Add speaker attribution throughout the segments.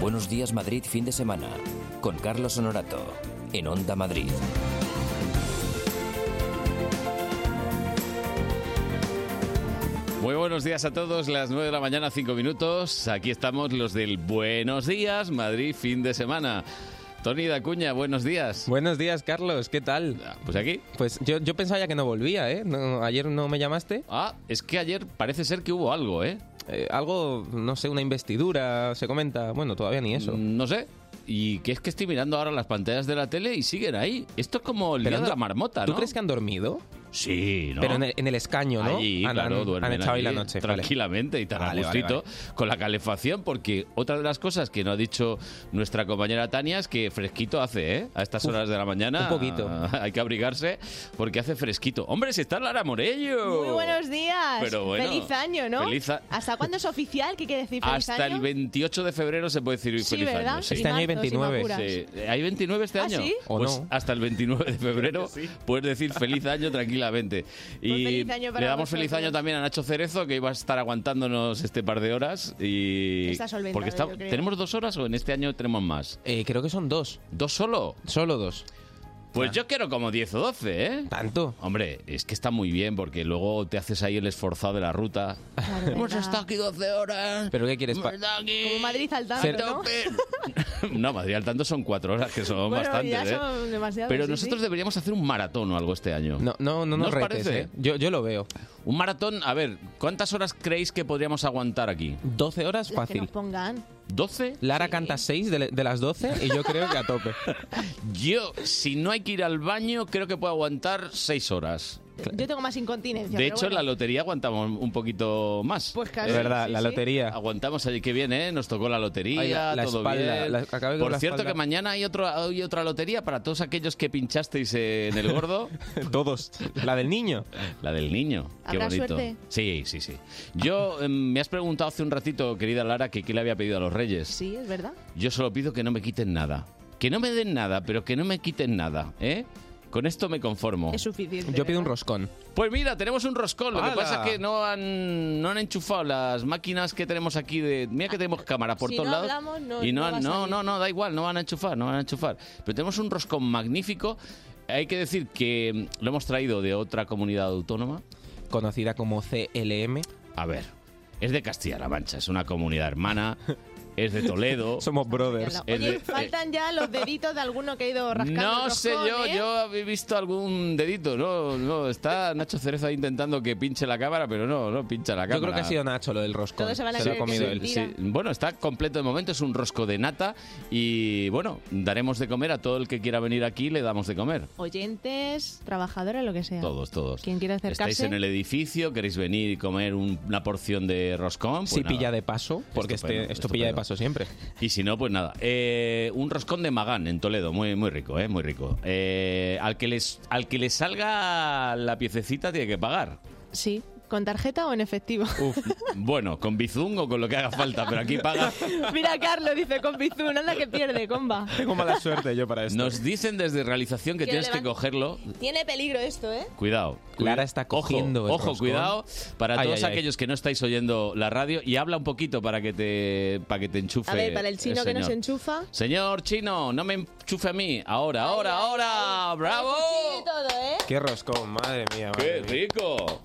Speaker 1: Buenos días Madrid fin de semana con Carlos Honorato en Onda Madrid.
Speaker 2: Muy buenos días a todos, las 9 de la mañana, 5 minutos. Aquí estamos los del Buenos días Madrid fin de semana. Tony Dacuña, buenos días.
Speaker 3: Buenos días, Carlos, ¿qué tal?
Speaker 2: Pues aquí.
Speaker 3: Pues yo, yo pensaba ya que no volvía, ¿eh? No, ayer no me llamaste.
Speaker 2: Ah, es que ayer parece ser que hubo algo, ¿eh?
Speaker 3: Eh, algo, no sé, una investidura, se comenta. Bueno, todavía ni eso.
Speaker 2: Mm, No sé. Y que es que estoy mirando ahora las pantallas de la tele y siguen ahí. Esto es como el
Speaker 3: Pero
Speaker 2: día de
Speaker 3: han-
Speaker 2: la marmota, ¿no?
Speaker 3: ¿Tú crees que han dormido?
Speaker 2: Sí, ¿no?
Speaker 3: Pero en el, en el escaño, ¿no?
Speaker 2: Allí,
Speaker 3: han,
Speaker 2: claro,
Speaker 3: han-
Speaker 2: duermen
Speaker 3: han echado ahí
Speaker 2: allí
Speaker 3: la noche. vale.
Speaker 2: tranquilamente y tan
Speaker 3: Vale,
Speaker 2: a
Speaker 3: vale,
Speaker 2: gustito con la calefacción, porque otra de las cosas que no ha dicho nuestra compañera Tania es que fresquito hace, ¿eh? A estas horas de la mañana.
Speaker 3: un poquito.
Speaker 2: Hay que abrigarse porque hace fresquito. ¡Hombre, si está Lara Morello!
Speaker 4: Muy buenos días.
Speaker 2: Pero bueno,
Speaker 4: feliz año, ¿no?
Speaker 2: feliz a-
Speaker 4: ¿Hasta cuándo es oficial? ¿Qué quiere decir feliz
Speaker 2: Hasta
Speaker 4: año?
Speaker 2: el 28 de febrero se puede decir hoy
Speaker 4: Sí,
Speaker 2: feliz
Speaker 4: ¿verdad?
Speaker 2: año. sí.
Speaker 4: Este año hay Marzo, si me 29. apuras.
Speaker 2: Sí. ¿Hay 29 este
Speaker 4: ¿Ah,
Speaker 2: año?
Speaker 4: sí? Pues
Speaker 3: ¿O
Speaker 2: Pues
Speaker 3: no?
Speaker 2: hasta el 29 de febrero puedes decir feliz año tranquilamente. Y
Speaker 4: feliz año para
Speaker 2: le damos feliz
Speaker 4: vosotros.
Speaker 2: año también a Nacho Cerezo, que iba a estar aguantándonos este par de horas. Y...
Speaker 4: Está solventado,
Speaker 2: Porque
Speaker 4: yo creo.
Speaker 2: ¿Tenemos dos horas o en este año tenemos más?
Speaker 3: Eh, creo que son dos.
Speaker 2: ¿Dos solo?
Speaker 3: Solo dos.
Speaker 2: Pues yo quiero como 10 o 12, ¿eh?
Speaker 3: ¿Tanto?
Speaker 2: Hombre, es que está muy bien porque luego te haces ahí el esforzado de la ruta. Hemos estado aquí 12 horas.
Speaker 3: ¿Pero qué quieres? pa-
Speaker 4: Como Madrid al tanto,
Speaker 2: Cero.
Speaker 4: ¿no?
Speaker 2: No, Madrid al tanto son cuatro horas, que son
Speaker 4: Bueno,
Speaker 2: bastantes,
Speaker 4: ya
Speaker 2: ¿eh?
Speaker 4: son demasiados,
Speaker 2: Pero
Speaker 4: sí,
Speaker 2: nosotros
Speaker 4: sí.
Speaker 2: deberíamos hacer un maratón o algo este año.
Speaker 3: No, no, no
Speaker 2: ¿No
Speaker 3: nos
Speaker 2: os
Speaker 3: retes,
Speaker 2: parece?
Speaker 3: ¿eh? Yo, yo lo veo.
Speaker 2: Un maratón, a ver, ¿cuántas horas creéis que podríamos aguantar aquí?
Speaker 3: 12 horas
Speaker 4: Las que
Speaker 3: fácil.
Speaker 4: nos pongan.
Speaker 2: ¿12?
Speaker 3: Lara canta 6 de, de las 12 y yo creo que a tope.
Speaker 2: Yo, si no hay que ir al baño, creo que puedo aguantar seis horas.
Speaker 4: Yo tengo más incontinencia.
Speaker 2: De
Speaker 4: pero
Speaker 2: hecho, en
Speaker 4: bueno.
Speaker 2: la lotería aguantamos un poquito más. Pues
Speaker 4: casi, Es verdad, sí, la sí.
Speaker 3: lotería.
Speaker 2: Aguantamos allí, qué bien, ¿eh? Nos tocó la lotería,
Speaker 3: Ay, la- la
Speaker 2: todo
Speaker 3: espalda,
Speaker 2: bien.
Speaker 3: la- acabé con
Speaker 2: Por
Speaker 3: la
Speaker 2: cierto,
Speaker 3: espalda.
Speaker 2: que mañana hay, otro, hay otra lotería para todos aquellos que pinchasteis eh, en el gordo.
Speaker 3: Todos. La del niño.
Speaker 2: La del niño. Qué
Speaker 4: ¿Habrá
Speaker 2: bonito.
Speaker 4: suerte?
Speaker 2: Sí, sí, sí. Yo em, me has preguntado hace un ratito, querida Lara, que qué le había pedido a los Reyes.
Speaker 4: Sí, es verdad.
Speaker 2: Yo solo pido que no me quiten nada. Que no me den nada, pero que no me quiten nada, ¿eh? Con esto me conformo.
Speaker 4: Es suficiente.
Speaker 3: Yo pido un
Speaker 4: ¿verdad?
Speaker 3: roscón.
Speaker 2: Pues mira, tenemos un roscón. Lo que
Speaker 3: ¡Hala!
Speaker 2: pasa es que no han, no han enchufado las máquinas que tenemos aquí. De, mira que tenemos cámara por
Speaker 4: Si
Speaker 2: todos
Speaker 4: no
Speaker 2: lados.
Speaker 4: hablamos, no-
Speaker 2: y
Speaker 4: no
Speaker 2: no,
Speaker 4: va
Speaker 2: han-
Speaker 4: a
Speaker 2: no,
Speaker 4: salir.
Speaker 2: no, no, da igual, no van a enchufar, no van a enchufar. Pero tenemos un roscón magnífico. Hay que decir que mm, lo hemos traído de otra comunidad autónoma.
Speaker 3: Conocida como CLM.
Speaker 2: A ver, es de Castilla-La Mancha, es una comunidad hermana, es de Toledo.
Speaker 3: Somos brothers.
Speaker 2: Es
Speaker 4: Oye,
Speaker 2: de- eh,
Speaker 4: faltan ya los deditos de alguno que ha ido rascando.
Speaker 2: No
Speaker 4: el
Speaker 2: sé
Speaker 4: roscón,
Speaker 2: yo,
Speaker 4: ¿eh?
Speaker 2: yo había visto algún dedito, no, no, está Nacho Cereza intentando que pinche la cámara, pero no, no pincha la cámara.
Speaker 3: Yo creo que ha sido Nacho lo del roscón.
Speaker 4: Todos se van a
Speaker 3: lo ha
Speaker 4: creer que
Speaker 3: comido
Speaker 4: sí.
Speaker 3: él.
Speaker 4: Mentira.
Speaker 2: Bueno, está completo de momento, es un rosco de nata y bueno, daremos de comer a todo el que quiera venir aquí, le damos de comer.
Speaker 4: Oyentes, trabajadores, lo que sea.
Speaker 2: Todos, todos.
Speaker 4: Quien quiera acercarse.
Speaker 2: Estáis en el edificio, queréis venir y comer un- una porción de roscón. Pues
Speaker 3: si
Speaker 2: nada. Pues
Speaker 3: pilla de paso, porque este, esto
Speaker 2: Estupendo,
Speaker 3: pilla de
Speaker 2: estupendo.
Speaker 3: paso siempre.
Speaker 2: Y si no, pues nada. Eh, un roscón de Magán en Toledo, muy, muy rico, ¿eh? Muy rico. Eh, al, que les, al que le salga la piececita tiene que pagar.
Speaker 4: Sí, con tarjeta o en efectivo.
Speaker 2: Bueno, con bizum o con lo que haga falta, pero aquí paga.
Speaker 4: Mira, Carlos dice con Bizun, anda que pierde, comba.
Speaker 3: Tengo mala suerte yo para
Speaker 2: Nos dicen desde realización que
Speaker 4: Que
Speaker 2: tienes que
Speaker 4: levante-
Speaker 2: cogerlo.
Speaker 4: Tiene peligro esto, ¿eh?
Speaker 2: Cuidado. cuida-
Speaker 3: Lara está cogiendo el
Speaker 2: Ojo, ojo
Speaker 3: roscón.
Speaker 2: cuidado. Para
Speaker 3: Ay,
Speaker 2: todos
Speaker 3: ay, ay.
Speaker 2: aquellos que no estáis oyendo la radio y habla un poquito para que te, para que te enchufe.
Speaker 4: A ver, para el chino que nos
Speaker 2: señor.
Speaker 4: enchufa.
Speaker 2: Señor chino, no me enchufe a mí. Ahora, ahora, ahora. ¡Bravo!
Speaker 4: todo, ¿eh?
Speaker 3: Qué roscón, madre mía. madre
Speaker 2: ¡Qué
Speaker 3: mía.
Speaker 2: rico!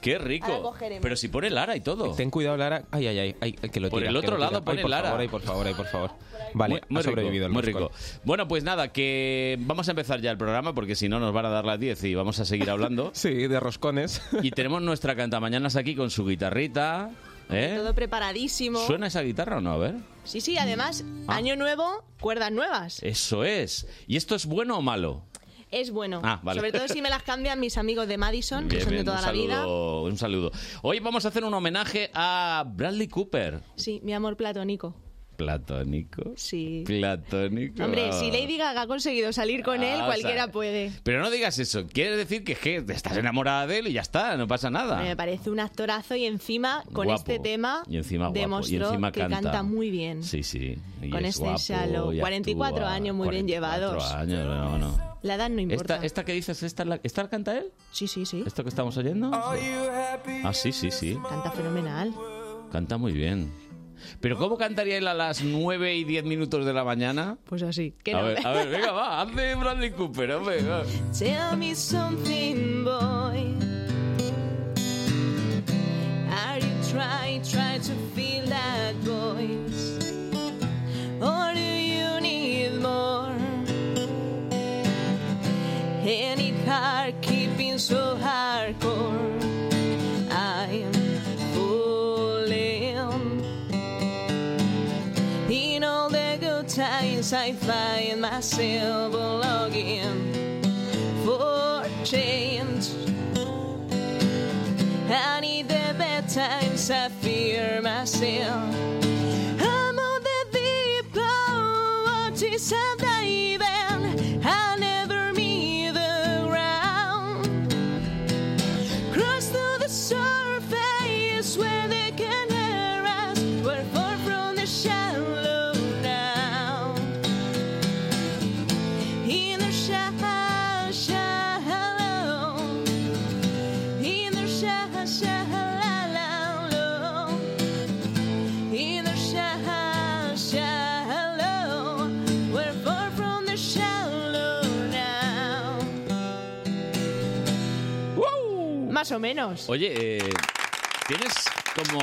Speaker 2: ¡Qué
Speaker 4: Ahora
Speaker 2: rico!
Speaker 4: cogeremos.
Speaker 2: Pero si pone Lara y todo.
Speaker 3: Ten cuidado, Lara. Ay, ay, ay, ay, que lo
Speaker 2: Por
Speaker 3: tira,
Speaker 2: el
Speaker 3: que
Speaker 2: otro
Speaker 3: lo tira.
Speaker 2: lado
Speaker 3: Ay,
Speaker 2: pone
Speaker 3: por
Speaker 2: Lara.
Speaker 3: Favor, ay, por favor, ay, por favor. Vale,
Speaker 2: muy
Speaker 3: ha sobrevivido
Speaker 2: rico,
Speaker 3: el
Speaker 2: muy
Speaker 3: roscón.
Speaker 2: rico. Bueno, pues nada, que vamos a empezar ya el programa porque si no nos van a dar las 10 y vamos a seguir hablando.
Speaker 3: Sí, de roscones.
Speaker 2: y tenemos nuestra cantamañanas aquí con su guitarrita. ¿eh?
Speaker 4: Todo preparadísimo.
Speaker 2: ¿Suena Ah. esa guitarra o no? A ver.
Speaker 4: Sí, sí, además, año nuevo, cuerdas nuevas.
Speaker 2: Eso es. ¿Y esto es bueno o malo?
Speaker 4: Es bueno.
Speaker 2: Ah, vale.
Speaker 4: Sobre todo si me las cambian mis amigos de Madison, que
Speaker 2: Bien,
Speaker 4: son de
Speaker 2: bien,
Speaker 4: toda
Speaker 2: un
Speaker 4: la vida.
Speaker 2: saludo, un saludo. Hoy vamos a hacer un homenaje a Bradley Cooper.
Speaker 4: Sí, mi amor platónico.
Speaker 2: Platónico.
Speaker 4: Sí.
Speaker 2: Platónico. Ah.
Speaker 4: Hombre, si
Speaker 2: Lady
Speaker 4: Lady Gaga ha conseguido salir con
Speaker 2: Ah,
Speaker 4: él,
Speaker 2: o sea,
Speaker 4: cualquiera puede.
Speaker 2: Pero no digas eso. Quiere decir que, je, estás enamorada de él y ya está, no pasa nada.
Speaker 4: Me parece un actorazo y encima, con
Speaker 2: Guapo.
Speaker 4: este tema,
Speaker 2: Y encima guapo. Y
Speaker 4: demostró
Speaker 2: encima
Speaker 4: que
Speaker 2: canta.
Speaker 4: canta muy bien.
Speaker 2: Sí, sí. Y
Speaker 4: Con
Speaker 2: es
Speaker 4: este
Speaker 2: guapo,
Speaker 4: Shallow.
Speaker 2: y
Speaker 4: 44
Speaker 2: actúa.
Speaker 4: años muy bien
Speaker 2: 44
Speaker 4: llevados.
Speaker 2: años, no, no.
Speaker 4: La edad no importa.
Speaker 2: Esta, esta que dices, ¿esta la, esta la canta él?
Speaker 4: Sí, sí, sí.
Speaker 2: ¿Esto que estamos oyendo? Ah, sí, sí, sí.
Speaker 4: Canta fenomenal.
Speaker 2: Canta muy bien. Pero ¿cómo cantaría él a las 9 y 10 minutos de la mañana?
Speaker 5: Pues así. que
Speaker 2: A
Speaker 5: no.
Speaker 2: ver, a ver, venga, va, haz de Bradley Cooper, hombre. va.
Speaker 5: Tell me something, boy. Are you trying, trying to feel that voice? Or do you need more? Any heart keeping so hardcore? I'm falling. In all the good times, I find myself longing for change. And in the bad times, I fear myself. I'm on the deep waters I'm diving. I never meet the ground. Cross to the surface where they can hear us. We're far from the shallow now. In the shallow, shallow. In the shallow, shallow. In the shallow, shallow. We're far from the shallow now. Más o menos.
Speaker 2: Oye, eh, tienes como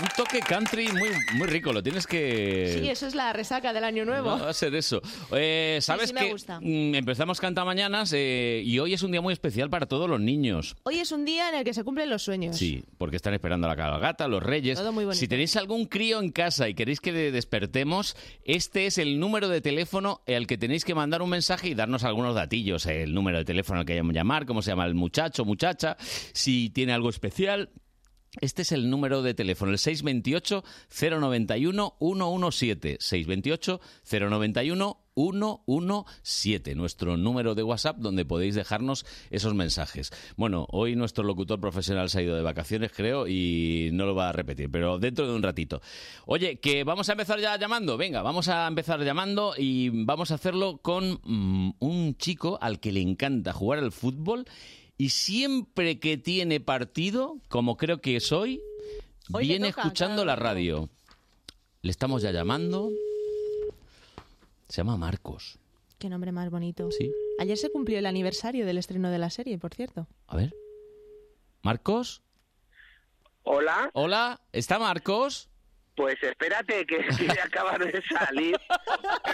Speaker 2: un toque country muy, muy rico, lo tienes que...
Speaker 5: Sí, eso es la resaca del año nuevo.
Speaker 2: No, va a ser eso. Eh, ¿Sabes
Speaker 5: sí me
Speaker 2: que
Speaker 5: gusta.
Speaker 2: mm, empezamos Canta Mañanas eh, y hoy es un día muy especial para todos los niños?
Speaker 5: Hoy es un día en el que se cumplen los sueños.
Speaker 2: Sí, porque están esperando a la cabalgata, los reyes.
Speaker 5: Todo muy bonito.
Speaker 2: si tenéis algún crío en casa y queréis que le despertemos, este es el número de teléfono al que tenéis que mandar un mensaje y darnos algunos datillos. eh, El número de teléfono al que llamar, cómo se llama el muchacho, muchacha, si tiene algo especial. Este es el número de teléfono, el 628-091-117. 628-091-117. Nuestro número de WhatsApp donde podéis dejarnos esos mensajes. Bueno, hoy nuestro locutor profesional se ha ido de vacaciones, creo, y no lo va a repetir, pero dentro de un ratito. Oye, que vamos a empezar ya llamando. Venga, vamos a empezar llamando y vamos a hacerlo con mm, un chico al que le encanta jugar al fútbol y siempre que tiene partido, como creo que es hoy,
Speaker 5: Hoy le
Speaker 2: viene
Speaker 5: toca,
Speaker 2: escuchando la
Speaker 5: claro.
Speaker 2: radio. Le estamos ya llamando. Se llama Marcos.
Speaker 5: Qué nombre más bonito.
Speaker 2: Sí.
Speaker 5: Ayer se cumplió el aniversario del estreno de la serie, por cierto.
Speaker 2: A ver. ¿Marcos?
Speaker 6: Hola,
Speaker 2: Hola, ¿está Marcos?
Speaker 6: pues espérate que que acaba de salir.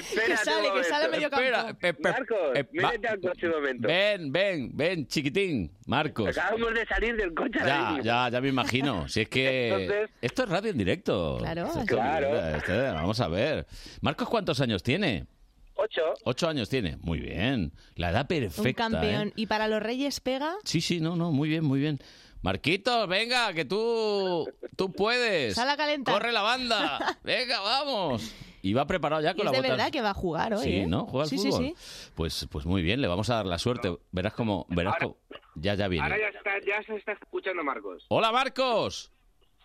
Speaker 6: Espérate
Speaker 5: Que sale,
Speaker 6: un
Speaker 5: que sale
Speaker 6: momento.
Speaker 5: medio campo.
Speaker 2: pe- pe-
Speaker 6: Marcos,
Speaker 2: eh, va-
Speaker 6: métete al coche un momento.
Speaker 2: Ven, ven, ven, chiquitín. Marcos.
Speaker 6: Acabamos de salir del coche ahora
Speaker 2: Ya,
Speaker 6: mismo.
Speaker 2: ya, ya me imagino. Si es que.
Speaker 6: Entonces-
Speaker 2: Esto es radio en directo.
Speaker 5: Claro.
Speaker 2: Esto es
Speaker 6: Claro.
Speaker 2: comida, esto es- vamos a ver. Marcos, ¿cuántos años tiene?
Speaker 6: Ocho.
Speaker 2: Ocho años tiene. Muy bien. La edad perfecta.
Speaker 5: Un campeón.
Speaker 2: ¿eh?
Speaker 5: Y para los Reyes pega,
Speaker 2: Sí, sí, no, no, muy bien, muy bien. Marquitos, venga, que tú, tú puedes.
Speaker 5: Sal a calentar.
Speaker 2: Corre la banda. Venga, vamos. Y va preparado ya
Speaker 5: y
Speaker 2: con
Speaker 5: es
Speaker 2: la
Speaker 5: de
Speaker 2: bota.
Speaker 5: verdad que va a jugar hoy.
Speaker 2: sí,
Speaker 5: ¿eh?
Speaker 2: ¿no? Juega al
Speaker 5: sí,
Speaker 2: fútbol.
Speaker 5: sí, sí.
Speaker 2: Pues, pues muy bien, le vamos a dar la suerte. Verás como, verás
Speaker 6: Ahora-
Speaker 2: cómo- ya, ya viene.
Speaker 6: Ahora ya, está, ya se está escuchando Marcos.
Speaker 2: Hola, Marcos.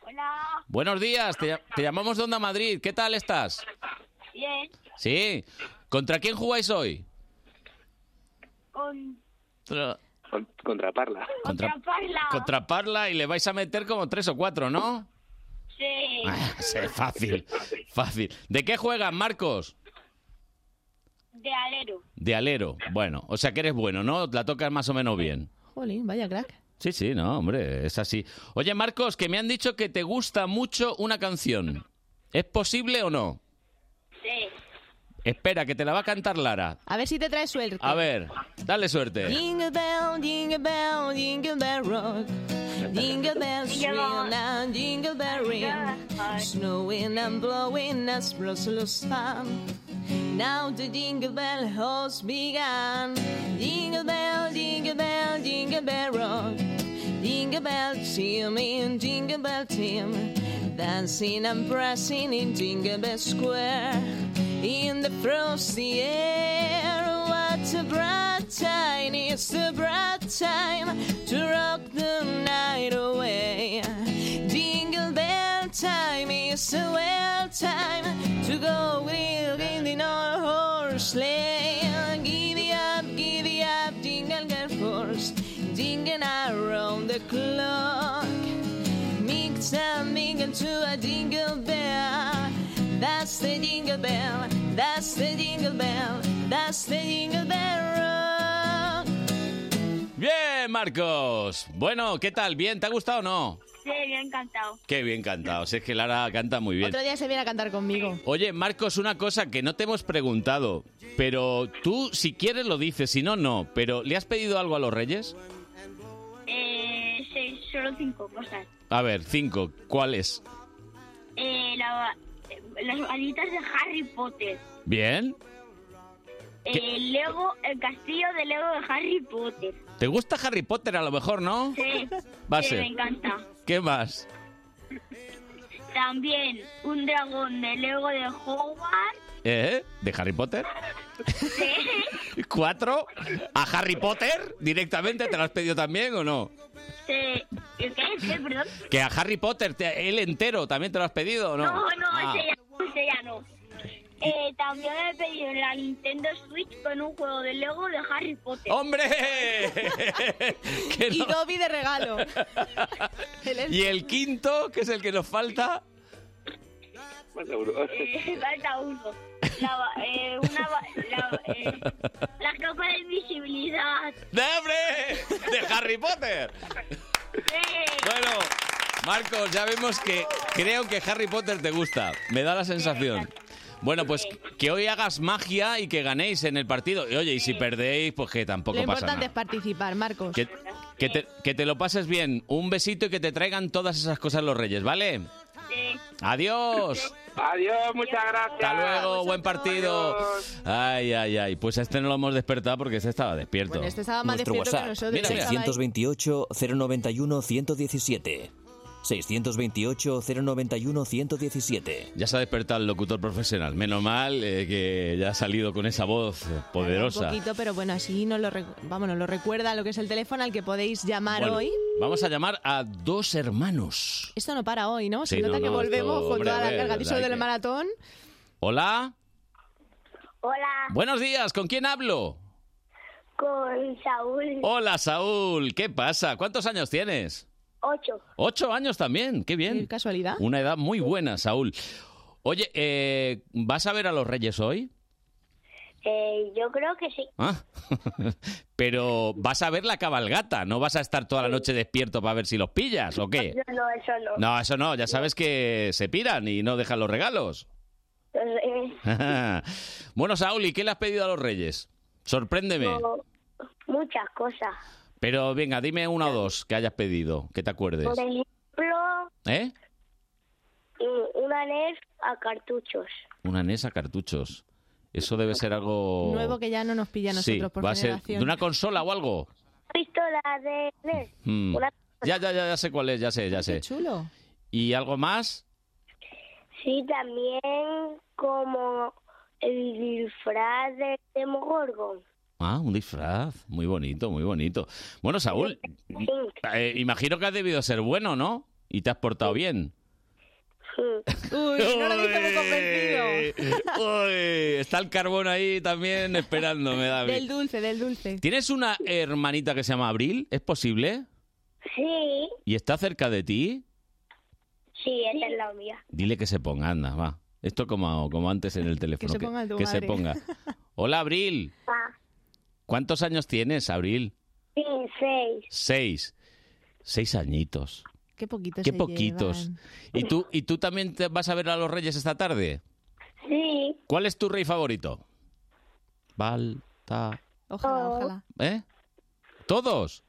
Speaker 7: Hola,
Speaker 2: Buenos días, te, ll- te llamamos de Onda Madrid. ¿Qué tal estás?
Speaker 7: bien,
Speaker 2: Sí. ¿Contra quién jugáis hoy?
Speaker 7: con
Speaker 2: Contra,
Speaker 6: Con- contra Parla.
Speaker 7: otra parla.
Speaker 2: contra Parla y le vais a meter como tres o cuatro, ¿no?
Speaker 7: Sí,
Speaker 2: Ah, sí, fácil, fácil. ¿De qué juegas, Marcos?
Speaker 7: de alero.
Speaker 2: De alero. Bueno, o sea que eres bueno, ¿no? La tocas más o menos bien.
Speaker 5: Jolín, vaya crack.
Speaker 2: Sí, sí, no, hombre, es así. Oye, Marcos, que me han dicho que te gusta mucho una canción. ¿Es posible o no?
Speaker 7: Sí,
Speaker 2: Espera, que te la va a cantar Lara.
Speaker 5: A ver si te trae suerte.
Speaker 2: A ver, dale suerte.
Speaker 5: Jingle bell, jingle bell, jingle bell rock. Jingle bells
Speaker 7: Jingle
Speaker 5: ring
Speaker 7: bell.
Speaker 5: and jingle bell ring. Snowing and blowing as Brussels fan. Now the jingle bell has begun. Jingle bell, jingle bell, jingle bell rock. Jingle bell team in jingle bell team. Dancing and pressing in Jingle Bell Square. In the frosty air, what a bright time! It's a bright time to rock the night away. Jingle bell time is a well time to go wheeling in our horse sleigh. Giddy up, giddy up, jingle bell horse, jingle around the clock. Mix and mingle to a jingle bell jingle bell, that's the jingle bell, that's the jingle bell rock.
Speaker 2: Bien, Marcos. Bueno, ¿qué tal? ¿Bien? ¿Te ha gustado o no?
Speaker 8: Sí, bien encantado.
Speaker 2: Qué bien cantado. Si es que Lara canta muy bien.
Speaker 4: Otro día se viene a cantar conmigo.
Speaker 2: Oye, Marcos, una cosa que no te hemos preguntado, pero tú si quieres lo dices, si no, no. Pero ¿le has pedido algo a los Reyes?
Speaker 8: Eh, sí, solo cinco cosas.
Speaker 2: A ver, cinco. ¿Cuál es?
Speaker 8: Eh, la- las varitas de Harry Potter.
Speaker 2: Bien.
Speaker 8: Eh, el Lego, el castillo de Lego de Harry Potter.
Speaker 2: ¿Te gusta Harry Potter a lo mejor, no?
Speaker 8: Sí,
Speaker 2: Va a
Speaker 8: sí,
Speaker 2: ser.
Speaker 8: me encanta.
Speaker 2: ¿Qué más?
Speaker 8: También un dragón de Lego de Hogwarts.
Speaker 2: ¿Eh? ¿De Harry Potter? ¿Cuatro? ¿A Harry Potter directamente? ¿Te lo has pedido también o no?
Speaker 8: Sí. ¿Qué? ¿Qué? Perdón.
Speaker 2: ¿Que a Harry Potter, te- él entero, también te lo has pedido o no?
Speaker 8: No, no,
Speaker 2: Ah.
Speaker 8: ese, ya, ese ya no. Eh, también he pedido la Nintendo Switch con un juego de Lego de Harry Potter.
Speaker 2: Ah. ¡Hombre! Que
Speaker 4: Y
Speaker 2: no-
Speaker 4: Dobby de regalo. Él es-
Speaker 2: Y el quinto, que es el que nos falta,
Speaker 8: Eh, falta uno. La, ba- eh, una, ba- la, eh, la capa de invisibilidad.
Speaker 2: ¡de hombre! ¡De Harry Potter!
Speaker 8: Sí.
Speaker 2: Bueno, Marcos, ya vemos que creo que Harry Potter te gusta. Me da la sensación. Bueno, pues que hoy hagas magia y que ganéis en el partido. Y oye, y si perdéis, pues que
Speaker 4: Lo
Speaker 2: tampoco pasa
Speaker 4: importante es
Speaker 2: nada.
Speaker 4: participar, Marcos.
Speaker 2: Que, que te, que te lo pases bien. Un besito y que te traigan todas esas cosas los reyes, ¿vale?
Speaker 8: sí.
Speaker 2: Adiós.
Speaker 9: Adiós, muchas gracias.
Speaker 2: Hasta luego, buen partido.
Speaker 9: Adiós.
Speaker 2: Ay, ay, ay. Pues a este no lo hemos despertado porque este estaba despierto.
Speaker 4: Bueno, este estaba más
Speaker 1: Nuestro
Speaker 4: despierto
Speaker 1: WhatsApp.
Speaker 4: que nosotros.
Speaker 2: Mira, mira.
Speaker 4: Estaba ahí.
Speaker 1: 628-091-117. 628-091-117.
Speaker 2: Ya se ha despertado el locutor profesional. Menos mal eh, que ya ha salido con esa voz poderosa.
Speaker 4: Un poquito, pero bueno, así nos lo, recu- vamos, nos lo recuerda lo que es el teléfono al que podéis llamar
Speaker 2: Bueno,
Speaker 4: hoy.
Speaker 2: Vamos a llamar a dos hermanos.
Speaker 4: Esto no para hoy, ¿no? Se
Speaker 2: Sí,
Speaker 4: nota
Speaker 2: no,
Speaker 4: que
Speaker 2: no,
Speaker 4: volvemos
Speaker 2: esto,
Speaker 4: con
Speaker 2: hombre,
Speaker 4: toda
Speaker 2: a
Speaker 4: la
Speaker 2: ver,
Speaker 4: carga
Speaker 2: hay
Speaker 4: de del
Speaker 2: que-
Speaker 4: maratón.
Speaker 2: Hola.
Speaker 8: Hola,
Speaker 2: Buenos días. ¿Con quién hablo?
Speaker 8: con Saúl.
Speaker 2: Hola, Saúl. ¿Qué pasa? ¿Cuántos años tienes?
Speaker 8: Ocho.
Speaker 2: Ocho años también. Qué
Speaker 4: Qué
Speaker 2: bien.
Speaker 4: casualidad.
Speaker 2: Una edad muy buena, Saúl. Oye, eh, ¿vas a ver a los Reyes hoy?
Speaker 8: Eh, yo creo que sí.
Speaker 2: Ah. Pero vas a ver la cabalgata, no vas a estar toda la noche despierto para ver si los pillas o qué.
Speaker 8: No, no, eso no.
Speaker 2: No, eso no, ya sabes que se piran y no dejan los regalos.
Speaker 8: Eh,
Speaker 2: bueno, Saúl, ¿y qué le has pedido a los reyes? Sorpréndeme.
Speaker 8: no, muchas cosas.
Speaker 2: Pero venga, dime una o dos que hayas pedido, que te acuerdes.
Speaker 8: Por ejemplo,
Speaker 2: ¿Eh?
Speaker 8: un- una NES a cartuchos.
Speaker 2: Una NES a cartuchos. Eso debe ser algo...
Speaker 4: Nuevo que ya no nos pilla a
Speaker 2: Oh. Sí,
Speaker 4: nosotros por
Speaker 2: va a ser
Speaker 4: generación.
Speaker 2: de una consola o algo.
Speaker 8: Pistola de NES.
Speaker 2: Hmm.
Speaker 8: Una-
Speaker 2: Ya, ya, ya, ya sé cuál es, ya sé, ya
Speaker 4: Qué
Speaker 2: sé.
Speaker 4: chulo.
Speaker 2: ¿Y algo más?
Speaker 8: Sí, también como el disfraz de Demogorgon.
Speaker 2: Ah, un disfraz. Muy bonito, muy bonito. Bueno, Saúl, eh, imagino que has debido ser bueno, ¿no? Y te has portado bien.
Speaker 4: Uy, no lo dice muy
Speaker 2: Eh,
Speaker 4: convencido.
Speaker 2: Uy, está el carbón ahí también esperando, me da a mí.
Speaker 4: Del dulce, del dulce.
Speaker 2: ¿Tienes una hermanita que se llama Abril? ¿Es posible?
Speaker 8: Sí,
Speaker 2: ¿Y está cerca de ti?
Speaker 8: sí, esa es la mía.
Speaker 2: Dile que se ponga, anda, va. Esto como, como antes en el teléfono.
Speaker 4: se ponga el de
Speaker 2: que se
Speaker 4: madre.
Speaker 2: ponga. Hola, Abril.
Speaker 8: Ah,
Speaker 2: ¿Cuántos años tienes, Abril?
Speaker 8: sí, seis.
Speaker 2: Seis. Seis añitos.
Speaker 4: Qué poquitos.
Speaker 2: Qué
Speaker 4: se
Speaker 2: poquitos.
Speaker 4: llevan.
Speaker 2: ¿Y tú, ¿Y tú también te vas a ver a los Reyes esta tarde?
Speaker 8: Sí,
Speaker 2: ¿Cuál es tu rey favorito? Balta.
Speaker 8: Oh,
Speaker 4: Ojalá, ojalá.
Speaker 2: ¿Eh? ¿Todos?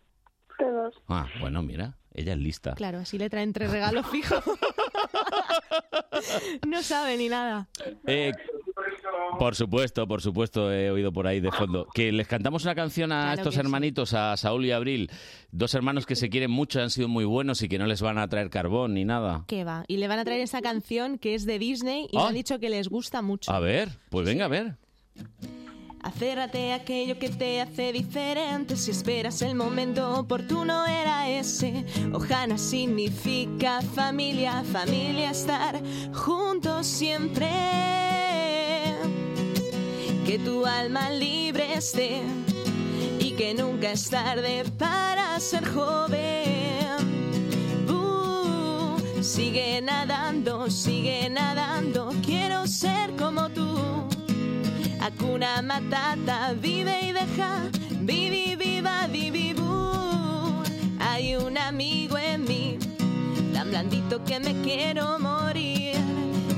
Speaker 8: todos.
Speaker 2: Ah, bueno, mira, ella es lista.
Speaker 4: Claro, así le traen tres regalos fijos. no sabe ni nada.
Speaker 2: Eh, por supuesto, por supuesto, he oído por ahí de fondo. Que les cantamos una canción a
Speaker 4: Claro
Speaker 2: estos
Speaker 4: que sí.
Speaker 2: hermanitos, a Saúl y Abril. Dos hermanos que se quieren mucho, han sido muy buenos y que no les van a traer carbón ni nada.
Speaker 4: ¿Qué va? Y le van a traer esa canción que es de Disney y me
Speaker 2: Ah.
Speaker 4: han dicho que les gusta mucho.
Speaker 2: A ver, pues venga, a ver.
Speaker 5: Acérrate a aquello que te hace diferente. Si esperas el momento oportuno, era ese. Ojana significa familia, familia estar juntos siempre. Que tu alma libre esté y que nunca es tarde para ser joven. Uh, Sigue nadando, sigue nadando, quiero ser como tú. Hakuna Matata, vive y deja, vivi, viva, vivi, bú. Hay un amigo en mí, tan blandito que me quiero morir.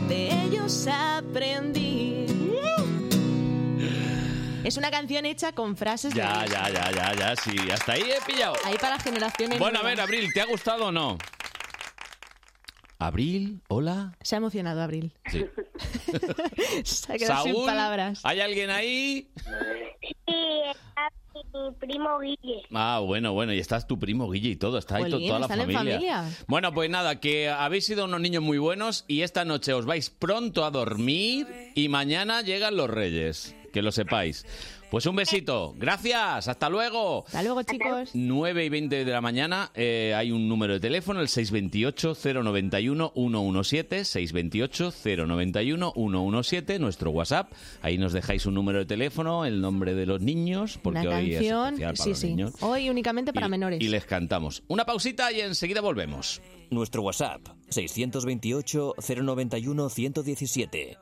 Speaker 5: De ellos aprendí.
Speaker 4: Es una canción hecha con frases
Speaker 2: Ya,
Speaker 4: de...
Speaker 2: ya, ya, ya, ya, sí. Hasta ahí he pillado.
Speaker 4: Ahí para las generaciones
Speaker 2: Bueno, a ver,
Speaker 4: nuevas.
Speaker 2: Abril, ¿te ha gustado o no? Abril, hola.
Speaker 4: Se ha emocionado Abril.
Speaker 2: Sí.
Speaker 4: Se ha quedado sin
Speaker 2: Saúl,
Speaker 4: palabras.
Speaker 2: ¿Hay alguien ahí?
Speaker 7: Sí, está mi primo Guille.
Speaker 2: Ah, bueno, bueno, y estás tu primo Guille y todo, está ahí to-
Speaker 4: Jolín,
Speaker 2: toda la
Speaker 4: están en
Speaker 2: familia.
Speaker 4: familia.
Speaker 2: Bueno, pues nada, que habéis sido unos niños muy buenos y esta noche os vais pronto a dormir y mañana llegan los Reyes, que lo sepáis. Pues un besito, gracias, hasta luego.
Speaker 4: Hasta luego, chicos.
Speaker 2: 9 y 20 de la mañana eh, hay un número de teléfono, el 628-091-117, 628-091-117, nuestro WhatsApp. Ahí nos dejáis un número de teléfono, el nombre de los niños, porque
Speaker 4: una
Speaker 2: hoy es
Speaker 4: canción.
Speaker 2: especial para
Speaker 4: sí,
Speaker 2: los
Speaker 4: sí.
Speaker 2: niños.
Speaker 4: Hoy únicamente para
Speaker 2: Y-
Speaker 4: menores.
Speaker 2: Y les cantamos. Una pausita y enseguida volvemos.
Speaker 1: Nuestro WhatsApp 628 091 117.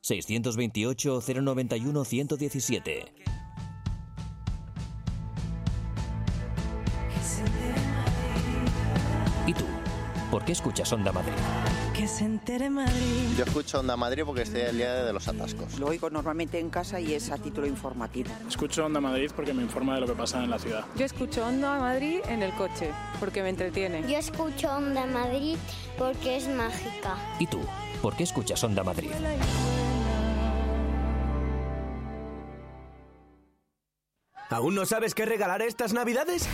Speaker 1: 628 091 117. ¿Y tú? ¿Por qué escuchas Onda Madrid?
Speaker 10: Que se entere Madrid.
Speaker 11: Yo escucho Onda Madrid porque estoy al día de los atascos.
Speaker 12: Lo oigo normalmente en casa y es a título informativo.
Speaker 13: Escucho Onda Madrid porque me informa de lo que pasa en la ciudad.
Speaker 14: Yo escucho Onda Madrid en el coche porque me entretiene.
Speaker 15: Yo escucho Onda Madrid porque es mágica.
Speaker 1: ¿Y tú? ¿Por qué escuchas Onda Madrid?
Speaker 16: ¿Aún no sabes qué regalar estas navidades?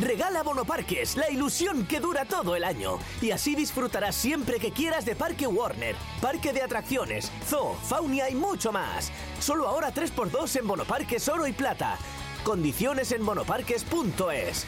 Speaker 16: Regala Bonoparques, la ilusión que dura todo el año. Y así disfrutarás siempre que quieras de Parque Warner, Parque de Atracciones, Zoo, Faunia y mucho más. Solo ahora 3x2 en Bonoparques Oro y Plata. Condiciones en bonoparques.es.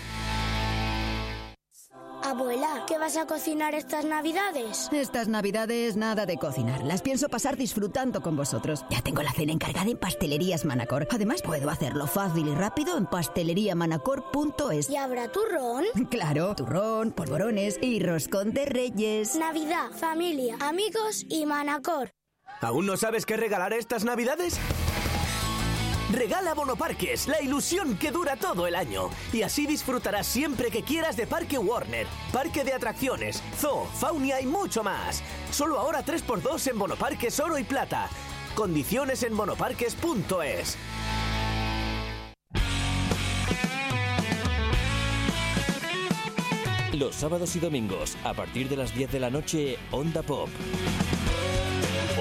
Speaker 15: Abuela, ¿qué vas a cocinar estas navidades?
Speaker 17: Estas navidades nada de cocinar. Las pienso pasar disfrutando con vosotros. Ya tengo la cena encargada en Pastelerías Manacor. Además, puedo hacerlo fácil y rápido en pasteleriamanacor.es.
Speaker 15: ¿Y habrá turrón?
Speaker 17: Claro, turrón, polvorones y roscón de reyes.
Speaker 15: Navidad, familia, amigos y Manacor.
Speaker 16: ¿Aún no sabes qué regalar estas navidades? Regala Bonoparques, la ilusión que dura todo el año. Y así disfrutarás siempre que quieras de Parque Warner, Parque de Atracciones, Zoo, Faunia y mucho más. Solo ahora 3x2 en Bonoparques Oro y Plata. Condiciones en bonoparques.es.
Speaker 1: Los sábados y domingos, a partir de las 10 de la noche, Onda Pop.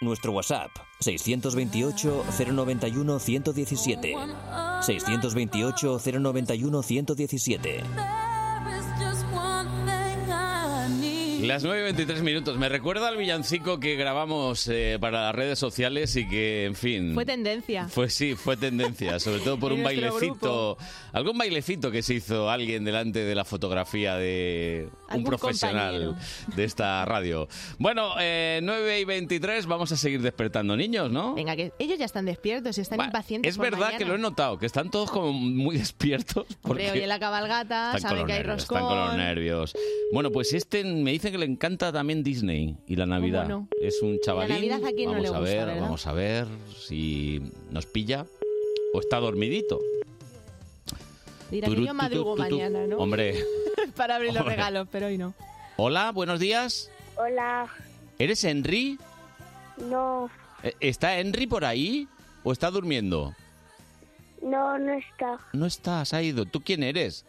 Speaker 1: Nuestro WhatsApp 628 091 117. 628 091 117.
Speaker 2: Las 9 y 23 minutos. Me recuerda al villancico que grabamos eh, para las redes sociales y que, en fin.
Speaker 4: Fue tendencia.
Speaker 2: Fue sí, fue tendencia, sobre todo por
Speaker 4: En
Speaker 2: un
Speaker 4: nuestro
Speaker 2: bailecito, algún bailecito que se hizo alguien delante de la fotografía de un
Speaker 4: Algún
Speaker 2: profesional de esta radio. Bueno, eh, 9 y 23, vamos a seguir despertando niños, ¿no?
Speaker 4: Venga, que ellos ya están despiertos y están impacientes.
Speaker 2: Es
Speaker 4: por
Speaker 2: verdad que lo he
Speaker 4: mañana.
Speaker 2: notado, que están todos como muy despiertos.
Speaker 4: Hombre,
Speaker 2: porque-
Speaker 4: oye la cabalgata,
Speaker 2: están con,
Speaker 4: saben
Speaker 2: los
Speaker 4: que hay
Speaker 2: nervios,
Speaker 4: roscón.
Speaker 2: están con los nervios. Bueno, pues este me dice que le encanta también Disney y la Navidad.
Speaker 4: no?
Speaker 2: Es un chavalín.
Speaker 4: Navidad a quién no
Speaker 2: vamos
Speaker 4: le
Speaker 2: a
Speaker 4: gusta,
Speaker 2: ver,
Speaker 4: ¿verdad?
Speaker 2: vamos a ver si nos pilla o está dormidito.
Speaker 4: Dirá que
Speaker 2: Turu,
Speaker 4: yo madrugo
Speaker 2: tu, tu, tu, tu.
Speaker 4: mañana, ¿no?
Speaker 2: Hombre,
Speaker 4: Para abrir los
Speaker 2: Hombre.
Speaker 4: regalos, pero hoy no.
Speaker 2: hola, buenos días.
Speaker 7: Hola,
Speaker 2: ¿Eres Henry?
Speaker 7: no,
Speaker 2: Eh, ¿Está Henry por ahí o está durmiendo?
Speaker 7: no, no está.
Speaker 2: No estás, ha ido. ¿Tú quién eres?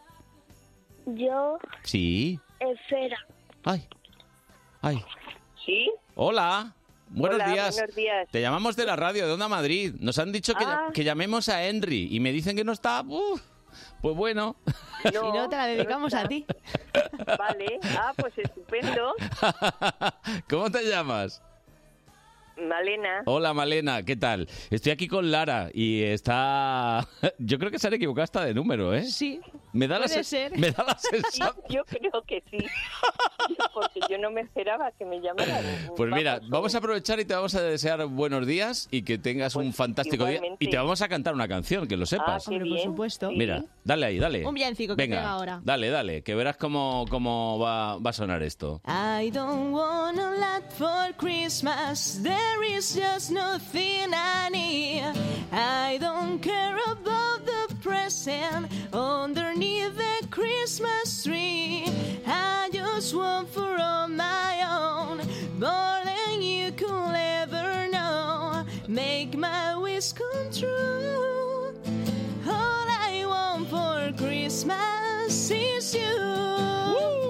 Speaker 7: Yo,
Speaker 2: Sí.
Speaker 7: Esfera.
Speaker 2: Ay. Ay.
Speaker 18: ¿Sí?
Speaker 2: Hola. Buenos
Speaker 18: Hola,
Speaker 2: días.
Speaker 18: buenos días.
Speaker 2: Te llamamos de la radio de Onda Madrid. Nos han dicho que,
Speaker 18: Ah.
Speaker 2: que llamemos a Henry y me dicen que no está. Uf, pues bueno.
Speaker 4: si no, te la dedicamos a ti.
Speaker 18: Vale, ah, pues estupendo.
Speaker 2: ¿Cómo te llamas?
Speaker 18: Malena.
Speaker 2: Hola Malena, ¿qué tal? Estoy aquí con Lara y está... Yo creo que se han equivocado hasta de número, ¿eh?
Speaker 4: Sí.
Speaker 2: Me da la
Speaker 18: Puede
Speaker 2: sen-
Speaker 18: ser.
Speaker 2: Me da la
Speaker 18: Sí,
Speaker 2: sensación...
Speaker 18: Yo creo que sí. Porque yo no me esperaba que me llamaran.
Speaker 2: Pues mira, vamos a aprovechar y te vamos a desear buenos días y que tengas un fantástico día.
Speaker 18: igualmente.
Speaker 2: Y te vamos a cantar una canción, que lo
Speaker 15: Ah,
Speaker 2: sepas.
Speaker 4: Hombre, por supuesto.
Speaker 2: Mira, dale ahí, dale.
Speaker 4: ¿eh? Un villancico que
Speaker 2: Venga,
Speaker 4: pega ahora.
Speaker 2: Dale, dale, que verás cómo, cómo va, va a sonar esto.
Speaker 5: I don't want a lot for Christmas. There is just nothing I need. I don't care about the present underneath the Christmas tree. I just want for all my own, more than you could ever know. Make my wish come true. All I want for Christmas is you.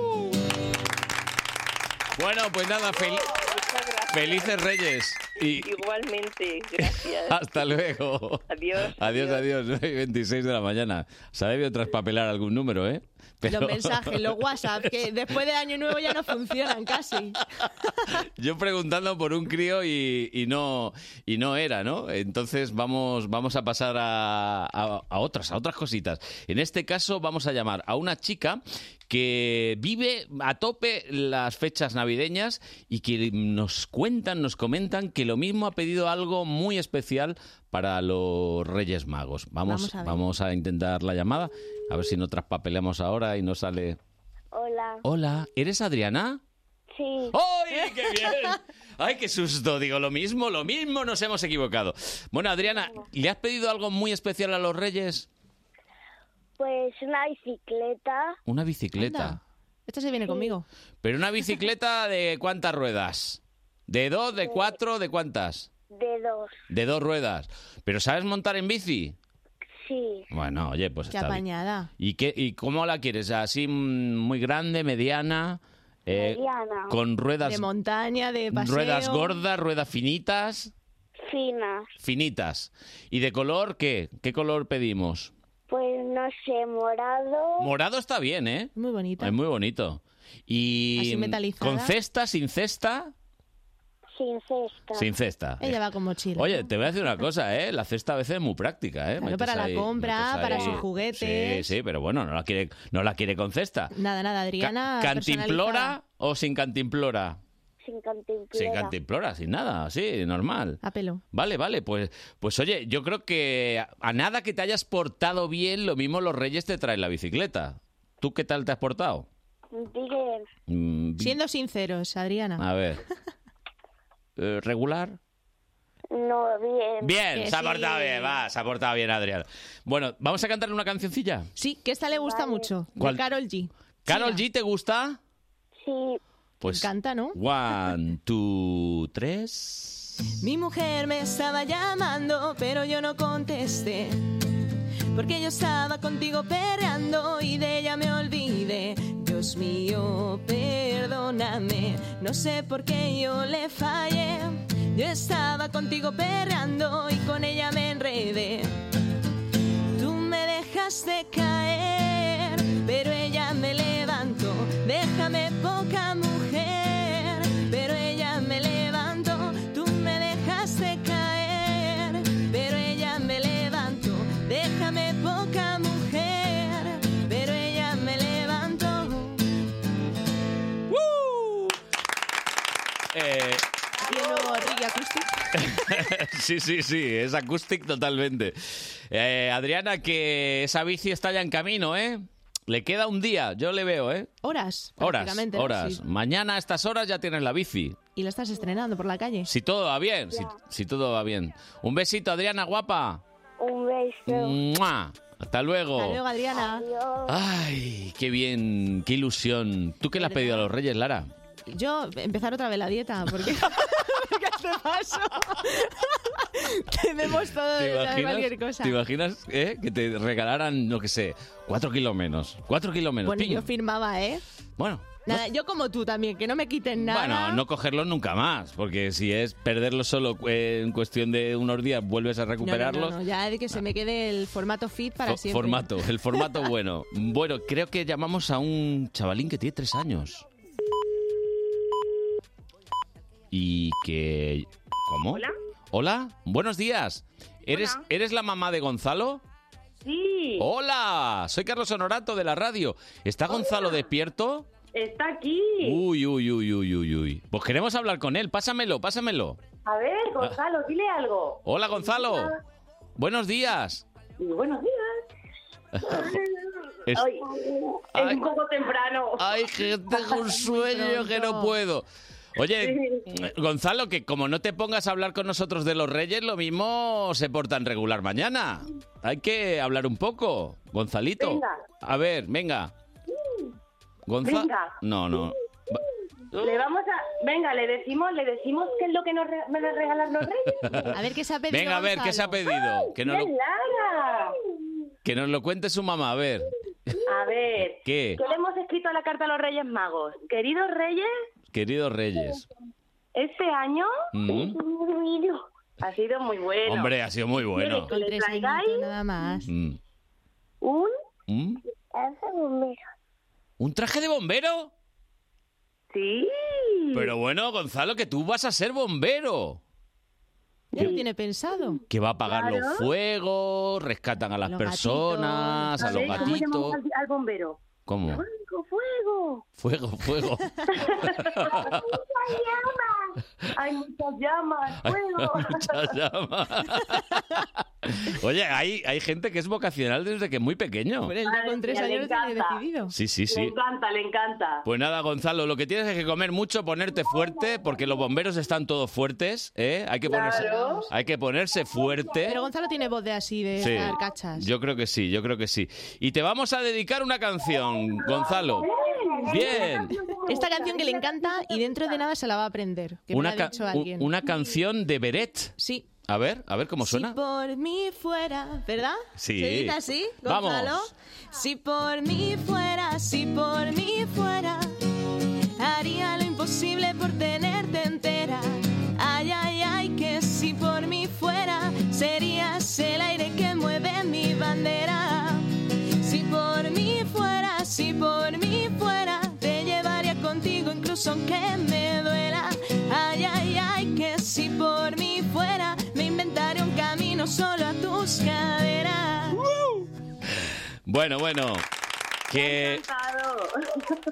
Speaker 2: Bueno, pues nada, fel-
Speaker 4: Oh,
Speaker 2: felices Reyes. Y Ah,
Speaker 18: Igualmente, gracias.
Speaker 2: hasta luego.
Speaker 18: Adiós,
Speaker 2: Adiós, adiós. 9 y 26 de la mañana. Se ha debido traspapelar algún número, ¿eh?
Speaker 4: Los mensajes, los WhatsApp, que después de Año Nuevo ya no funcionan casi.
Speaker 2: Yo preguntando por un crío y, y no y no era, ¿no? Entonces vamos vamos a pasar a, a- a otras a otras cositas. En este caso vamos a llamar a una chica que vive a tope las fechas navideñas y que nos cuentan, nos comentan que lo mismo ha pedido algo muy especial para los Reyes Magos. Vamos
Speaker 15: Vamos a ver.
Speaker 2: vamos a intentar la llamada a ver si no traspapeleamos ahora y no sale.
Speaker 15: Hola.
Speaker 2: Hola, ¿eres Adriana?
Speaker 15: Sí.
Speaker 2: ¡Ay, qué bien! Ay, qué susto, digo lo mismo, lo mismo, nos hemos equivocado. Bueno, Adriana, ¿le has pedido algo muy especial a los Reyes?
Speaker 15: Pues una bicicleta.
Speaker 2: Una bicicleta.
Speaker 15: Anda.
Speaker 4: Esto se viene conmigo.
Speaker 2: Pero una bicicleta de cuántas ruedas? ¿De dos, de cuatro, de cuántas?
Speaker 15: De dos.
Speaker 2: De dos ruedas. ¿Pero sabes montar en bici?
Speaker 15: Sí.
Speaker 2: Bueno, oye, pues
Speaker 4: Qué
Speaker 2: está bien.
Speaker 4: apañada.
Speaker 2: ¿Y, qué, ¿Y cómo la quieres? ¿Así mm, muy grande, mediana? eh,
Speaker 15: Mediana.
Speaker 2: ¿Con ruedas,
Speaker 4: De montaña, de paseo.
Speaker 2: ruedas gordas, ruedas finitas?
Speaker 15: Fina.
Speaker 2: finitas. ¿Y de color qué? ¿Qué color pedimos?
Speaker 15: Pues no sé, morado.
Speaker 2: Morado está bien, ¿eh?
Speaker 4: Pues Muy bonita.
Speaker 2: Es muy bonito. Y
Speaker 4: Así metalizada.
Speaker 2: con cesta, sin cesta,
Speaker 15: Sin cesta.
Speaker 2: sin cesta.
Speaker 4: Ella va con mochila.
Speaker 2: Oye, te voy a decir una cosa, ¿eh? La cesta a veces es muy práctica, ¿eh?
Speaker 4: Claro,
Speaker 2: Metes
Speaker 4: para la
Speaker 2: ahí-
Speaker 4: compra,
Speaker 2: metes ahí-
Speaker 4: para sus juguetes.
Speaker 2: Sí, sí, pero bueno, no la quiere, no la quiere con cesta.
Speaker 4: Nada, nada, Adriana. personalizada.
Speaker 2: ¿Cantimplora o sin cantimplora?
Speaker 15: Sin cantimplora.
Speaker 2: Sin cantimplora, sin nada, sí, normal.
Speaker 4: A pelo.
Speaker 2: Vale, vale, pues, pues oye, yo creo que a- a nada que te hayas portado bien, lo mismo los reyes te traen la bicicleta. ¿Tú qué tal te has portado?
Speaker 15: Bien.
Speaker 2: Mm, bi-
Speaker 4: Siendo sinceros, Adriana.
Speaker 2: A ver. Eh, ¿Regular?
Speaker 15: No, bien.
Speaker 2: Bien,
Speaker 4: Que
Speaker 2: se ha
Speaker 4: sí.
Speaker 2: portado bien, va, se ha portado bien, Adrián. Bueno, ¿vamos a cantarle una cancioncilla?
Speaker 4: Sí, que esta le gusta mucho.
Speaker 2: ¿Cuál?
Speaker 4: De Carol G.
Speaker 2: ¿Carol G te gusta?
Speaker 15: Sí.
Speaker 2: Pues.
Speaker 4: Canta, ¿no?
Speaker 2: One, two, tres.
Speaker 5: Mi mujer me estaba llamando, pero yo no contesté. Porque yo estaba contigo perreando y de ella me olvidé. Dios mío, perdóname, no sé por qué yo le fallé. Yo estaba contigo perreando y con ella me enredé. Tú me dejaste caer, pero ella me levantó. Déjame poca mujer, pero ella me levantó. Tú me dejaste caer, pero ella me levantó. Déjame poca mujer, pero ella me levantó.
Speaker 2: Eh,
Speaker 4: Y el nuevo Ricky Acoustic.
Speaker 2: sí, sí, sí, es acoustic totalmente. Eh, Adriana, que esa bici está ya en camino, ¿eh? Le queda un día, yo le veo, ¿eh?
Speaker 4: Horas.
Speaker 2: Horas,
Speaker 4: prácticamente, ¿no?
Speaker 2: horas.
Speaker 4: Sí.
Speaker 2: Mañana a estas horas ya tienes la bici.
Speaker 4: Y la estás estrenando por la calle.
Speaker 2: Si todo va bien, si, si todo va bien. Un besito, Adriana, guapa.
Speaker 15: Un beso.
Speaker 2: ¡Mua! Hasta luego.
Speaker 4: Hasta luego, Adriana.
Speaker 2: Ay, qué bien, qué ilusión. ¿Tú qué le has pedido a los Reyes, Lara?
Speaker 4: Yo empezar otra vez la dieta, porque, porque hace paso. Tenemos todo de cualquier cosa.
Speaker 2: te imaginas, eh, que te regalaran, no que sé, cuatro kilos menos? Cuatro kilos menos.
Speaker 4: Bueno,
Speaker 2: pim.
Speaker 4: yo firmaba, ¿eh?
Speaker 2: Bueno,
Speaker 4: Nada, yo como tú también, que no me quiten nada.
Speaker 2: Bueno, no cogerlos nunca más, porque si es perderlo solo eh, en cuestión de unos días, vuelves a
Speaker 4: No, no, no,
Speaker 2: recuperarlos.
Speaker 4: no, ya de que se me quede el formato fit para
Speaker 2: Fo-
Speaker 4: siempre.
Speaker 2: Formato, el formato bueno. Bueno, creo que llamamos a un chavalín que tiene tres años. Y que ¿Cómo?
Speaker 8: Hola.
Speaker 2: Hola, buenos días. ¿Eres,
Speaker 8: Hola.
Speaker 2: ¿Eres la mamá de Gonzalo?
Speaker 8: Sí.
Speaker 2: Hola, soy Carlos Honorato de la radio. ¿Está Gonzalo despierto?
Speaker 8: Está aquí.
Speaker 2: Uy, uy, uy, uy, uy, uy. Pues queremos hablar con él. Pásamelo, pásamelo.
Speaker 8: A ver, Gonzalo, dile algo.
Speaker 2: Hola, Ah. Gonzalo. Buenos días.
Speaker 8: Y buenos días.
Speaker 2: Es-
Speaker 8: Ay, es un poco tengo
Speaker 2: Ay, que tengo un sueño que no puedo. Oye, eh, Gonzalo, que como no te pongas a hablar con nosotros de los Reyes, lo mismo se portan regular mañana. Hay que hablar un poco, Gonzalito.
Speaker 8: Venga.
Speaker 2: A ver, venga. Gonzalo.
Speaker 8: Venga.
Speaker 2: No, no.
Speaker 8: Le vamos a. Venga, le decimos, le decimos qué es lo que nos re- van a regalar los reyes.
Speaker 2: A ver,
Speaker 8: qué se ha
Speaker 2: Venga, a ver, ¿qué se ha pedido? Que nos, lo,
Speaker 8: Lara!
Speaker 2: que nos lo cuente su mamá, a ver.
Speaker 8: A ver.
Speaker 2: ¿Qué?
Speaker 8: le hemos escrito a la carta a los Reyes Magos? Queridos Reyes,
Speaker 2: Queridos Reyes.
Speaker 8: este año
Speaker 2: Mm.
Speaker 8: ha sido muy bueno.
Speaker 2: Hombre, ha sido muy bueno.
Speaker 8: Quiere que le traigáis
Speaker 5: nada más.
Speaker 2: Mm.
Speaker 8: un
Speaker 2: Mm. ¿Un traje de bombero?
Speaker 8: Sí.
Speaker 2: Pero bueno, Gonzalo, que tú vas a ser bombero.
Speaker 5: Ya lo tiene pensado.
Speaker 2: Que va a apagar
Speaker 5: Claro.
Speaker 2: los fuegos, rescatan a las
Speaker 5: Los
Speaker 2: personas, a los
Speaker 8: ver, ¿Cómo llamamos
Speaker 2: gatitos.
Speaker 8: al, al bombero?
Speaker 2: ¿Cómo?
Speaker 8: Fuego, fuego.
Speaker 2: Fuego, fuego.
Speaker 8: Hay muchas llamas.
Speaker 2: Hay
Speaker 8: Fuego.
Speaker 2: muchas llamas. Oye, hay, hay gente que es vocacional desde que es muy pequeño.
Speaker 8: Madre
Speaker 5: con tres
Speaker 8: mía, le
Speaker 5: años lo tiene
Speaker 8: encanta.
Speaker 5: decidido.
Speaker 2: Sí, sí,
Speaker 8: Le
Speaker 2: sí.
Speaker 8: encanta, le encanta.
Speaker 2: Pues nada, Gonzalo, lo que tienes es que comer mucho, ponerte fuerte, porque los bomberos están todos fuertes, ¿eh? Hay que ponerse,
Speaker 5: Claro.
Speaker 2: hay que ponerse fuerte.
Speaker 5: Pero Gonzalo tiene voz de así, de
Speaker 2: ¿Eh? Sí.
Speaker 5: estar cachas.
Speaker 2: Yo creo que sí, yo creo que sí. Y te vamos a dedicar una canción, Gonzalo. Bien.
Speaker 5: Esta canción que le encanta y dentro de nada se la va a aprender. Que
Speaker 2: Una,
Speaker 5: me la ha
Speaker 2: ca-
Speaker 5: dicho
Speaker 2: u-
Speaker 5: alguien.
Speaker 2: una canción de Beret.
Speaker 5: Sí.
Speaker 2: A ver, a ver cómo
Speaker 5: Si
Speaker 2: suena.
Speaker 5: por mí fuera, ¿verdad?
Speaker 2: Sí.
Speaker 5: ¿Se dice así,
Speaker 2: Vamos.
Speaker 5: Gonzalo? Si por mí fuera, si por mí fuera, haría lo imposible por tenerte entera. Ay, ay, ay, que si por mí fuera, serías el aire que mueve mi bandera. Si por mí fuera, si por mí fuera, te llevaría contigo incluso aunque me duela. Ay, ay, ay, que si por mí fuera, me inventaría un camino solo a tus caderas.
Speaker 2: Bueno, bueno. Que
Speaker 8: Encantado.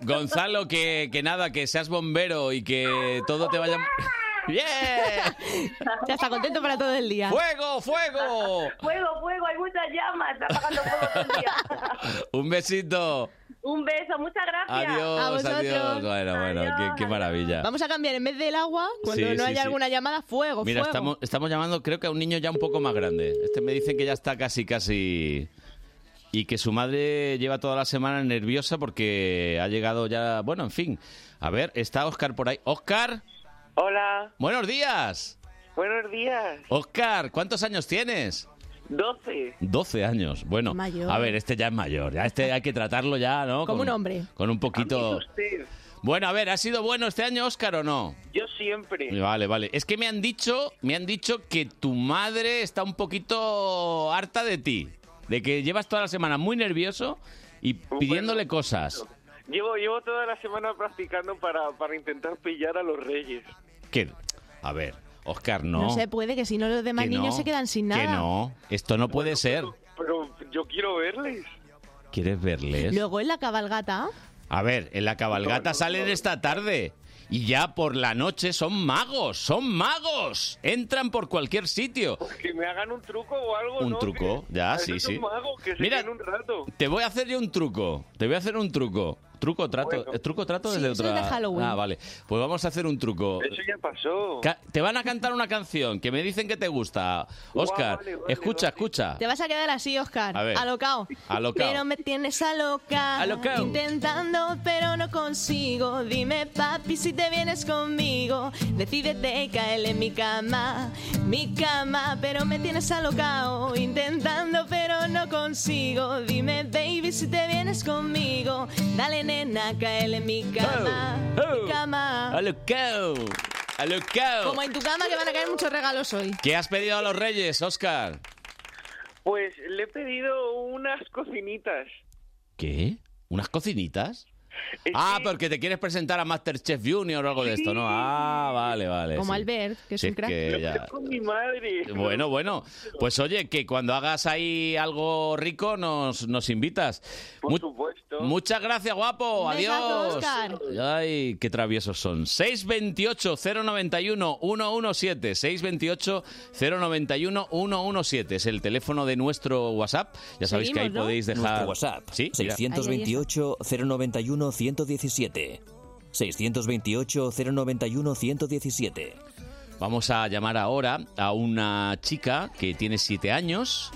Speaker 2: Gonzalo, que, que nada, que seas bombero y que todo te vaya. ¡Bien!
Speaker 5: Ya está contento para todo el día.
Speaker 2: ¡Fuego, fuego!
Speaker 8: Fuego, fuego, hay muchas llamas. Está apagando fuego todo el día.
Speaker 2: Un besito.
Speaker 8: Un beso, muchas gracias.
Speaker 2: Adiós, adiós. Bueno, bueno, qué, qué maravilla.
Speaker 5: Vamos a cambiar en vez del agua, cuando
Speaker 2: Sí,
Speaker 5: no
Speaker 2: sí,
Speaker 5: haya
Speaker 2: sí.
Speaker 5: alguna llamada, fuego,
Speaker 2: Mira,
Speaker 5: fuego.
Speaker 2: estamos, estamos llamando creo que a un niño ya un poco más grande. Este me dice que ya está casi, casi... Y que su madre lleva toda la semana nerviosa porque ha llegado ya... Bueno, en fin. A ver, está Oscar por ahí. Oscar,
Speaker 19: Hola,
Speaker 2: buenos días.
Speaker 19: buenos días.
Speaker 2: Oscar, ¿cuántos años tienes?
Speaker 19: 12.
Speaker 2: 12 años. Bueno,
Speaker 19: Mayor.
Speaker 2: a ver, este ya es mayor. Ya este hay que tratarlo ya, ¿no?
Speaker 19: Como un hombre.
Speaker 2: Con un poquito...
Speaker 19: Usted,
Speaker 2: Bueno, a ver, ¿ha sido bueno este año, Oscar, o no?
Speaker 19: yo siempre.
Speaker 2: Vale, vale. Es que me han dicho, me han dicho que tu madre está un poquito harta de ti, de que llevas toda la semana muy nervioso y pidiéndole cosas.
Speaker 19: Llevo, llevo toda la semana practicando para, para intentar pillar a los reyes.
Speaker 2: Que, a ver, Oscar, no.
Speaker 5: No se puede, que si no los demás
Speaker 2: Que
Speaker 5: niños
Speaker 2: no,
Speaker 5: se quedan sin nada.
Speaker 2: Que no, esto no puede ser.
Speaker 19: Pero yo quiero verles.
Speaker 2: ¿Quieres verles?
Speaker 5: Luego en la cabalgata,
Speaker 2: A ver, en la cabalgata salen esta tarde y ya por la noche son magos, son magos. Entran por cualquier sitio.
Speaker 19: Que me hagan un truco o algo.
Speaker 2: Un
Speaker 19: ¿no?
Speaker 2: truco,
Speaker 19: Que-
Speaker 2: ya,
Speaker 19: a
Speaker 2: sí,
Speaker 19: esos
Speaker 2: sí.
Speaker 19: magos que se
Speaker 2: Mira.
Speaker 19: queden un rato.
Speaker 2: Te voy a hacer yo un truco. Te voy a hacer un truco. Truco trato, eh, truco trato
Speaker 19: Sí,
Speaker 2: desde
Speaker 19: eso
Speaker 2: otra.
Speaker 19: es de Halloween.
Speaker 2: Ah, vale. Pues vamos a hacer un truco.
Speaker 19: Eso ya pasó.
Speaker 2: Ca- Te van a cantar una canción que me dicen que te gusta. Oscar,
Speaker 19: vale, vale,
Speaker 2: escucha, escucha.
Speaker 5: te vas a quedar así, Oscar.
Speaker 2: Ah. A ver.
Speaker 5: Alocao.
Speaker 2: Alocao.
Speaker 5: Pero me tienes alocao.
Speaker 2: Alocao.
Speaker 5: Intentando, pero no consigo. Dime, papi, si te vienes conmigo. Decídete, caer en mi cama. Mi cama, pero me tienes alocao. Intentando, pero no consigo. Dime, baby, si te vienes conmigo. Dale, nena, caer en mi cama. Mi cama.
Speaker 2: Alocao. Alocao.
Speaker 5: Como en tu cama que van a caer muchos regalos hoy.
Speaker 2: ¿Qué has pedido a los Reyes, Oscar?
Speaker 19: Pues le he pedido unas cocinitas.
Speaker 2: ¿Qué? ¿Unas cocinitas?
Speaker 19: Eh,
Speaker 2: Ah, porque te quieres presentar a Masterchef Junior o algo de esto, ¿no? Ah, vale, vale.
Speaker 4: Como
Speaker 2: sí.
Speaker 4: Albert, que es
Speaker 2: Sí,
Speaker 4: un crack.
Speaker 2: que ya-
Speaker 6: Con mi madre.
Speaker 2: Bueno, bueno. Pues oye, que cuando hagas ahí algo rico nos, nos invitas. Por supuesto. Muchas gracias, guapo.
Speaker 4: Un besazo,
Speaker 2: Adiós.
Speaker 4: Óscar.
Speaker 2: Ay, qué traviesos son. 628-091-117. 628-091-117. Es el teléfono de nuestro WhatsApp. Ya sabéis que ahí
Speaker 1: Seguimos, ¿no?
Speaker 2: podéis dejar...
Speaker 1: Nuestro WhatsApp.
Speaker 2: Sí, mira.
Speaker 1: 628 091 117. 628 091 117.
Speaker 2: Vamos a llamar ahora a una chica que tiene siete años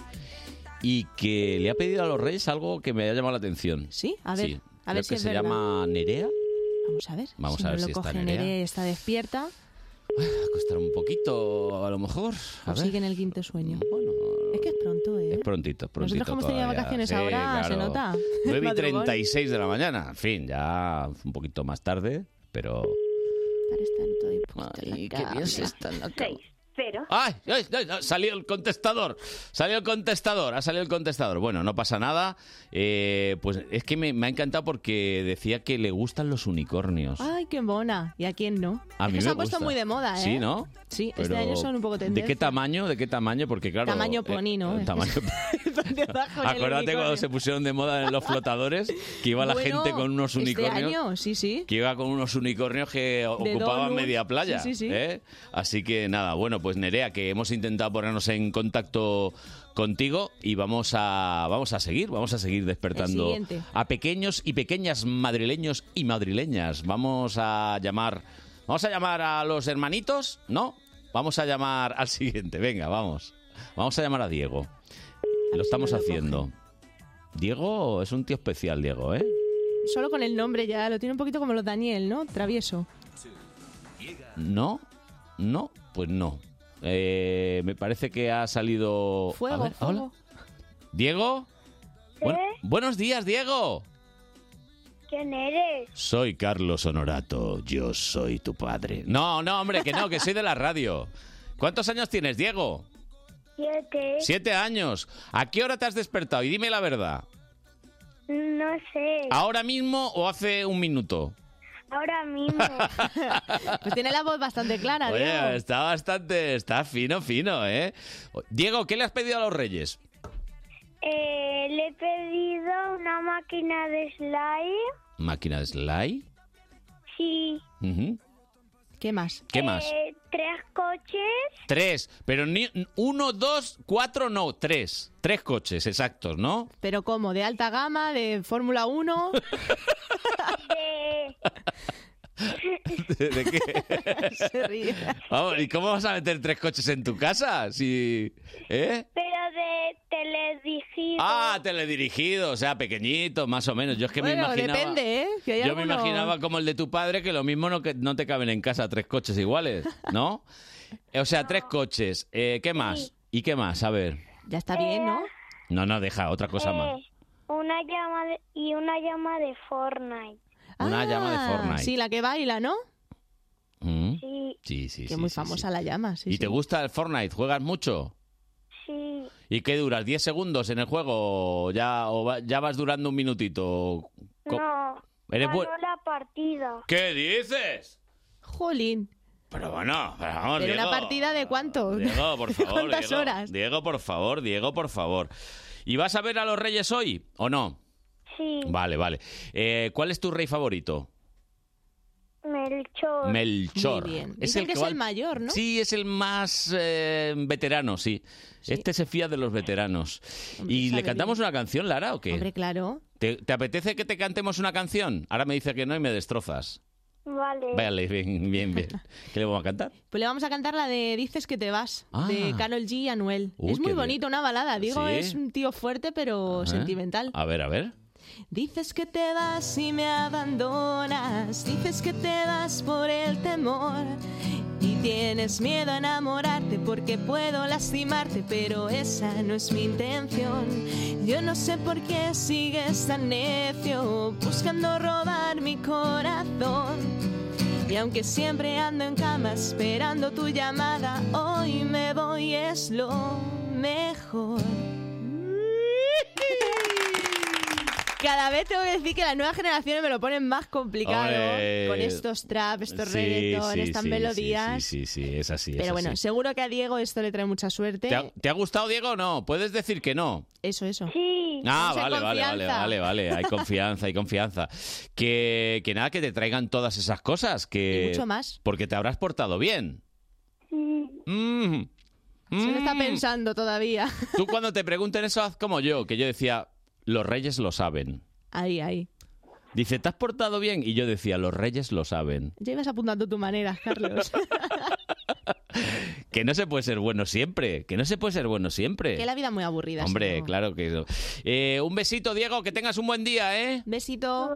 Speaker 2: y que le ha pedido a los reyes algo que me ha llamado la atención.
Speaker 4: Sí, a ver, a
Speaker 2: creo
Speaker 4: ver si
Speaker 2: que
Speaker 4: es
Speaker 2: se
Speaker 4: verdad.
Speaker 2: llama Nerea.
Speaker 4: Vamos a ver.
Speaker 2: Vamos
Speaker 4: si
Speaker 2: a
Speaker 4: no
Speaker 2: ver
Speaker 4: lo
Speaker 2: si está
Speaker 4: coge
Speaker 2: Nerea.
Speaker 4: Nerea, está despierta.
Speaker 2: Va a costar un poquito, a lo mejor. A
Speaker 4: o
Speaker 2: ver.
Speaker 4: sigue en el quinto sueño. es Pues que es pronto, ¿eh?
Speaker 2: Es prontito, prontito.
Speaker 4: Nosotros como hemos tenido
Speaker 2: todavía.
Speaker 4: vacaciones
Speaker 2: Sí,
Speaker 4: ahora, se
Speaker 2: claro.
Speaker 4: nota.
Speaker 2: 9 y
Speaker 4: Madrugón.
Speaker 2: 36 de la mañana. En fin, ya un poquito más tarde, pero. Ay, qué bien se está en la cama.
Speaker 20: Pero.
Speaker 2: ¡Ay! ay, ay, ay! Salió el contestador. Salió el contestador. Ha salido el contestador. Bueno, no pasa nada. Eh, pues es que me, me ha encantado porque decía que le gustan los unicornios.
Speaker 4: Ay, qué mona. ¿Y a quién no?
Speaker 2: A
Speaker 4: Ah, Es
Speaker 2: mí
Speaker 4: que se
Speaker 2: me
Speaker 4: ha puesto
Speaker 2: gusta.
Speaker 4: muy de moda, ¿eh?
Speaker 2: Sí, ¿no?
Speaker 4: Sí, este
Speaker 2: Pero,
Speaker 4: año son un poco
Speaker 2: ¿De qué
Speaker 4: tendencia.
Speaker 2: tamaño? ¿De qué tamaño? Porque claro...
Speaker 4: Tamaño pony, ¿no?
Speaker 2: eh, tamaño-
Speaker 4: Debajo del
Speaker 2: Acuérdate
Speaker 4: unicornio.
Speaker 2: cuando se pusieron de moda en los flotadores, que iba la
Speaker 4: Bueno,
Speaker 2: gente con unos unicornios.
Speaker 4: Este año, sí, sí.
Speaker 2: Que iba con unos unicornios que ocupaban
Speaker 4: donuts.
Speaker 2: media playa.
Speaker 4: Sí, sí, sí.
Speaker 2: ¿eh? Así que nada, bueno, pues Nerea, que hemos intentado ponernos en contacto contigo y vamos a vamos a seguir, vamos a seguir despertando
Speaker 4: El siguiente.
Speaker 2: a pequeños y pequeñas madrileños y madrileñas. Vamos a llamar, vamos a llamar a los hermanitos, ¿no? Vamos a llamar al siguiente, venga, vamos. Vamos a llamar a Diego. Lo estamos haciendo. Diego es un tío especial, Diego, ¿eh?
Speaker 4: Solo con el nombre ya lo tiene un poquito como los Daniel, ¿no? Travieso.
Speaker 2: No, no, pues no. Eh, me parece que ha salido. a
Speaker 4: Fuego,
Speaker 2: ver,
Speaker 4: fuego.
Speaker 2: hola. Diego. Buen- buenos días, Diego.
Speaker 7: ¿Quién eres?
Speaker 2: Soy Carlos Honorato. Yo soy tu padre. No, no, hombre, que no, que soy de la radio. ¿Cuántos años tienes, Diego?
Speaker 7: Siete.
Speaker 2: Siete años. ¿A qué hora te has despertado? Y dime la verdad.
Speaker 7: No sé.
Speaker 2: ¿Ahora mismo o hace un minuto?
Speaker 7: Ahora mismo.
Speaker 4: Pues tiene la voz bastante clara,
Speaker 2: Oye,
Speaker 4: Diego.
Speaker 2: está bastante, está fino, fino, ¿eh? Diego, ¿qué le has pedido a los Reyes?
Speaker 7: Eh, le he pedido una máquina de slime.
Speaker 2: Máquina de slide.
Speaker 7: Sí.
Speaker 2: Ujú.
Speaker 4: ¿Qué más?
Speaker 2: ¿Qué más?
Speaker 7: Eh, tres coches.
Speaker 2: Tres, pero ni uno, dos, cuatro, no, tres. Tres coches exactos, ¿no?
Speaker 4: Pero ¿cómo? ¿De alta gama? ¿De Fórmula 1?
Speaker 2: ¿De, de qué?
Speaker 4: Se ríe.
Speaker 2: Vamos, ¿y cómo vas a meter tres coches en tu casa? Si, ¿eh?
Speaker 7: Pero de teledirigido.
Speaker 2: Ah, teledirigido, o sea, pequeñito, más o menos. Yo es que
Speaker 4: bueno,
Speaker 2: me imaginaba.
Speaker 4: depende, ¿eh? Que hay
Speaker 2: Yo me
Speaker 4: alguno-
Speaker 2: imaginaba como el de tu padre, que lo mismo no, que, no te caben en casa tres coches iguales, ¿no? O sea, tres coches. Eh, ¿Qué más? ¿Y qué más? A ver.
Speaker 4: Ya está bien, ¿no?
Speaker 2: No, no, deja, otra cosa más.
Speaker 7: Eh, una llama de- y una llama de Fortnite.
Speaker 2: Una llama de Fortnite.
Speaker 4: Eh, ah, Sí, la que baila, ¿no?
Speaker 2: Mm.
Speaker 7: Sí,
Speaker 2: Sí, sí,
Speaker 4: que
Speaker 2: sí,
Speaker 4: muy
Speaker 2: sí,
Speaker 4: famosa la llama, sí.
Speaker 2: ¿Y te gusta el Fortnite? ¿Juegas mucho?
Speaker 7: sí.
Speaker 2: ¿Y qué duras? ¿10 segundos en el juego? ¿O ya, o va- ya vas durando un minutito? Co-
Speaker 7: No.
Speaker 2: ¿Eres
Speaker 7: ganó
Speaker 2: buen-
Speaker 7: la partida.
Speaker 2: ¿Qué dices?
Speaker 4: Jolín.
Speaker 2: Pero bueno, pero vamos,
Speaker 4: ¿Pero
Speaker 2: Diego.
Speaker 4: una partida de cuánto?
Speaker 2: Diego, por favor.
Speaker 4: ¿Cuántas
Speaker 2: Diego,
Speaker 4: horas?
Speaker 2: Diego, por favor, Diego, por favor. ¿Y vas a ver a los reyes hoy o no?
Speaker 7: Sí.
Speaker 2: Vale, vale. Eh, ¿Cuál es tu rey favorito?
Speaker 7: Melchor.
Speaker 2: Melchor.
Speaker 4: Muy bien. Dicen que es
Speaker 2: va-
Speaker 4: el mayor, ¿no?
Speaker 2: Sí, es el más eh, veterano, sí. Este se fía de los veteranos. ¿Y le
Speaker 4: sabe
Speaker 2: cantamos una canción, Lara, o qué?
Speaker 4: Hombre, claro.
Speaker 2: ¿Te, te apetece que te cantemos una canción? Ahora me dice que no y me destrozas.
Speaker 7: Vale.
Speaker 2: Vale, bien, bien, bien. ¿Qué le vamos a cantar?
Speaker 4: Pues le vamos a cantar la de Dices que te vas,
Speaker 2: Ah.
Speaker 4: de Carol G y Anuel.
Speaker 2: Uy,
Speaker 4: es
Speaker 2: qué
Speaker 4: muy
Speaker 2: bien.
Speaker 4: bonito, una balada. Digo,
Speaker 2: ¿Sí?
Speaker 4: es un tío fuerte, pero
Speaker 2: Ajá. Ah.
Speaker 4: sentimental.
Speaker 2: ¿Eh? A ver, a ver.
Speaker 4: Dices que te vas y me abandonas, dices que te vas por el temor y tienes miedo a enamorarte porque puedo lastimarte, pero esa no es mi intención. Yo no sé por qué sigues tan necio buscando robar mi corazón. Y aunque siempre ando en cama esperando tu llamada, hoy me voy es lo mejor. Cada vez tengo que decir que las nuevas generaciones me lo ponen más complicado
Speaker 2: Hombre.
Speaker 4: con estos trap, estos
Speaker 2: Sí,
Speaker 4: reggaeton,
Speaker 2: sí,
Speaker 4: estas
Speaker 2: sí,
Speaker 4: melodías.
Speaker 2: Sí, sí, sí, sí, es así. es
Speaker 4: Pero bueno,
Speaker 2: así.
Speaker 4: seguro que a Diego esto le trae mucha suerte.
Speaker 2: ¿Te ha, te ha gustado, Diego, o no? Puedes decir que no.
Speaker 4: Eso, eso.
Speaker 21: Sí.
Speaker 2: Ah, vale, vale, vale, vale, vale. Hay confianza, hay confianza. Que, que nada, que te traigan todas esas cosas. Que,
Speaker 4: Y mucho más.
Speaker 2: Porque te habrás portado bien. Mm.
Speaker 4: Se lo está
Speaker 2: Mm.
Speaker 4: pensando todavía.
Speaker 2: Tú cuando te pregunten eso, haz como yo, que yo decía, los reyes lo saben.
Speaker 4: Ahí, ahí.
Speaker 2: Dice, ¿te has portado bien? Y yo decía, los reyes lo saben.
Speaker 4: Ya ibas apuntando tu manera, Carlos.
Speaker 2: Que no se puede ser bueno siempre, que no se puede ser bueno siempre.
Speaker 4: que la vida es muy aburrida.
Speaker 2: Hombre, claro que no. Eh, un besito, Diego, que tengas un buen día, ¿eh?
Speaker 4: Besito.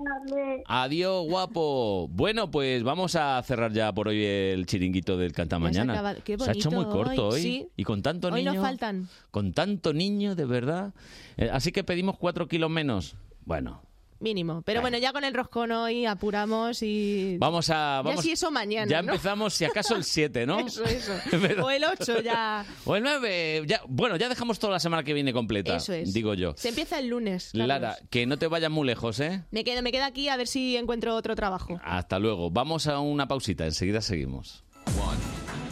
Speaker 2: Adiós, guapo. Bueno, pues vamos a cerrar ya por hoy el chiringuito del Cantamañana.
Speaker 4: Ya se acaba. Qué
Speaker 2: ha hecho muy
Speaker 4: bonito
Speaker 2: corto
Speaker 4: hoy,
Speaker 2: hoy.
Speaker 4: sí.
Speaker 2: Y con tanto
Speaker 4: Hoy
Speaker 2: niño.
Speaker 4: nos faltan.
Speaker 2: Con tanto niño, de verdad. Eh, así que pedimos cuatro kilos menos. Bueno,
Speaker 4: Mínimo. Pero bueno, ya con el roscón hoy apuramos y.
Speaker 2: vamos a. Vamos,
Speaker 4: ya si eso mañana.
Speaker 2: Ya
Speaker 4: ¿no?
Speaker 2: empezamos, si acaso, el 7, ¿no?
Speaker 4: Eso, eso.
Speaker 2: Es verdad.
Speaker 4: O el 8 ya.
Speaker 2: O el 9. Ya, bueno, ya dejamos toda la semana que viene completa.
Speaker 4: Eso es.
Speaker 2: Digo yo.
Speaker 4: Se empieza el lunes. Carlos.
Speaker 2: Lara, que no te vayas muy lejos, ¿eh?
Speaker 4: Me quedo, me quedo aquí a ver si encuentro otro trabajo.
Speaker 2: Hasta luego. Vamos a una pausita, enseguida seguimos.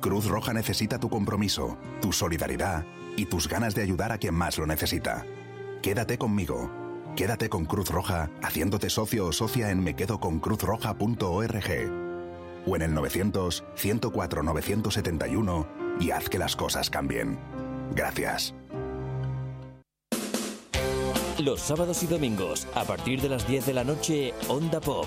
Speaker 22: Cruz Roja necesita tu compromiso, tu solidaridad y tus ganas de ayudar a quien más lo necesita. Quédate conmigo. Quédate con Cruz Roja haciéndote socio o socia en mequedoconcruzroja.org o en el 900 104 971 y haz que las cosas cambien. Gracias.
Speaker 23: Los sábados y domingos, a partir de las 10 de la noche, Onda Pop.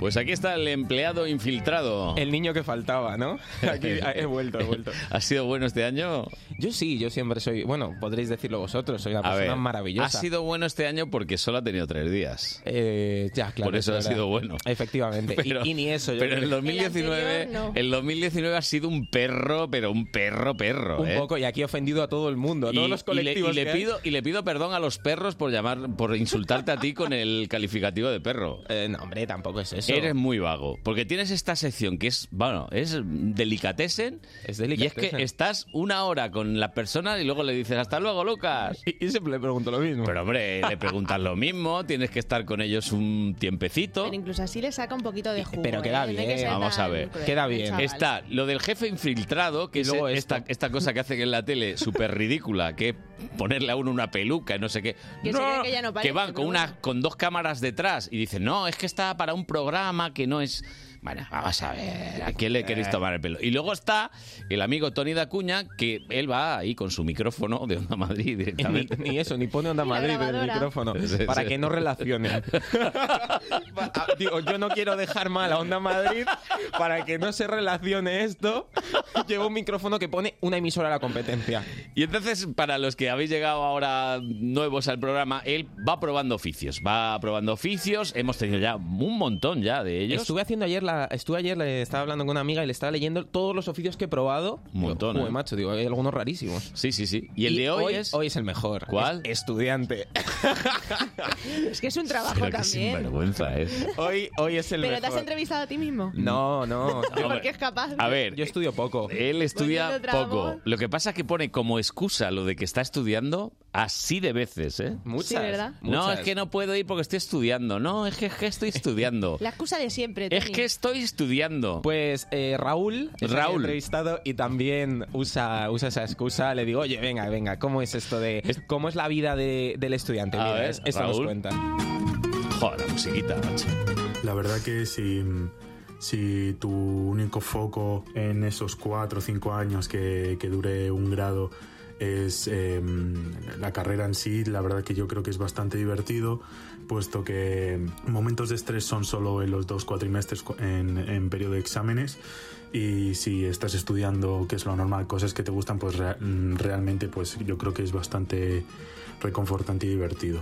Speaker 2: Pues aquí está el empleado infiltrado.
Speaker 3: El niño que faltaba, ¿no? Aquí ah, he vuelto, he vuelto.
Speaker 2: ¿Ha sido bueno este año?
Speaker 3: Yo sí, yo siempre soy. Bueno, podréis decirlo vosotros, soy una
Speaker 2: A
Speaker 3: persona
Speaker 2: ver,
Speaker 3: maravillosa.
Speaker 2: ha sido bueno este año porque solo ha tenido tres días.
Speaker 3: Eh, ya, claro.
Speaker 2: Por eso
Speaker 3: es
Speaker 2: ha
Speaker 3: verdad.
Speaker 2: sido bueno.
Speaker 3: Efectivamente. Y-
Speaker 2: Pero-
Speaker 3: y, ni eso. yo
Speaker 2: pero en
Speaker 3: creo.
Speaker 2: el 2019, el,
Speaker 3: anterior, no.
Speaker 2: 2019 ha sido un perro, pero un perro, perro.
Speaker 3: Un
Speaker 2: ¿eh?
Speaker 3: poco, y aquí he ofendido a todo el mundo, a todos los
Speaker 2: le-
Speaker 3: colectivos.
Speaker 2: y le,
Speaker 3: que hay.
Speaker 2: pido, y le pido perdón a los perros por llamar, por insultarte a ti con el calificativo de perro.
Speaker 3: Eh, no, hombre, tampoco es eso.
Speaker 2: Eres muy vago. Porque tienes esta sección que es, bueno, es delicatessen. Y es
Speaker 3: delicatessen.
Speaker 2: que estás una hora con la persona y luego le dices, hasta luego, Lucas.
Speaker 3: Y, siempre le pregunto lo mismo.
Speaker 2: Pero hombre, le preguntas lo mismo, tienes que estar con ellos un tiempecito.
Speaker 4: Pero incluso así le saca un poquito de jugo. ¿eh? No hay que ser
Speaker 2: Vamos
Speaker 4: tan
Speaker 2: a ver.
Speaker 4: cruel, chaval.
Speaker 2: Está lo del jefe infiltrado, que es esta, esta cosa que hacen en la tele súper ridícula, que es ponerle a uno una peluca y no sé qué.
Speaker 4: Que se cree que ya no parece,
Speaker 2: van con,
Speaker 4: pero
Speaker 2: una, con dos cámaras detrás y dicen, no, es que está para un programa que no es... Bueno, vamos a ver, ¿a quién le
Speaker 4: Eh.
Speaker 2: queréis tomar el pelo? Y luego está el amigo Tony Dacuña, que él va ahí con su micrófono de Onda Madrid directamente.
Speaker 3: Ni eso, ni pone Onda Madrid en el
Speaker 2: grabadora.
Speaker 3: micrófono.
Speaker 2: Sí,
Speaker 3: para
Speaker 2: sí.
Speaker 3: que no relacionen. Ah, Digo, yo no quiero dejar mal a Onda Madrid para que no se relacione esto. Llevo un micrófono que pone una emisora a la competencia.
Speaker 2: Y entonces, para los que habéis llegado ahora nuevos al programa, él va probando oficios, va probando oficios, hemos tenido ya un montón ya de ellos.
Speaker 3: Estuve haciendo ayer la. Estuve ayer, le estaba hablando con una amiga y le estaba leyendo todos los oficios que he probado.
Speaker 2: un montón.
Speaker 3: Uy,
Speaker 2: ¿eh?
Speaker 3: macho, digo, hay algunos rarísimos.
Speaker 2: Sí, sí, sí. Y el de hoy, es...
Speaker 3: Hoy es el mejor.
Speaker 2: ¿Cuál?
Speaker 3: estudiante.
Speaker 4: Es que es un trabajo también.
Speaker 2: vergüenza es.
Speaker 3: Hoy, hoy es el
Speaker 4: Pero te has
Speaker 3: mejor.
Speaker 4: entrevistado a ti mismo.
Speaker 3: No, no.
Speaker 4: Porque es capaz.
Speaker 2: A ver, yo
Speaker 3: estudio poco.
Speaker 2: Él estudia
Speaker 4: Volviendo otra
Speaker 2: poco.
Speaker 4: voz.
Speaker 2: Lo que pasa es que pone como excusa lo de que está estudiando así de veces, ¿eh?
Speaker 3: Muchas.
Speaker 4: Sí, ¿verdad?
Speaker 2: No,
Speaker 4: Muchas.
Speaker 2: es que no puedo ir porque estoy estudiando. No, es que, es que estoy estudiando.
Speaker 4: La excusa de siempre.
Speaker 2: es
Speaker 4: Tony.
Speaker 2: que estoy estudiando.
Speaker 3: Pues eh, Raúl, es el
Speaker 2: Raúl.
Speaker 3: entrevistado y también usa, usa esa excusa. Le digo, oye, venga, venga, ¿cómo es esto de. ¿Cómo es la vida de- del estudiante?
Speaker 2: A
Speaker 3: Mira,
Speaker 2: ver,
Speaker 3: es- esto nos
Speaker 2: Raúl.
Speaker 3: cuenta.
Speaker 2: Joder, la musiquita, macho.
Speaker 24: La verdad que si, si tu único foco en esos cuatro o cinco años que, que dure un grado es eh, la carrera en sí, la verdad que yo creo que es bastante divertido, puesto que momentos de estrés son solo en los dos cuatrimestres cu- en, en periodo de exámenes y si estás estudiando, que es lo normal, cosas que te gustan, pues rea- mm, realmente pues yo creo que es bastante reconfortante y divertido.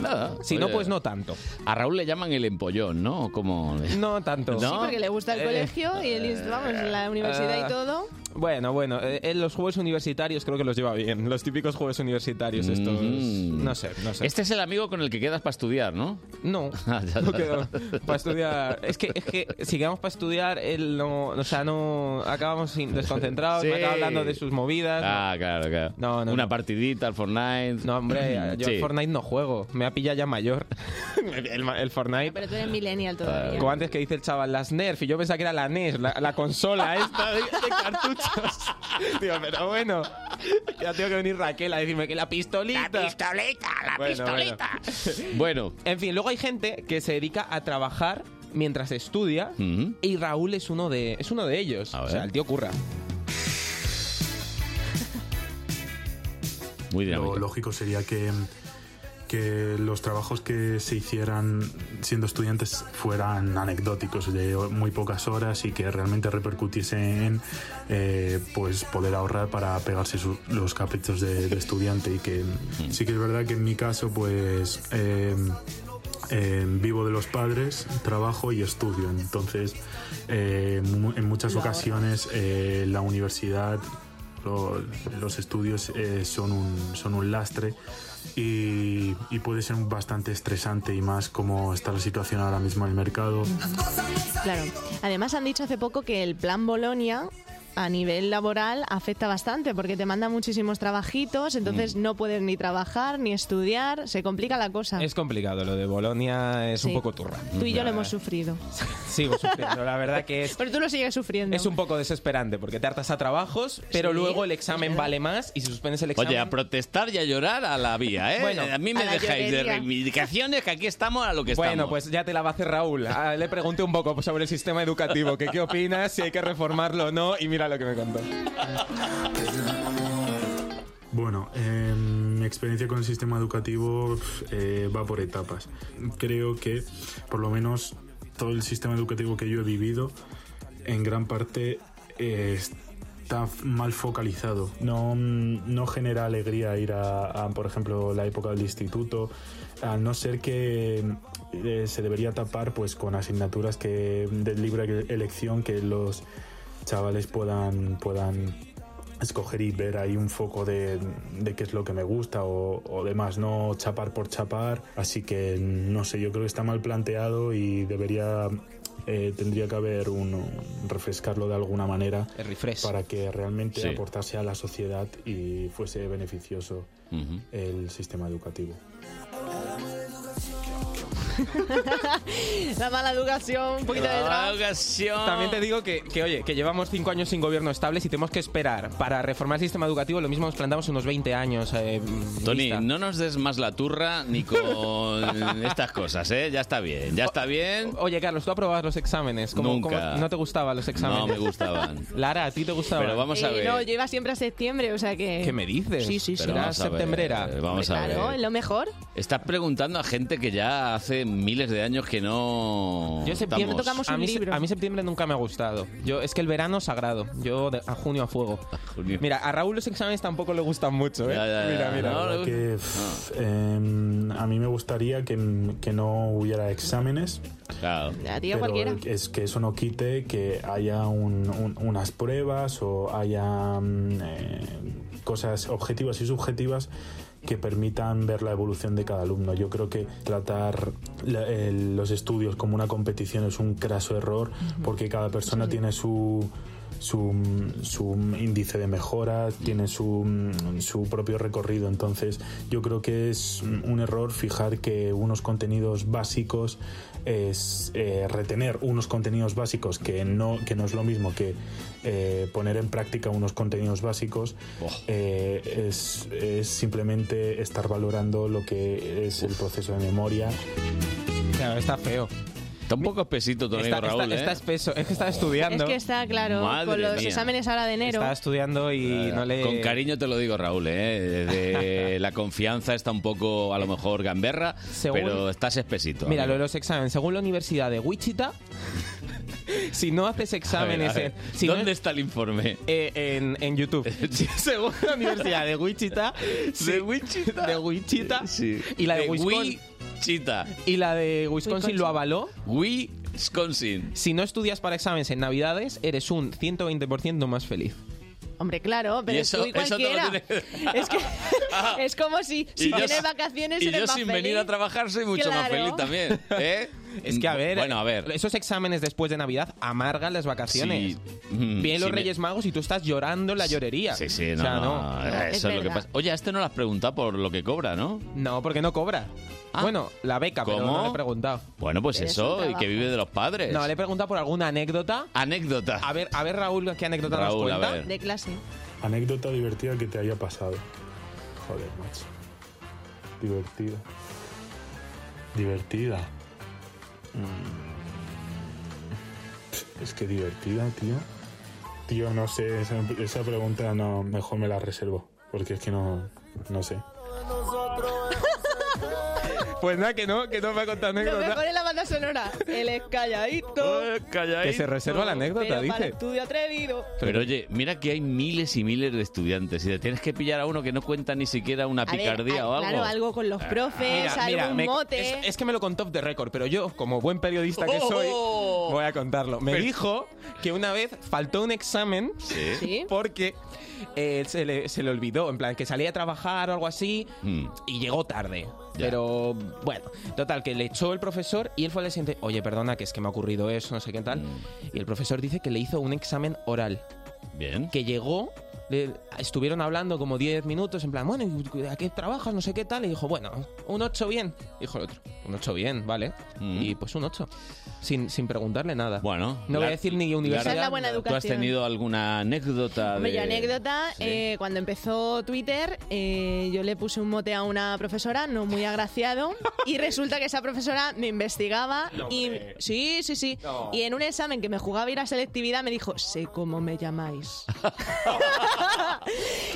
Speaker 2: Nada.
Speaker 24: Ah, Si no, pues no
Speaker 2: tanto. A Raúl le llaman el empollón, ¿no? Como... No eh, tanto.
Speaker 4: Sí, porque le gusta el
Speaker 3: Eh,
Speaker 4: colegio y el, inst- vamos, la universidad y
Speaker 3: ah.
Speaker 4: todo.
Speaker 3: Bueno, bueno, eh, él los juegos universitarios creo que los lleva bien. Los típicos juegos universitarios estos. No sé, no sé.
Speaker 2: Este es el amigo con el que quedas para estudiar, ¿no?
Speaker 3: No. No quedó. para estudiar. Es que, es que si quedamos para estudiar, él no. O sea, no. Acabamos sin- desconcentrados,
Speaker 2: Sí.
Speaker 3: me acaba hablando de sus movidas.
Speaker 2: Ah, claro, claro. Una partidita al Fortnite.
Speaker 3: No, hombre, yo
Speaker 2: Sí.
Speaker 3: al Fortnite no juego. Me ha pillado ya mayor. el, ma- el Fortnite.
Speaker 4: Pero tú eres millennial todavía.
Speaker 3: Como antes que dice el chaval, las Nerf, y yo pensaba que era la NES, la, la consola esta de, de cartuchos. Digo, pero bueno, ya tengo que venir Raquel a decirme que la pistolita. La pistolita, la
Speaker 2: pistolita. Bueno.
Speaker 3: En fin, luego hay gente que se dedica a trabajar mientras estudia, y Raúl es uno de, es uno de ellos. O sea, el tío curra.
Speaker 2: Lo
Speaker 24: lógico sería que, que los trabajos que se hicieran siendo estudiantes fueran anecdóticos, de muy pocas horas y que realmente repercutiese en eh, pues poder ahorrar para pegarse su- los caprichos de, de estudiante. Y que sí que es verdad que en mi caso, pues. eh, eh, vivo de los padres, trabajo y estudio. Entonces, eh, mu- en muchas ocasiones eh, la universidad, lo- los estudios eh, son, un, son un lastre y, y puede ser bastante estresante y más como está la situación ahora mismo en el mercado.
Speaker 4: Claro. Además han dicho hace poco que el plan Bolonia a nivel laboral afecta bastante porque te manda muchísimos trabajitos, entonces
Speaker 2: Mm.
Speaker 4: no puedes ni trabajar ni estudiar, se complica la cosa.
Speaker 3: Es complicado, lo de Bolonia es
Speaker 4: Ah. Sí.
Speaker 3: un poco turra.
Speaker 4: Tú y yo lo hemos sufrido.
Speaker 3: Sigo sufriendo, la verdad que es.
Speaker 4: Pero tú lo sigues sufriendo.
Speaker 3: Es un poco desesperante porque te hartas a trabajos, pero luego el examen vale más y si suspendes el examen.
Speaker 2: Oye, a protestar y a llorar a la vía, ¿eh?
Speaker 3: Bueno,
Speaker 2: a mí
Speaker 3: a
Speaker 2: me
Speaker 3: la
Speaker 2: dejáis de
Speaker 3: llorería.
Speaker 2: reivindicaciones que aquí estamos a lo que
Speaker 3: bueno,
Speaker 2: estamos.
Speaker 3: pues ya te la va a hacer Raúl. Ah, Le pregunté un poco sobre el sistema educativo, que qué opinas, si hay que reformarlo o no, y mira lo que me contó.
Speaker 24: Bueno, eh, mi experiencia con el sistema educativo eh, va por etapas. Creo que por lo menos todo el sistema educativo que yo he vivido en gran parte eh, está f- mal focalizado. No, mm, no genera alegría ir a, a, por ejemplo, la época del instituto, a no ser que eh, se debería tapar pues con asignaturas que mm, de libre elección que los chavales puedan puedan escoger y ver ahí un foco de, de qué es lo que me gusta o, o demás, no chapar por chapar. Así que mm, no sé, yo creo que está mal planteado y debería, eh, tendría que haber un, un refrescarlo de alguna manera para que realmente
Speaker 2: Sí.
Speaker 24: aportase a la sociedad y fuese beneficioso el sistema educativo.
Speaker 4: la mala educación, un poquito de drama.
Speaker 3: También te digo que, que, oye, que llevamos cinco años sin gobierno estable y tenemos que esperar. Para reformar el sistema educativo, lo mismo nos plantamos unos 20 años. eh,
Speaker 2: Tony,
Speaker 3: vista.
Speaker 2: no nos des más la turra ni con estas cosas, ¿eh? Ya está bien, ya está bien.
Speaker 3: Oye, Carlos, ¿tú aprobabas los exámenes? ¿Cómo-
Speaker 2: Nunca.
Speaker 3: cómo- ¿No te gustaban los exámenes?
Speaker 2: No me gustaban.
Speaker 3: Lara, ¿a ti te gustaban?
Speaker 2: Pero vamos a
Speaker 4: Eh,
Speaker 2: ver.
Speaker 4: no, yo iba siempre a septiembre, o sea que...
Speaker 2: ¿Qué me dices?
Speaker 4: Sí, sí, sí.
Speaker 2: Pero
Speaker 4: Era
Speaker 2: vamos a ver, eh,
Speaker 4: septembrera.
Speaker 2: vamos a
Speaker 4: Claro,
Speaker 2: ver.
Speaker 4: es lo mejor.
Speaker 2: Estás preguntando a gente que ya hace miles de años que no.
Speaker 3: Yo en septiembre
Speaker 2: estamos-
Speaker 3: a mí, se- A mí septiembre nunca me ha gustado. Yo es que el verano es sagrado. Yo de- a junio a fuego.
Speaker 2: Ah,
Speaker 3: Mira, a Raúl los exámenes tampoco le gustan mucho, ¿eh? Mira, mira.
Speaker 24: La verdad que, pff, em, a mí me gustaría que, que no hubiera exámenes.
Speaker 4: Ya, tío, cualquiera.
Speaker 24: Es que eso no quite que haya un- un- unas pruebas o haya mm, eh, cosas objetivas y subjetivas que permitan ver la evolución de cada alumno. Yo creo que tratar la- el- los estudios como una competición es un craso error porque cada persona tiene su, su, su índice de mejora, tiene su, su propio recorrido. Entonces, yo creo que es un error fijar que unos contenidos básicos es eh, retener unos contenidos básicos que no, que no es lo mismo que eh, poner en práctica unos contenidos básicos eh, es, es simplemente estar valorando lo que es el proceso de memoria
Speaker 3: Claro, está feo.
Speaker 2: Está un poco espesito tu amigo
Speaker 3: Está-
Speaker 2: Raúl,
Speaker 3: está-
Speaker 2: ¿eh?
Speaker 3: está espeso. Es que está estudiando.
Speaker 4: Es que está claro,
Speaker 2: Madre
Speaker 4: con los
Speaker 2: mía.
Speaker 4: exámenes ahora de enero.
Speaker 2: Está
Speaker 3: estudiando y no le...
Speaker 2: Con cariño te lo digo, Raúl, ¿eh? Desde la confianza está un poco, a lo mejor, gamberra,
Speaker 3: Según-
Speaker 2: pero estás espesito.
Speaker 3: Mira, lo
Speaker 2: amigo.
Speaker 3: de los exámenes. Según la Universidad de Wichita, si no haces exámenes...
Speaker 2: A ver, a ver,
Speaker 3: en- si no-
Speaker 2: ¿Dónde está el informe?
Speaker 3: eh, en, en YouTube. Sí, Según la Universidad de Wichita. ¿De Wichita? De Wichita. Y la de,
Speaker 2: De
Speaker 3: Wisconsin. Y la de Wisconsin lo avaló.
Speaker 2: Wisconsin.
Speaker 3: Si no estudias para exámenes en Navidades, eres un 120% más feliz.
Speaker 4: Hombre, claro, pero es tú y cualquiera. Es que es como si,
Speaker 2: Ah.
Speaker 4: si
Speaker 2: Y yo
Speaker 4: tienes
Speaker 2: sin-
Speaker 4: vacaciones
Speaker 2: y
Speaker 4: eres
Speaker 2: yo
Speaker 4: más
Speaker 2: sin
Speaker 4: feliz.
Speaker 2: venir a trabajar soy mucho más
Speaker 4: Claro.
Speaker 2: feliz también, ¿eh?
Speaker 3: Es que a ver,
Speaker 2: Bueno, a ver.
Speaker 3: esos exámenes después de Navidad amargan las vacaciones.
Speaker 2: Sí. Mm,
Speaker 3: Vienen los
Speaker 2: sí me-
Speaker 3: Reyes Magos y tú estás llorando en la llorería.
Speaker 2: Sí, sí, no,
Speaker 3: O sea,
Speaker 2: no,
Speaker 3: no.
Speaker 2: Eso es, lo que pasa. Oye, a este no lo has preguntado por lo que cobra, ¿no? Ah.
Speaker 3: No, porque no cobra. Bueno, la beca, pero
Speaker 2: ¿Cómo?
Speaker 3: no le he preguntado.
Speaker 2: Bueno, pues
Speaker 3: Pero es un
Speaker 2: eso, y
Speaker 3: trabajo.
Speaker 2: que vive de los padres.
Speaker 3: No, le he preguntado por alguna anécdota.
Speaker 2: Anécdota.
Speaker 3: A ver, a ver Raúl, ¿qué anécdota nos
Speaker 2: Raúl, a
Speaker 3: cuenta?
Speaker 2: ver.
Speaker 4: De clase.
Speaker 24: Anécdota divertida que te haya pasado. Joder, macho. Divertida. Divertida. Mm. Es que divertida, tío. Tío, no sé, esa, esa pregunta no, mejor me la reservo. Porque es que no, no sé.
Speaker 3: Pues nada, que no, que no me ha contado
Speaker 4: Lo
Speaker 3: anécdota.
Speaker 4: mejor es la banda sonora. Él es calladito.
Speaker 3: Que se reserva la Eh, anécdota,
Speaker 4: pero para
Speaker 3: dice.
Speaker 4: estudio atrevido.
Speaker 2: Pero oye, mira que hay miles y miles de estudiantes y te tienes que pillar a uno que no cuenta ni siquiera una
Speaker 4: A ver,
Speaker 2: picardía Ah,
Speaker 4: a-
Speaker 2: o algo.
Speaker 4: Claro, algo con los profes,
Speaker 3: Mira, mira,
Speaker 4: algún
Speaker 3: me-
Speaker 4: mote.
Speaker 3: es, es que me lo contó off the record, pero yo, como buen periodista que soy,
Speaker 4: Oh.
Speaker 3: voy a contarlo. Me dijo que una vez faltó un examen
Speaker 4: Sí.
Speaker 3: porque eh, se, le, se le olvidó, en plan, que salía a trabajar o algo así y llegó tarde. Pero bueno, total, que le echó el profesor y él fue al siguiente, oye, perdona, que es que me ha ocurrido eso, no sé qué tal. Y el profesor dice que le hizo un examen oral.
Speaker 2: Mm. Bien.
Speaker 3: Que llegó, le- estuvieron hablando como 10 minutos, en plan, bueno, ¿y ¿a qué trabajas? No sé qué tal. Y dijo, bueno, un 8 bien. Dijo el otro, un 8 bien, vale. Y pues un 8. Sin, sin preguntarle nada.
Speaker 2: Mm. Bueno.
Speaker 3: No voy
Speaker 2: la-
Speaker 3: a decir ni universidad.
Speaker 4: Esa es la buena
Speaker 2: ¿Tú has
Speaker 4: educación.
Speaker 2: tenido alguna anécdota?
Speaker 4: Hombre,
Speaker 2: de...
Speaker 4: yo anécdota, eh, cuando empezó Twitter, eh, yo le puse un mote a una profesora, no muy agraciado, y resulta que esa profesora me investigaba
Speaker 10: No,
Speaker 4: y...
Speaker 10: hombre.
Speaker 4: Sí, sí, sí.
Speaker 10: No.
Speaker 4: Y en un examen que me jugaba ir a selectividad me dijo, sé cómo me llamáis.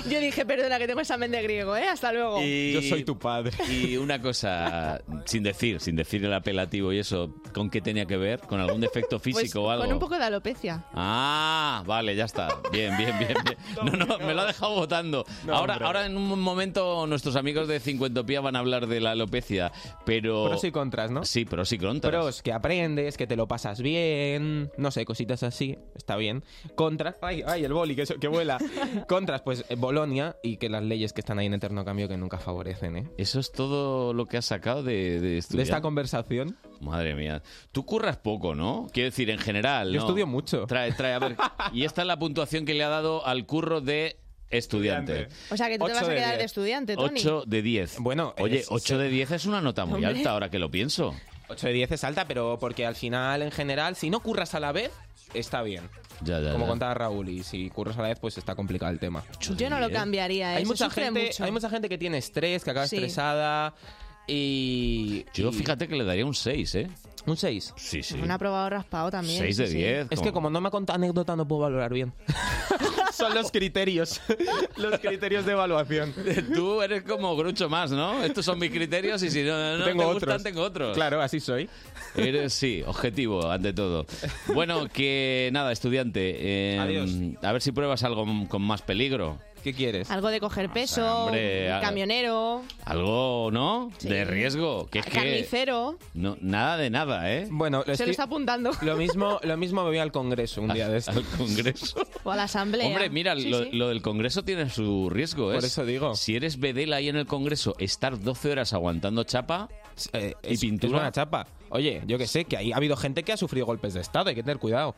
Speaker 4: yo dije, perdona, que tengo examen de griego, ¿eh? Hasta luego.
Speaker 2: Yo soy tu padre. Y una cosa, sin decir, sin decir el apelativo y eso, ¿con qué tenía que ver? ¿Con algún defecto físico
Speaker 4: Pues,
Speaker 2: o algo?
Speaker 4: Con un poco de alopecia.
Speaker 2: Ah, vale, ya está. Bien, bien, bien. bien. No, no, me lo ha dejado votando. ahora, ahora en un momento nuestros amigos de Cincuentopía van a hablar de la alopecia, pero...
Speaker 3: Pros y contras, ¿no?
Speaker 2: Sí, pros y contras.
Speaker 3: Pros, que aprendes, que te lo pasas bien, no sé, cositas así, está bien. Contras, ay, ay, el boli que, se- que vuela. Contras, pues eh, Bolonia y que las leyes que están ahí en eterno cambio que nunca favorecen, ¿eh?
Speaker 2: Eso es todo lo que has sacado de, de estudiar.
Speaker 3: esta conversación.
Speaker 2: Madre mía. Tú curras poco, ¿no? Quiero decir, en general.
Speaker 3: Yo
Speaker 2: ¿no?
Speaker 3: estudio mucho.
Speaker 2: Trae, trae, a ver. Y esta es la puntuación que le ha dado al curro de estudiante.
Speaker 4: O sea, que tú te
Speaker 2: Ocho
Speaker 4: vas a
Speaker 2: de
Speaker 4: quedar de,
Speaker 2: diez.
Speaker 4: estudiante, Tony.
Speaker 2: 8 de 10. Bueno, oye,
Speaker 3: es-
Speaker 2: 8 de 10 es una nota muy
Speaker 4: Hombre.
Speaker 2: alta ahora que lo pienso.
Speaker 3: 8 de 10 es alta, pero porque al final, en general, si no curras a la vez, está bien.
Speaker 2: Ya, ya,
Speaker 3: Como
Speaker 2: ya.
Speaker 3: contaba Raúl, y si curras a la vez, pues está complicado el tema.
Speaker 4: Yo no lo cambiaría, ¿eh?
Speaker 3: Hay
Speaker 4: Se
Speaker 3: mucha,
Speaker 4: sufre
Speaker 3: gente,
Speaker 4: mucho.
Speaker 3: hay mucha gente que tiene estrés, que acaba
Speaker 4: Sí.
Speaker 3: estresada y...
Speaker 2: Yo fíjate que le daría un 6, ¿eh?
Speaker 3: ¿Un 6?
Speaker 2: Sí, sí.
Speaker 4: Un aprobado raspado también.
Speaker 2: Seis de
Speaker 4: sí, sí.
Speaker 2: diez,
Speaker 3: Es que como no me ha contado anécdota no puedo valorar bien. Son los criterios. los criterios de evaluación.
Speaker 2: Tú eres como Grucho más, ¿no? Estos son mis criterios y si no, no
Speaker 3: Tengo
Speaker 2: te
Speaker 3: otros.
Speaker 2: gustan, tengo otros.
Speaker 3: Claro, así soy.
Speaker 2: Eres, sí, objetivo, ante todo. Bueno, que nada, estudiante. eh,
Speaker 3: Adiós.
Speaker 2: A ver si pruebas algo m- con más peligro.
Speaker 3: ¿Qué quieres?
Speaker 4: Algo de coger peso,
Speaker 2: Ah, hombre, a-
Speaker 4: camionero,
Speaker 2: Algo, ¿no? De riesgo. Que es que.
Speaker 4: carnicero.
Speaker 2: No, nada de nada, ¿eh?
Speaker 3: Bueno,
Speaker 4: Se lo está apuntando.
Speaker 3: lo mismo, lo mismo me voy al Congreso un día de estos.
Speaker 2: Al Congreso.
Speaker 4: O a la asamblea.
Speaker 2: Hombre, mira,
Speaker 4: Sí,
Speaker 2: lo,
Speaker 4: sí.
Speaker 2: lo del Congreso tiene su riesgo, ¿eh?
Speaker 3: Por eso
Speaker 2: digo. Si eres vedela ahí en el Congreso, estar 12 horas aguantando chapa y pintura.
Speaker 3: eh, Es buena chapa. Oye, yo que sé, que ahí ha habido gente que ha sufrido golpes de estado, hay que tener cuidado.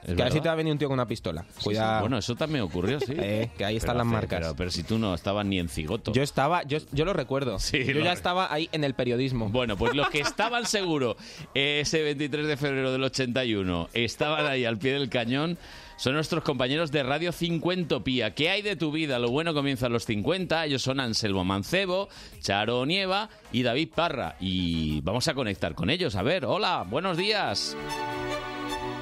Speaker 3: que a ver
Speaker 2: verdad.
Speaker 3: si te va a venir un tío con una pistola.
Speaker 2: Sí, sí.
Speaker 3: Cuidado.
Speaker 2: Bueno, eso también ocurrió, sí.
Speaker 3: Eh, que ahí están las
Speaker 2: hace-
Speaker 3: marcas.
Speaker 2: Pero, pero si tú no estabas ni en cigoto.
Speaker 3: Yo estaba, yo, yo lo recuerdo. yo
Speaker 2: lo
Speaker 3: ya
Speaker 2: re-
Speaker 3: estaba ahí en el periodismo.
Speaker 2: Bueno, pues los que estaban seguro ese 23 de febrero del 81 estaban ahí al pie del cañón. Son nuestros compañeros de Radio Cincuentopía. ¿Qué hay de tu vida? Lo bueno comienza a los 50. Ellos son Anselmo Mancebo, Charo Nieva y David Parra. Y vamos a conectar con ellos. A ver, hola, buenos días.
Speaker 10: Muy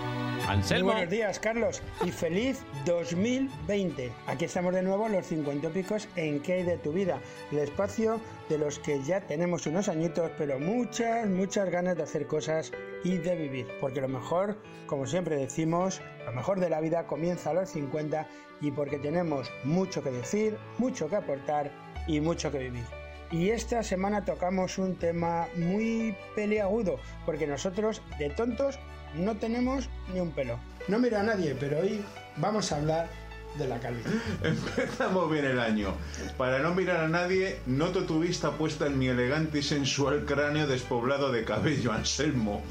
Speaker 2: Anselmo.
Speaker 10: buenos días, Carlos, y feliz 2020. Aquí estamos de nuevo los 50 picos en ¿Qué hay de tu vida? El espacio de los que ya tenemos unos añitos, pero muchas, muchas ganas de hacer cosas y de vivir. Porque lo mejor, como siempre decimos, lo mejor de la vida comienza a los 50 y porque tenemos mucho que decir, mucho que aportar y mucho que vivir. Y esta semana tocamos un tema muy peleagudo, porque nosotros de tontos no tenemos ni un pelo. No miro a nadie, pero hoy vamos a hablar de la calvicie.
Speaker 19: Empezamos bien el año. Para no mirar a nadie, noto tu vista puesta en mi elegante y sensual cráneo despoblado de cabello, Anselmo.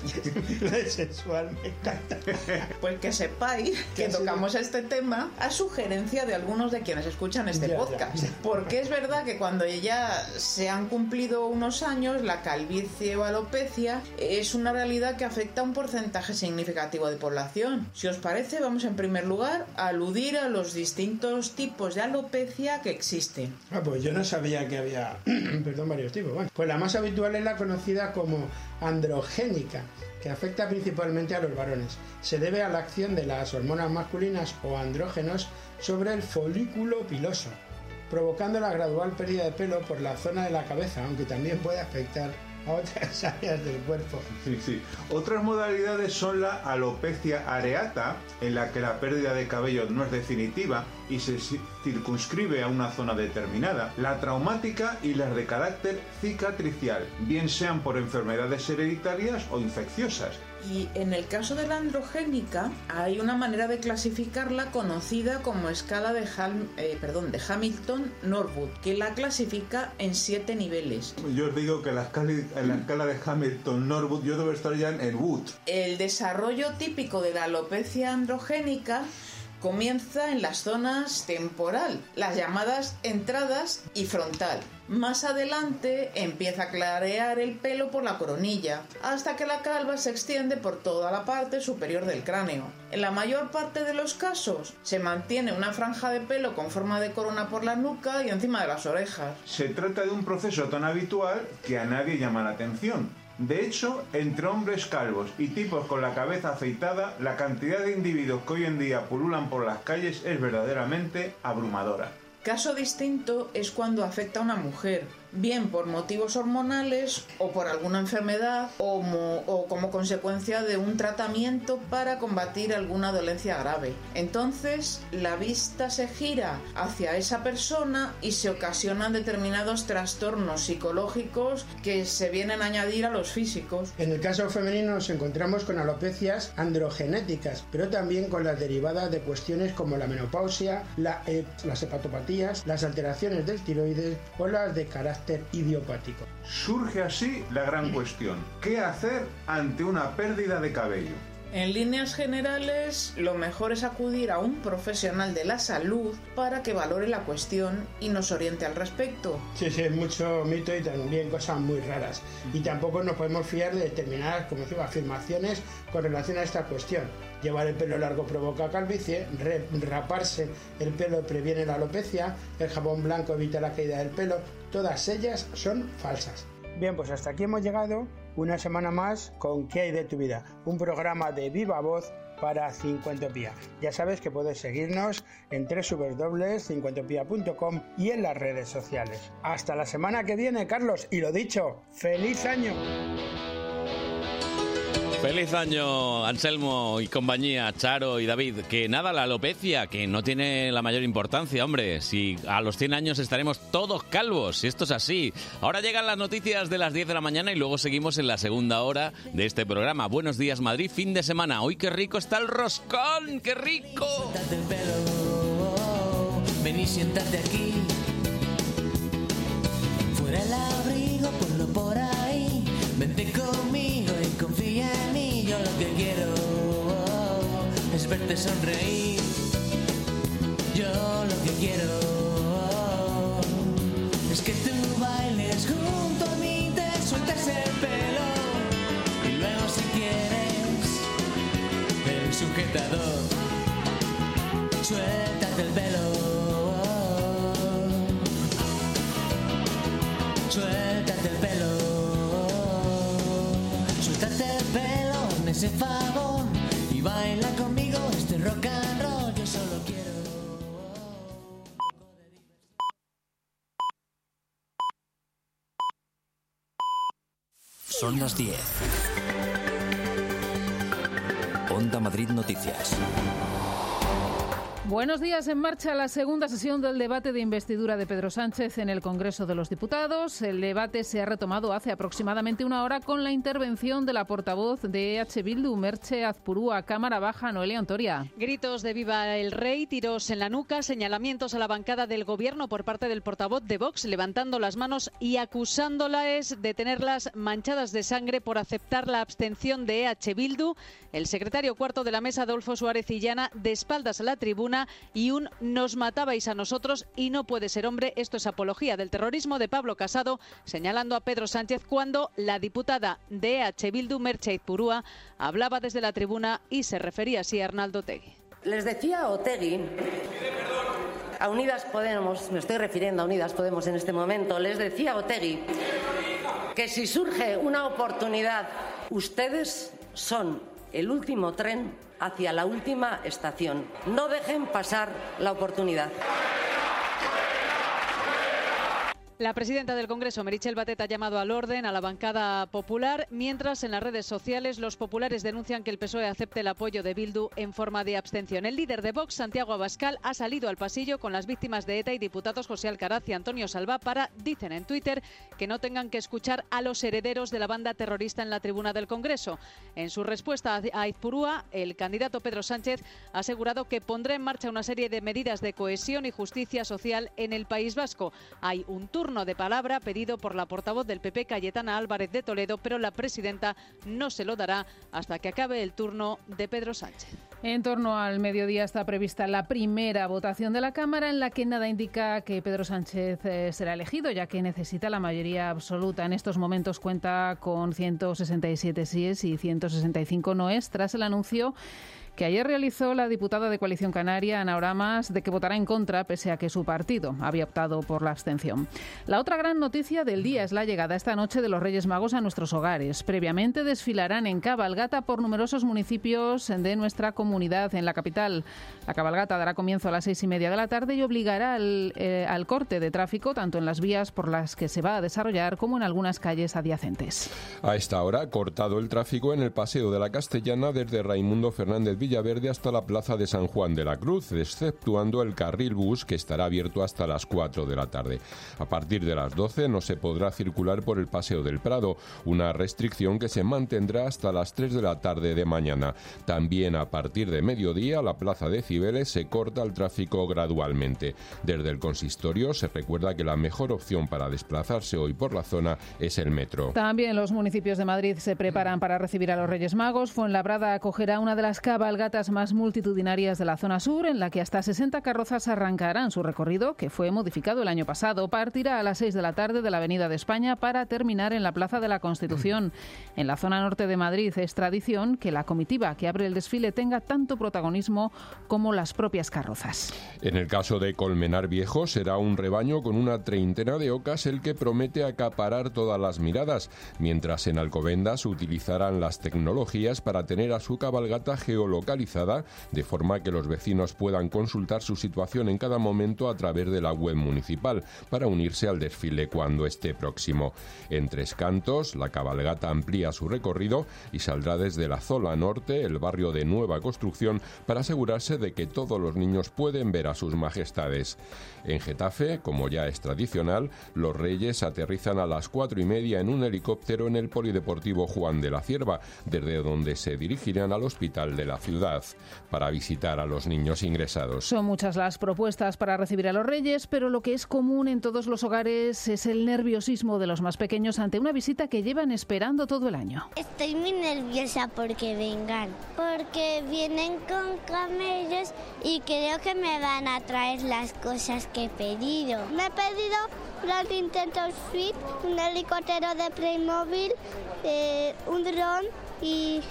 Speaker 10: sensual, me encanta.
Speaker 25: Pues que sepáis que tocamos este tema a sugerencia de algunos de quienes escuchan este
Speaker 10: Ya, ya.
Speaker 25: podcast. Porque es verdad que cuando ya se han cumplido unos años, la calvicie o alopecia es una realidad que afecta a un porcentaje significativo de población. Si os parece, vamos en primer lugar a aludir a los distintos tipos de alopecia que existen.
Speaker 10: Ah, pues yo no sabía que había, perdón, varios tipos. Bueno, pues la más habitual es la conocida como androgénica, que afecta principalmente a los varones. Se debe a la acción de las hormonas masculinas o andrógenos sobre el folículo piloso, provocando la gradual pérdida de pelo por la zona de la cabeza, aunque también puede afectar a otras áreas del cuerpo.
Speaker 19: Sí, sí. Otras modalidades son la alopecia areata, en la que la pérdida de cabello no es definitiva y se ci- circunscribe a una zona determinada, la traumática y las de carácter cicatricial, bien sean por enfermedades hereditarias o infecciosas.
Speaker 25: Y en el caso de la androgénica, hay una manera de clasificarla conocida como escala de, Ham- eh, perdón, de Hamilton-Norwood, que la clasifica en siete niveles.
Speaker 19: Yo os digo que la escala, en la escala de Hamilton-Norwood yo debo estar ya en el Wood.
Speaker 25: El desarrollo típico de la alopecia androgénica comienza en las zonas temporal, las llamadas entradas y frontal. Más adelante empieza a clarear el pelo por la coronilla, hasta que la calva se extiende por toda la parte superior del cráneo. En la mayor parte de los casos se mantiene una franja de pelo con forma de corona por la nuca y encima de las orejas.
Speaker 19: Se trata de un proceso tan habitual que a nadie llama la atención. De hecho, entre hombres calvos y tipos con la cabeza afeitada, la cantidad de individuos que hoy en día pululan por las calles es verdaderamente abrumadora.
Speaker 25: Caso distinto es cuando afecta a una mujer, bien por motivos hormonales o por alguna enfermedad o, mo- o como consecuencia de un tratamiento para combatir alguna dolencia grave. Entonces la vista se gira hacia esa persona y se ocasionan determinados trastornos psicológicos que se vienen a añadir a los físicos.
Speaker 10: En el caso femenino nos encontramos con alopecias androgenéticas, pero también con las derivadas de cuestiones como la menopausia, la he- las hepatopatías, las alteraciones del tiroides o las de carácter idiopático.
Speaker 19: Surge así la gran cuestión. ¿Qué hacer ante una pérdida de cabello?
Speaker 25: En líneas generales, lo mejor es acudir a un profesional de la salud para que valore la cuestión y nos oriente al respecto.
Speaker 10: Sí, sí, es mucho mito y también cosas muy raras. Y tampoco nos podemos fiar de determinadas, como digo, afirmaciones con relación a esta cuestión. Llevar el pelo largo provoca calvicie, re- raparse el pelo previene la alopecia, el jabón blanco evita la caída del pelo. Todas ellas son falsas. Bien, pues hasta aquí hemos llegado una semana más con ¿Qué hay de tu vida? Un programa de viva voz para Cincuentopía. Ya sabes que puedes seguirnos en www.cincuentopía.com y en las redes sociales. Hasta la semana que viene, Carlos, y lo dicho, ¡feliz año!
Speaker 2: Feliz año, Anselmo y compañía, Charo y David. Que nada, la alopecia, que no tiene la mayor importancia, hombre. Si a los 100 años estaremos todos calvos, si esto es así. Ahora llegan las noticias de las 10 de la mañana y luego seguimos en la segunda hora de este programa. Buenos días, Madrid, fin de semana. Hoy qué rico está el roscón, qué rico.
Speaker 9: Ven y siéntate aquí. Fuera el abrigo, ponlo por ahí. Vente conmigo y confía en mí. Yo lo que quiero es verte sonreír. Yo lo que quiero es que tú bailes junto a mí, te sueltes el pelo. Y luego si quieres, el sujetador. Suéltate el velo. Suéltate el pelo. Suéltate el pelo, hazme ese favor. Y baila conmigo este rock and roll. Yo solo quiero.
Speaker 1: Son las 10. Onda Madrid Noticias.
Speaker 11: Buenos días. En marcha la segunda sesión del debate de investidura de Pedro Sánchez en el Congreso de los Diputados. El debate se ha retomado hace aproximadamente una hora con la intervención de la portavoz de EH Bildu, Merche Azpurúa, Cámara Baja, Noelia Antoria.
Speaker 20: Gritos de viva el rey, tiros en la nuca, señalamientos a la bancada del gobierno por parte del portavoz de Vox, levantando las manos y acusándolas de tenerlas manchadas de sangre por aceptar la abstención de EH Bildu. El secretario cuarto de la mesa, Adolfo Suárez Illana, de espaldas a la tribuna y un nos matabais a nosotros y no puede ser hombre. Esto es apología del terrorismo de Pablo Casado, señalando a Pedro Sánchez cuando la diputada de EH Bildu, Merche Purúa, hablaba desde la tribuna y se refería así a Arnaldo Tegui.
Speaker 7: Les decía a Otegui, a Unidas Podemos, me estoy refiriendo a Unidas Podemos en este momento, les decía a Otegui que si surge una oportunidad, ustedes son el último tren hacia la última estación. No dejen pasar la oportunidad.
Speaker 20: La presidenta del Congreso, Merichel Batet, ha llamado al orden a la bancada popular, mientras en las redes sociales los populares denuncian que el PSOE E acepte el apoyo de Bildu en forma de abstención. El líder de Vox, Santiago Abascal, ha salido al pasillo con las víctimas de ETA y diputados José Alcaraz y Antonio Salvá para, dicen en Twitter, que no tengan que escuchar a los herederos de la banda terrorista en la tribuna del Congreso. En su respuesta a Izpurúa, el candidato Pedro Sánchez ha asegurado que pondrá en marcha una serie de medidas de cohesión y justicia social en el País Vasco. Hay un turno turno de palabra pedido por la portavoz del PP Cayetana Álvarez de Toledo, pero la presidenta no se lo dará hasta que acabe el turno de Pedro Sánchez.
Speaker 11: En torno al mediodía está prevista la primera votación de la Cámara en la que nada indica que Pedro Sánchez eh, será elegido, ya que necesita la mayoría absoluta. En estos momentos cuenta con 167 síes y 165 noes tras el anuncio que ayer realizó la diputada de Coalición Canaria, Ana Oramas, de que votará en contra pese a que su partido había optado por la abstención. La otra gran noticia del día es la llegada esta noche de los Reyes Magos a nuestros hogares. Previamente desfilarán en cabalgata por numerosos municipios de nuestra comunidad en la capital. La cabalgata dará comienzo a las seis y media de la tarde y obligará al, eh, al corte de tráfico tanto en las vías por las que se va a desarrollar como en algunas calles adyacentes.
Speaker 14: A esta hora ha cortado el tráfico en el paseo de la Castellana desde Raimundo Fernández Villaverde hasta la plaza de San Juan de la Cruz, exceptuando el carril bus que estará abierto hasta las 4 de la tarde. A partir de las 12 no se podrá circular por el Paseo del Prado, una restricción que se mantendrá hasta las 3 de la tarde de mañana. También a partir de mediodía la plaza de Cibeles se corta el tráfico gradualmente. Desde el consistorio se recuerda que la mejor opción para desplazarse hoy por la zona es el metro.
Speaker 11: También los municipios de Madrid se preparan para recibir a los Reyes Magos. Fuenlabrada acogerá una de las cabalgatas gatas más multitudinarias de la zona sur, en la que hasta 60 carrozas arrancarán su recorrido, que fue modificado el año pasado. Partirá a las 6 de la tarde de la Avenida de España para terminar en la Plaza de la Constitución. En la zona norte de Madrid es tradición que la comitiva que abre el desfile tenga tanto protagonismo como las propias carrozas.
Speaker 14: En el caso de Colmenar Viejo, será un rebaño con una treintena de ocas el que promete acaparar todas las miradas, mientras en Alcobendas utilizarán las tecnologías para tener a su cabalgata geológica localizada, de forma que los vecinos puedan consultar su situación en cada momento a través de la web municipal para unirse al desfile cuando esté próximo. En Tres Cantos, la cabalgata amplía su recorrido y saldrá desde la Zola Norte, el barrio de nueva construcción, para asegurarse de que todos los niños pueden ver a sus majestades. En Getafe, como ya es tradicional, los reyes aterrizan a las cuatro y media en un helicóptero en el Polideportivo Juan de la Cierva, desde donde se dirigirán al hospital de la ciudad para visitar a los niños ingresados.
Speaker 11: Son muchas las propuestas para recibir a los reyes, pero lo que es común en todos los hogares es el nerviosismo de los más pequeños ante una visita que llevan esperando todo el año.
Speaker 8: Estoy muy nerviosa porque vengan, porque vienen con camellos y creo que me van a traer las cosas que he pedido. Me he pedido la Nintendo Switch, un helicóptero de Playmobil, eh, un dron y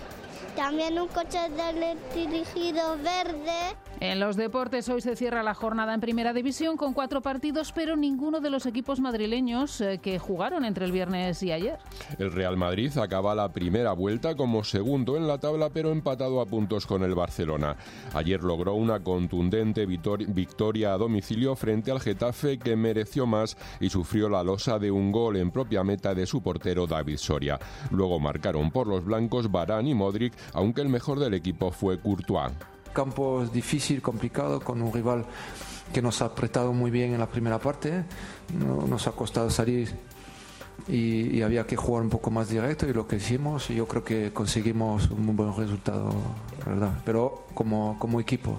Speaker 8: también un coche de dirigido verde.
Speaker 11: En los deportes hoy se cierra la jornada en Primera División con cuatro partidos, pero ninguno de los equipos madrileños eh, que jugaron entre el viernes y ayer.
Speaker 14: El Real Madrid acaba la primera vuelta como segundo en la tabla, pero empatado a puntos con el Barcelona. Ayer logró una contundente vitor- victoria a domicilio frente al Getafe, que mereció más y sufrió la losa de un gol en propia meta de su portero David Soria. Luego marcaron por los blancos Barán y Modric, aunque el mejor del equipo fue Courtois.
Speaker 15: campo es difícil, complicado, con un rival que nos ha apretado muy bien en la primera parte. No- Nos ha costado salir y, y había que jugar un poco más directo y lo que hicimos, yo creo que conseguimos un muy buen resultado, la ¿verdad? Pero como, como equipo.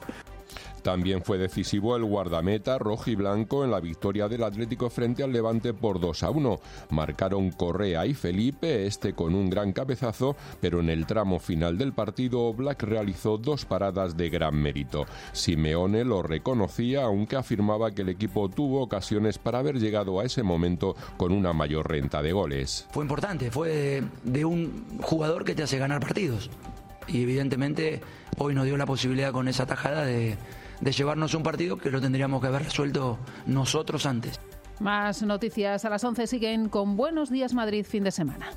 Speaker 14: También fue decisivo el guardameta rojiblanco en la victoria del Atlético frente al Levante por 2 a 1. Marcaron Correa y Felipe, este con un gran cabezazo, pero en el tramo final del partido Black realizó dos paradas de gran mérito. Simeone lo reconocía, aunque afirmaba que el equipo tuvo ocasiones para haber llegado a ese momento con una mayor renta de goles.
Speaker 16: Fue importante, fue de un jugador que te hace ganar partidos. Y evidentemente hoy nos dio la posibilidad con esa tajada de, de llevarnos un partido que lo tendríamos que haber resuelto nosotros antes.
Speaker 11: Más noticias a las 11 siguen con Buenos Días Madrid fin de semana.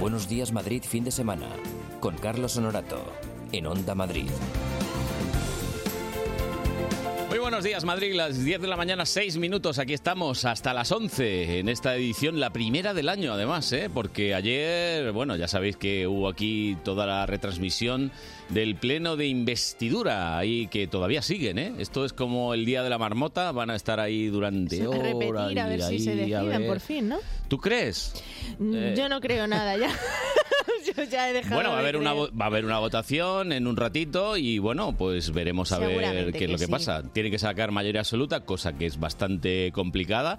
Speaker 1: Buenos días Madrid fin de semana con Carlos Honorato en Onda Madrid.
Speaker 2: Muy buenos días, Madrid. Las 10 de la mañana, 6 minutos. Aquí estamos hasta las 11 en esta edición, la primera del año, además, ¿eh? porque ayer, bueno, ya sabéis que hubo aquí toda la retransmisión del pleno de investidura ahí que todavía siguen. ¿eh? Esto es como el día de la marmota, van a estar ahí durante horas.
Speaker 5: Repetir a ver si se
Speaker 2: ahí, a
Speaker 5: deciden
Speaker 2: ver.
Speaker 5: por fin, ¿no?
Speaker 2: ¿Tú crees? Eh,
Speaker 5: Yo no creo nada ya. Yo ya he dejado.
Speaker 2: Bueno, va a
Speaker 5: de
Speaker 2: haber una
Speaker 5: creer.
Speaker 2: vo- va a haber una votación en un ratito y bueno, pues veremos a ver
Speaker 5: Seguramente
Speaker 2: qué es lo
Speaker 5: que
Speaker 2: que
Speaker 5: sí.
Speaker 2: pasa. Tiene que sacar mayoría absoluta, cosa que es bastante complicada.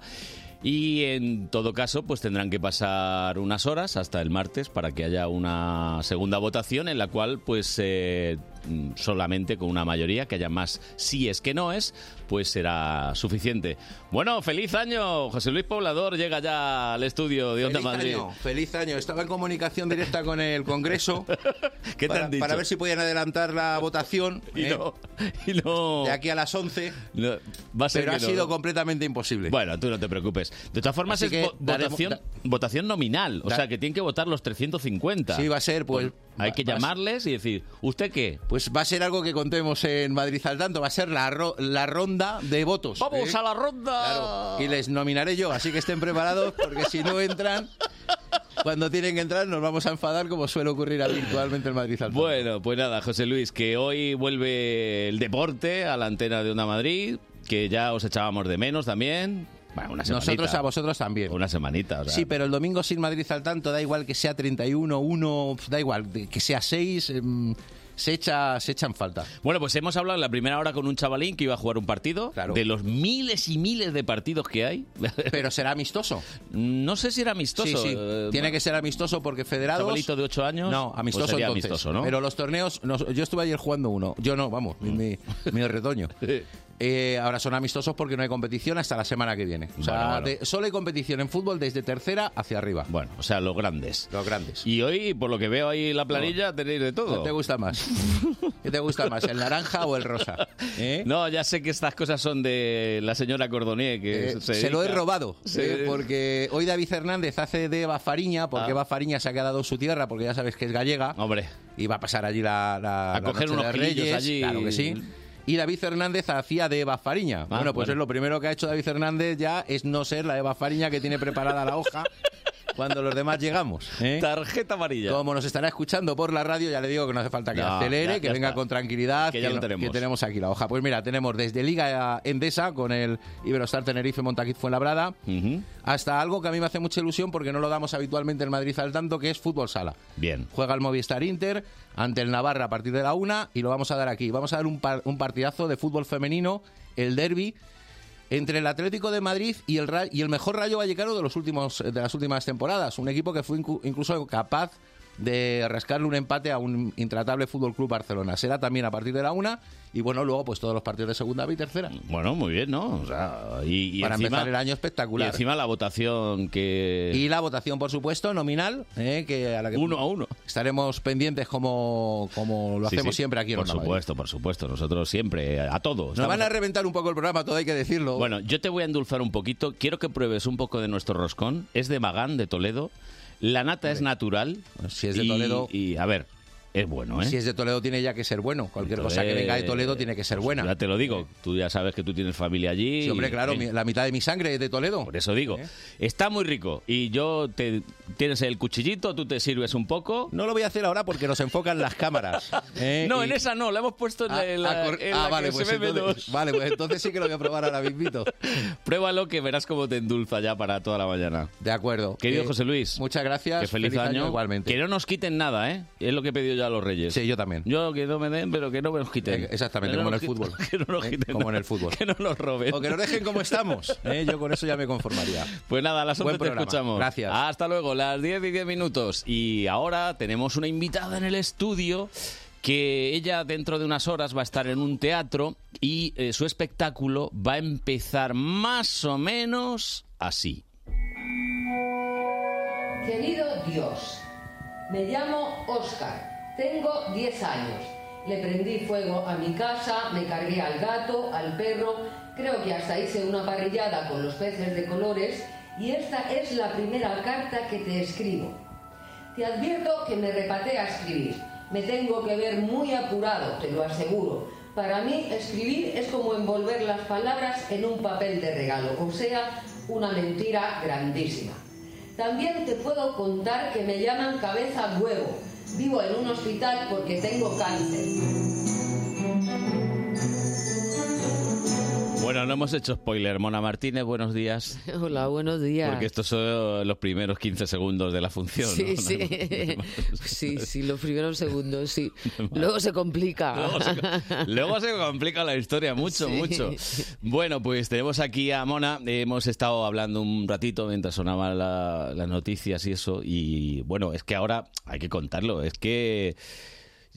Speaker 2: Y en todo caso, pues tendrán que pasar unas horas hasta el martes para que haya una segunda votación en la cual, pues eh, mm, solamente con una mayoría, que haya más sí es que no es, pues será suficiente. Bueno, feliz año. José Luis Poblador llega ya al estudio de Onda
Speaker 17: Feliz
Speaker 2: Madrid.
Speaker 17: año, feliz año. Estaba en comunicación directa con el Congreso
Speaker 2: ¿Qué te
Speaker 17: para,
Speaker 2: han dicho?
Speaker 17: para ver si podían adelantar la votación ¿eh?
Speaker 2: Y no,
Speaker 17: de aquí a las 11.
Speaker 2: No, va a ser
Speaker 17: pero
Speaker 2: que
Speaker 17: ha
Speaker 2: no.
Speaker 17: sido completamente imposible.
Speaker 2: Bueno, tú no te preocupes. De todas formas,
Speaker 17: Así
Speaker 2: es
Speaker 17: que
Speaker 2: vo-
Speaker 17: daremos-
Speaker 2: votación,
Speaker 17: da-
Speaker 2: votación nominal. O
Speaker 17: da-
Speaker 2: sea, que tienen que votar los 350.
Speaker 17: Sí, va a ser, pues,
Speaker 2: hay que
Speaker 17: va- va a ser-
Speaker 2: llamarles y decir, ¿usted qué?
Speaker 17: Pues va a ser algo que contemos en Madrid al tanto, va a ser la, ro- la ronda de votos.
Speaker 2: ¡Vamos
Speaker 17: ¿eh?
Speaker 2: a la ronda!
Speaker 17: Y les nominaré yo, así que estén preparados, porque si no entran, cuando tienen que entrar nos vamos a enfadar como suele ocurrir habitualmente en Madrid al tanto.
Speaker 2: Bueno, pues nada, José Luis, que hoy vuelve el deporte a la antena de Onda Madrid, que ya os echábamos de menos también. Bueno, una semanita.
Speaker 17: Nosotros a vosotros también.
Speaker 2: Una semanita, o sea.
Speaker 17: Sí, pero el domingo sin Madrid al tanto, da igual que sea 31, 1, da igual, de- que sea 6, em, se, echa, se echan falta.
Speaker 2: Bueno, pues hemos hablado en la primera hora con un chavalín que iba a jugar un partido. De los miles y miles de partidos que hay.
Speaker 17: Pero será amistoso.
Speaker 2: No sé si era amistoso.
Speaker 17: Sí, sí.
Speaker 2: eh,
Speaker 17: Tiene que ser amistoso porque federados...
Speaker 2: Chavalito de 8 años,
Speaker 17: No,
Speaker 2: pues
Speaker 17: amistoso
Speaker 2: sería
Speaker 17: entonces.
Speaker 2: amistoso, ¿no? Mm.
Speaker 17: Pero los torneos... nos- yo estuve ayer jugando uno. Yo no, vamos, mi, mi retoño. Eh, ahora son amistosos porque no hay competición hasta la semana que viene. O sea,
Speaker 2: Bueno, bueno.
Speaker 17: de- solo hay competición en fútbol desde tercera hacia arriba.
Speaker 2: Bueno, o sea, los grandes.
Speaker 17: Los grandes.
Speaker 2: Y hoy, por lo que veo ahí en la planilla, tenéis de todo.
Speaker 17: ¿Cuál te gusta más? ¿Qué te gusta más, el naranja o el rosa? ¿Eh?
Speaker 2: No, ya sé que estas cosas son de la señora Cordonier. Que
Speaker 17: Eh,
Speaker 2: se,
Speaker 17: se, lo he
Speaker 2: dedica-
Speaker 17: robado.
Speaker 2: Se-
Speaker 17: eh, porque hoy David Hernández hace de Bafariña, porque
Speaker 2: Ah.
Speaker 17: Bafariña se ha quedado en su tierra, porque ya sabes que es gallega.
Speaker 2: Hombre.
Speaker 17: Y va a pasar allí la. la-
Speaker 2: A
Speaker 17: la
Speaker 2: coger
Speaker 17: noche
Speaker 2: unos
Speaker 17: de
Speaker 2: kilillos
Speaker 17: Reyes,
Speaker 2: allí.
Speaker 17: Claro que sí. Y David Hernández hacía de Eva Fariña. bueno, pues
Speaker 2: Ah, bueno.
Speaker 17: es lo primero que ha hecho David Hernández ya es no ser la Eva Fariña que tiene preparada la hoja cuando los demás llegamos. ¿eh?
Speaker 2: Tarjeta amarilla.
Speaker 17: Como nos estará escuchando por la radio, ya le digo que no hace falta que
Speaker 2: No,
Speaker 17: acelere,
Speaker 2: ya-
Speaker 17: que
Speaker 2: ya
Speaker 17: venga
Speaker 2: está.
Speaker 17: con tranquilidad.
Speaker 2: Que ya lo
Speaker 17: no-
Speaker 2: tenemos.
Speaker 17: tenemos aquí la hoja. Pues mira, tenemos desde Liga Endesa con el Iberostar Tenerife Montaquit Fuenlabrada hasta algo que a mí me hace mucha ilusión porque no lo damos habitualmente en Madrid al tanto, que es fútbol sala.
Speaker 2: Bien.
Speaker 17: Juega el Movistar Inter ante el Navarra a partir de la una y lo vamos a dar aquí. Vamos a dar un, par- un partidazo de fútbol femenino, el derby entre el Atlético de Madrid y el, Ra- y el mejor Rayo Vallecano de, los últimos, de las últimas temporadas. Un equipo que fue incu- incluso capaz de rascarle un empate a un intratable Fútbol Club Barcelona. Será también a partir de la una y bueno, luego pues todos los partidos de segunda B y tercera.
Speaker 2: Bueno, muy bien, ¿no? O sea, y, y
Speaker 17: Para
Speaker 2: encima-
Speaker 17: empezar el año espectacular.
Speaker 2: Y encima la votación que...
Speaker 17: Y la votación, por supuesto, nominal, eh, que a la que
Speaker 2: Uno a uno.
Speaker 17: Estaremos pendientes como, como lo
Speaker 2: Sí,
Speaker 17: hacemos
Speaker 2: sí.
Speaker 17: siempre aquí en
Speaker 2: Por
Speaker 17: Onda Madrid.
Speaker 2: supuesto, por supuesto. Nosotros siempre, a todos.
Speaker 17: Nos van a reventar un poco el programa, todo hay que decirlo.
Speaker 2: Bueno, yo te voy a endulzar un poquito. Quiero que pruebes un poco de nuestro roscón. Es de Magán, de Toledo. La nata es natural.
Speaker 17: Si es de
Speaker 2: Y-
Speaker 17: Toledo-
Speaker 2: Y a ver, es bueno, ¿eh?
Speaker 17: Si es de Toledo tiene ya que ser bueno. Cualquier cosa que
Speaker 2: Entonces,
Speaker 17: venga de Toledo tiene que ser buena.
Speaker 2: Eh, pues Ya te lo digo. Tú ya sabes que tú tienes familia allí.
Speaker 17: Sí, hombre, claro, mi- la mitad de mi sangre es de Toledo. ¿Eh?
Speaker 2: Por eso digo, está muy rico. Y yo te tienes el cuchillito, tú te sirves un poco.
Speaker 17: No lo voy a hacer ahora porque nos enfocan las cámaras. ¿eh?
Speaker 2: no,
Speaker 17: Y-
Speaker 2: en esa no, la hemos puesto en
Speaker 17: Ah,
Speaker 2: la,
Speaker 17: ah, cor-
Speaker 2: en
Speaker 17: ah,
Speaker 2: la
Speaker 17: vale,
Speaker 2: que
Speaker 17: pues
Speaker 2: se ve
Speaker 17: entonces,
Speaker 2: menos.
Speaker 17: vale, pues entonces sí que lo voy a probar ahora mismito.
Speaker 2: Pruébalo que verás cómo te endulza ya para toda la mañana.
Speaker 17: De acuerdo.
Speaker 2: Querido
Speaker 17: Eh,
Speaker 2: José Luis.
Speaker 17: Muchas gracias.
Speaker 2: Que feliz, año.
Speaker 17: igualmente.
Speaker 2: Que no nos quiten nada, ¿eh? Es lo que he pedido yo a los Reyes. Sí,
Speaker 17: yo también.
Speaker 2: Yo que no me den, pero que no me los quiten.
Speaker 17: Eh, exactamente,
Speaker 2: Que no
Speaker 17: como en el
Speaker 2: nos
Speaker 17: fútbol.
Speaker 2: quiten- Que no nos
Speaker 17: Eh,
Speaker 2: quiten
Speaker 17: como en
Speaker 2: nada.
Speaker 17: el fútbol.
Speaker 2: Que no nos roben.
Speaker 17: O que nos dejen como estamos. ¿eh? Yo con eso ya me conformaría.
Speaker 2: Pues nada, a las
Speaker 17: Buen
Speaker 2: 11 te
Speaker 17: programa.
Speaker 2: escuchamos.
Speaker 17: Gracias.
Speaker 2: Hasta luego, las 10 y 10 minutos. Y ahora tenemos una invitada en el estudio que ella dentro de unas horas va a estar en un teatro y eh, su espectáculo va a empezar más o menos así.
Speaker 6: Querido Dios, me llamo Oscar, tengo 10 años. Le prendí fuego a mi casa, me cargué al gato, al perro, creo que hasta hice una parrillada con los peces de colores y esta es la primera carta que te escribo. Te advierto que me repatea a escribir, me tengo que ver muy apurado, te lo aseguro. Para mí escribir es como envolver las palabras en un papel de regalo, o sea, una mentira grandísima. También te puedo contar que me llaman cabeza huevo. Vivo en un hospital porque tengo cáncer.
Speaker 2: Bueno, no hemos hecho spoiler. Mona Martínez, buenos días.
Speaker 7: Hola, buenos días.
Speaker 2: Porque estos son los primeros 15 segundos de la función.
Speaker 7: Sí,
Speaker 2: ¿no?
Speaker 7: sí. sí, sí, los primeros segundos, sí. Luego se complica.
Speaker 2: Luego se, luego se complica la historia mucho,
Speaker 7: Sí.
Speaker 2: mucho. Bueno, pues tenemos aquí a Mona. Hemos estado hablando un ratito mientras sonaban la- las noticias y eso. Y bueno, es que ahora hay que contarlo. Es que...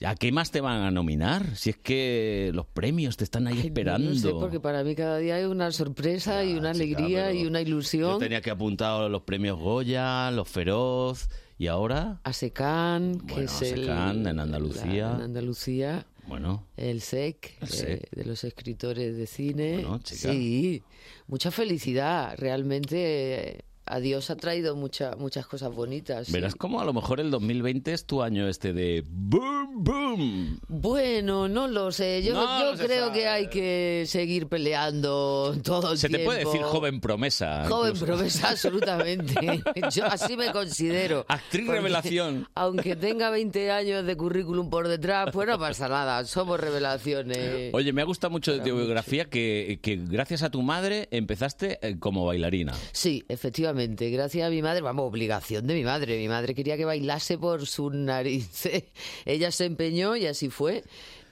Speaker 2: ¿A qué más te van a nominar? Si es que los premios te están ahí
Speaker 7: No
Speaker 2: esperando.
Speaker 7: lo sé, porque para mí cada día hay una sorpresa y una alegría
Speaker 2: pero
Speaker 7: y una
Speaker 2: Yo
Speaker 7: ilusión.
Speaker 2: tenía que apuntar los premios Goya, los Feroz y ahora...
Speaker 7: A SECAN, que
Speaker 2: Bueno,
Speaker 7: es el-
Speaker 2: SECAN, en
Speaker 7: la-
Speaker 2: Andalucía.
Speaker 7: en Andalucía.
Speaker 2: Bueno.
Speaker 7: El SEC,
Speaker 2: El
Speaker 7: eh,
Speaker 2: SEC.
Speaker 7: de los escritores de cine.
Speaker 2: Bueno, chica.
Speaker 7: Sí, mucha felicidad. Realmente eh, a Dios ha traído mucha- muchas cosas bonitas. sí.
Speaker 2: Verás cómo a lo mejor el 2020 es tu año este de boom, boom.
Speaker 7: Bueno, no lo sé. Yo,
Speaker 2: No
Speaker 7: yo
Speaker 2: lo se
Speaker 7: creo
Speaker 2: sabe.
Speaker 7: que hay que seguir peleando todo el
Speaker 2: Se te
Speaker 7: tiempo.
Speaker 2: puede decir joven promesa.
Speaker 7: Joven
Speaker 2: incluso.
Speaker 7: promesa, absolutamente. Yo así me considero.
Speaker 2: Actriz
Speaker 7: Porque
Speaker 2: revelación.
Speaker 7: Aunque tenga 20 años de currículum por detrás, pues no pasa nada. Somos revelaciones.
Speaker 2: Oye, me ha gustado mucho de tu biografía que, que gracias a tu madre empezaste eh, como bailarina.
Speaker 7: Sí, efectivamente. Gracias a mi madre, vamos, obligación de mi madre. Mi madre quería que bailase por su nariz. Ella se empeñó y así fue,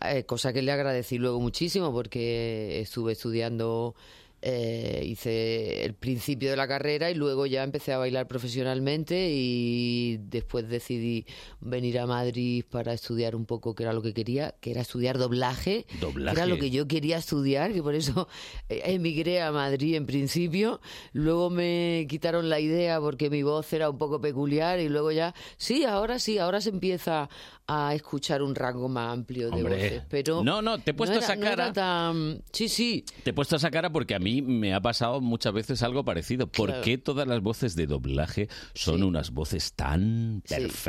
Speaker 7: eh, cosa que le agradecí luego muchísimo porque estuve estudiando, eh, hice el principio de la carrera y luego ya empecé a bailar profesionalmente y después decidí venir a Madrid para estudiar un poco que era lo que quería, que era estudiar doblaje.
Speaker 2: Doblaje.
Speaker 7: Que era lo que yo quería estudiar, que por eso eh, emigré a Madrid en principio. Luego me quitaron la idea porque mi voz era un poco peculiar y luego ya, sí, ahora sí, ahora se empieza a escuchar un rango más amplio de
Speaker 2: Hombre.
Speaker 7: voces. Pero
Speaker 2: No, no, te he puesto
Speaker 7: era-
Speaker 2: esa
Speaker 7: no era
Speaker 2: cara.
Speaker 7: tan- Sí, sí.
Speaker 2: Te he puesto esa cara porque a mí me ha pasado muchas veces algo parecido. ¿Por
Speaker 7: Claro.
Speaker 2: qué todas las voces de doblaje son unas voces tan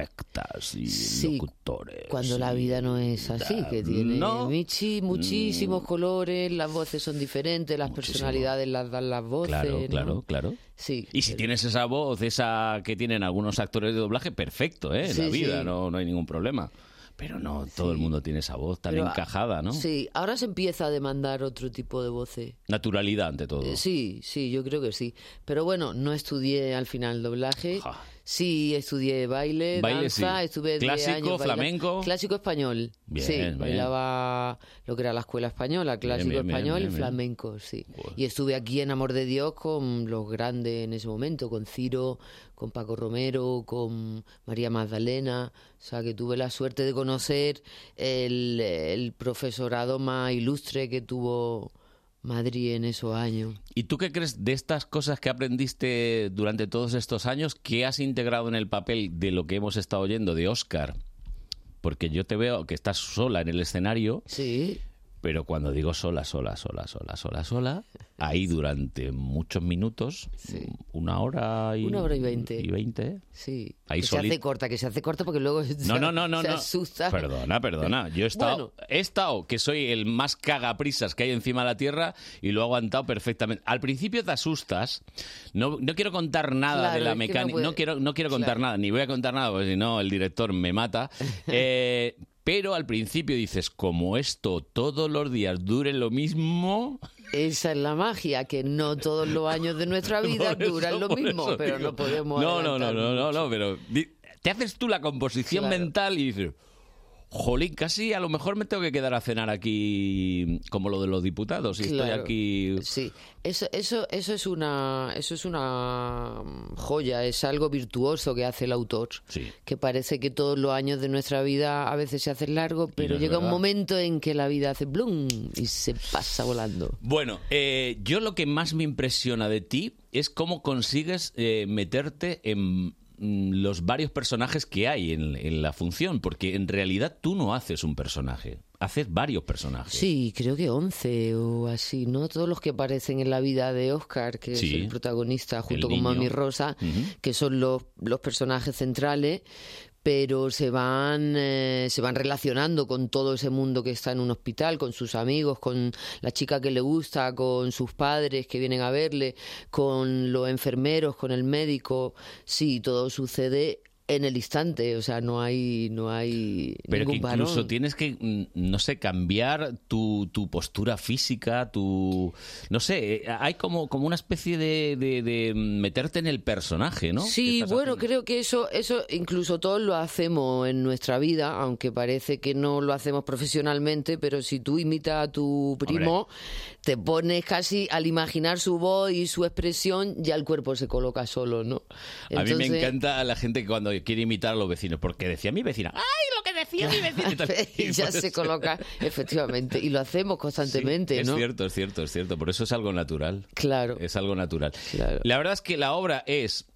Speaker 2: perfectas y
Speaker 7: Sí,
Speaker 2: locutores?
Speaker 7: Cuando la vida no es así, que tiene
Speaker 2: no. Mm.
Speaker 7: Michi muchísimos colores, las voces son diferentes, las personalidades las dan las voces.
Speaker 2: Claro,
Speaker 7: ¿no?
Speaker 2: claro, claro.
Speaker 7: Sí.
Speaker 2: Y si tienes esa voz, esa que tienen algunos actores de doblaje, perfecto, ¿eh? En la
Speaker 7: Sí,
Speaker 2: vida,
Speaker 7: sí.
Speaker 2: no, no hay ningún problema. Pero no todo el mundo tiene esa voz tan
Speaker 7: Pero, ah,
Speaker 2: encajada, ¿no?
Speaker 7: Sí, ahora se empieza a demandar otro tipo de voces.
Speaker 2: Naturalidad ante todo.
Speaker 7: Eh, Sí, sí, yo creo que sí. Pero bueno, no estudié al final doblaje, Sí, estudié baile,
Speaker 2: Baile,
Speaker 7: danza,
Speaker 2: sí.
Speaker 7: estuve diez
Speaker 2: Clásico,
Speaker 7: años bailando.
Speaker 2: flamenco.
Speaker 7: Clásico español.
Speaker 2: Bien,
Speaker 7: sí,
Speaker 2: bien.
Speaker 7: bailaba lo que era la escuela española, clásico
Speaker 2: bien, bien,
Speaker 7: español
Speaker 2: bien,
Speaker 7: y
Speaker 2: bien.
Speaker 7: flamenco, sí. Y estuve aquí en Amor de Dios con los grandes en ese momento, con Ciro, con Paco Romero, con María Magdalena. O sea, que tuve la suerte de conocer el, el profesorado más ilustre que tuvo Madrid en esos años.
Speaker 2: ¿Y tú qué crees de estas cosas que aprendiste durante todos estos años? ¿Qué has integrado en el papel de lo que hemos estado oyendo de Oscar? Porque yo te veo que estás sola en el escenario.
Speaker 7: Sí.
Speaker 2: Pero cuando digo sola, sola, sola, sola, sola, sola, ahí durante muchos minutos, una hora y...
Speaker 7: Una hora y veinte.
Speaker 2: Y veinte.
Speaker 7: Sí.
Speaker 2: Ahí
Speaker 7: que se
Speaker 2: solita.
Speaker 7: hace corta, que se hace corta porque luego se,
Speaker 2: No, no, no, no.
Speaker 7: se
Speaker 2: no.
Speaker 7: asusta.
Speaker 2: Perdona, perdona. Yo he estado, he estado, que soy el más cagaprisas que hay encima de la tierra y lo he aguantado perfectamente. Al principio te asustas. No, no quiero contar nada
Speaker 26: Claro,
Speaker 2: de la
Speaker 26: es que no
Speaker 2: mecánica. No,
Speaker 26: puede-
Speaker 2: quiero, no quiero contar
Speaker 26: Claro.
Speaker 2: nada, ni voy a contar nada, porque si no, el director me mata. Eh, pero al principio dices, como esto todos los días dure lo mismo.
Speaker 7: Esa es la magia, que no todos los años de nuestra vida
Speaker 2: Por eso,
Speaker 7: duran lo
Speaker 2: por
Speaker 7: mismo,
Speaker 2: eso
Speaker 7: pero
Speaker 2: digo.
Speaker 7: no podemos.
Speaker 2: No, no, no,
Speaker 7: adelantar.
Speaker 2: no, no, no, pero di- te haces tú la composición
Speaker 7: Claro.
Speaker 2: mental y dices, jolín, casi a lo mejor me tengo que quedar a cenar aquí como lo de los diputados y estoy
Speaker 7: Claro.
Speaker 2: aquí.
Speaker 7: Sí. Eso, eso, eso es una, eso es una mm, joya, es algo virtuoso que hace el autor. Que parece que todos los años de nuestra vida a veces se hacen largos, pero
Speaker 2: es
Speaker 7: llega un
Speaker 2: verdad.
Speaker 7: momento en que la vida hace blum y se pasa volando.
Speaker 2: Bueno, eh, yo lo que más me impresiona de ti es cómo consigues eh, meterte en mm, los varios personajes que hay en, en la función, porque en realidad tú no haces un personaje, haces varios personajes.
Speaker 7: Sí, creo que 11 o así, ¿no? Todos los que aparecen en la vida de Oscar, que
Speaker 2: Sí.
Speaker 7: es el protagonista junto
Speaker 2: El
Speaker 7: con
Speaker 2: niño.
Speaker 7: Mami Rosa, que son los, los personajes centrales, pero se van, eh, se van relacionando con todo ese mundo que está en un hospital, con sus amigos, con la chica que le gusta, con sus padres que vienen a verle, con los enfermeros, con el médico. Sí, todo sucede en el instante, o sea, no hay, no hay
Speaker 2: Pero que
Speaker 7: ningún
Speaker 2: incluso
Speaker 7: parón.
Speaker 2: tienes que, mm, no sé, cambiar tu, tu postura física, tu... No sé, eh, hay como, como una especie de, de- de mm, meterte en el personaje, ¿no?
Speaker 7: Sí, bueno, creo que eso, eso incluso todos lo hacemos en nuestra vida, aunque parece que no lo hacemos profesionalmente, pero si tú imitas a tu primo, te pones casi al imaginar su voz y su expresión, ya el cuerpo se coloca solo, ¿no?
Speaker 2: A mí me
Speaker 7: Entonces-
Speaker 2: encanta la gente que cuando quiere imitar a los vecinos, porque decía mi vecina, ¡ah! lo que decía mi vecino!
Speaker 7: y ya se coloca, efectivamente, y lo hacemos constantemente,
Speaker 2: Es
Speaker 7: ¿no?
Speaker 2: cierto, es cierto, es cierto. Por eso es algo natural.
Speaker 7: Claro.
Speaker 2: Es algo natural. La verdad es que la obra es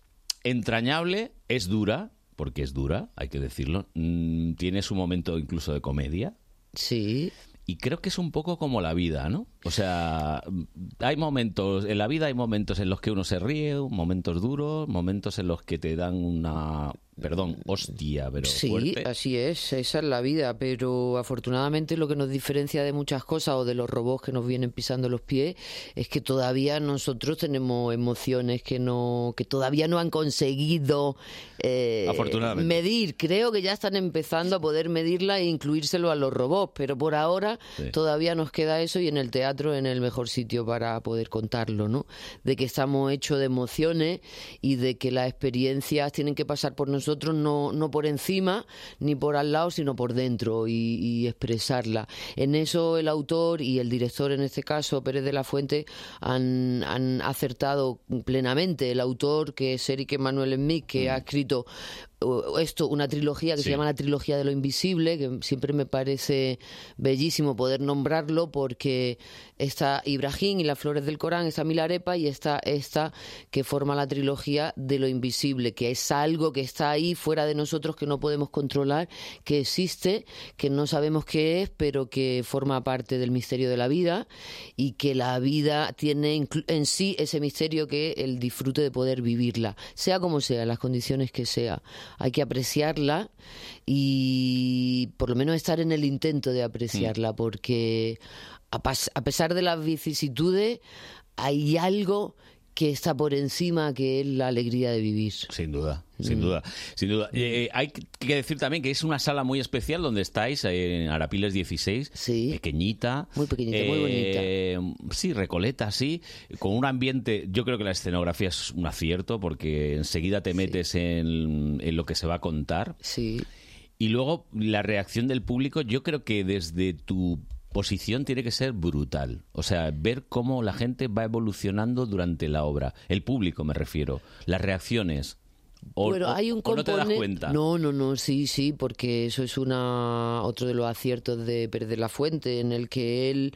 Speaker 2: entrañable, es dura, porque es dura, hay que decirlo. Mm, tiene su momento incluso de comedia.
Speaker 7: Sí.
Speaker 2: Y creo que es un poco como la vida, ¿no? O sea, mm, hay momentos, en la vida hay momentos en los que uno se ríe, momentos duros, momentos en los que te dan una, perdón, hostia, pero
Speaker 7: Sí,
Speaker 2: fuerte.
Speaker 7: así es, esa es la vida, pero afortunadamente lo que nos diferencia de muchas cosas o de los robots que nos vienen pisando los pies es que todavía nosotros tenemos emociones que no que todavía no han conseguido eh,
Speaker 2: Afortunadamente.
Speaker 7: medir. Creo que ya están empezando a poder medirla e incluírselo a los robots, pero por ahora
Speaker 2: Sí.
Speaker 7: todavía nos queda eso y en el teatro en el mejor sitio para poder contarlo, ¿no? De que estamos hechos de emociones y de que las experiencias tienen que pasar por nosotros, no, no por encima ni por al lado, sino por dentro y, y expresarla. En eso el autor y el director, en este caso, Pérez de la Fuente, han, han acertado plenamente. El autor, que es Eric Manuel Enmic, que ha escrito o- esto, una trilogía que
Speaker 18: Sí.
Speaker 7: se llama la trilogía de lo invisible, que siempre me parece bellísimo poder nombrarlo porque está Ibrahim y las flores del Corán, está Milarepa y está esta que forma la trilogía de lo invisible, que es algo que está ahí fuera de nosotros que no podemos controlar, que existe, que no sabemos qué es, pero que forma parte del misterio de la vida y que la vida tiene inclu- en sí ese misterio que el disfrute de poder vivirla, sea como sea, en las condiciones que sea. Hay que apreciarla y por lo menos estar en el intento de
Speaker 2: Mm.
Speaker 7: apreciarla, porque a, pas- a pesar de las vicisitudes, hay algo que está por encima, que es la alegría de vivir.
Speaker 2: Sin duda, sin duda, sin duda. Eh, eh, hay que decir también que es una sala muy especial donde estáis, eh, en Arapiles 16, pequeñita.
Speaker 7: Muy pequeñita, muy
Speaker 2: bonita. Sí, recoleta, sí, con un ambiente, yo creo que la escenografía es un acierto porque enseguida te metes en, en lo que se va a contar.
Speaker 7: Sí.
Speaker 2: Y luego la reacción del público, yo creo que desde tu posición tiene que ser brutal. O sea, ver cómo la gente va evolucionando durante la obra. El público, me refiero. Las reacciones. O,
Speaker 7: Bueno,
Speaker 2: o-
Speaker 7: hay un
Speaker 2: o no te das
Speaker 7: componen-
Speaker 2: cuenta.
Speaker 7: No, no, no, sí, sí, porque eso es una otro de los aciertos de Perder la Fuente, en el que él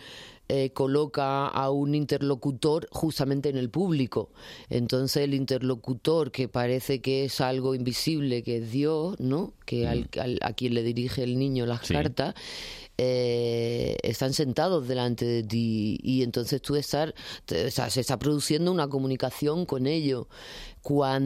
Speaker 7: eh, coloca a un interlocutor justamente en el público. Entonces el interlocutor que parece que es algo invisible, que es Dios, ¿no? Que
Speaker 2: Mm.
Speaker 7: al- al- a quien le dirige el niño las
Speaker 26: Sí.
Speaker 7: cartas. eh, están sentados delante de ti y entonces tú estás, te- o sea, se está produciendo una comunicación con ellos.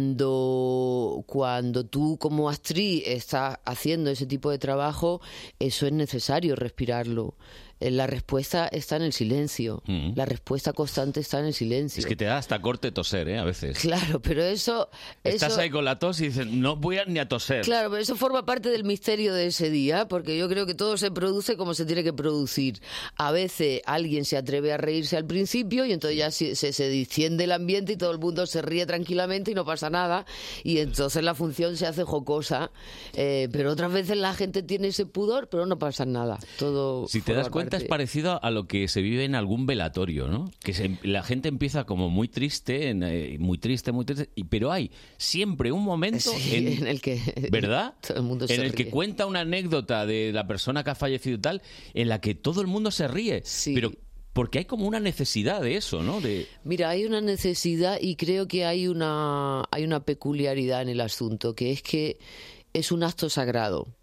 Speaker 7: Cuando, cuando tú como actriz estás haciendo ese tipo de trabajo, eso es necesario respirarlo. Eh, La respuesta está en el silencio,
Speaker 2: Mm.
Speaker 7: la respuesta constante está en el silencio.
Speaker 2: Es que te da hasta corte toser, ¿eh? A veces.
Speaker 7: Claro, pero eso...
Speaker 2: Estás
Speaker 7: eso-
Speaker 2: ahí con la tos y dices, no voy a- ni a toser.
Speaker 7: Claro, pero eso forma parte del misterio de ese día, porque yo creo que todo se produce como se tiene que producir. A veces alguien se atreve a reírse al principio y entonces ya se, se- se distiende el ambiente y todo el mundo se ríe tranquilamente y no pasa nada. Y entonces la función se hace jocosa. Eh, pero otras veces la gente tiene ese pudor, pero no pasa nada. Todo
Speaker 2: Si te das
Speaker 7: forma parte.
Speaker 2: cuenta, es parecido a lo que se vive en algún velatorio, ¿no? Que se- em, la gente empieza como muy triste, en, eh, muy triste, muy triste, y- pero hay siempre un momento
Speaker 7: Sí,
Speaker 2: en,
Speaker 7: en el que
Speaker 2: ¿Verdad?
Speaker 7: todo el mundo
Speaker 2: en
Speaker 7: se
Speaker 2: el que
Speaker 7: ríe.
Speaker 2: cuenta una anécdota de la persona que ha fallecido y tal, en la que todo el mundo se ríe. Pero porque hay como una necesidad de eso, ¿no? De,
Speaker 7: Mira, hay una necesidad y creo que hay una, hay una peculiaridad en el asunto, que es que es un acto sagrado.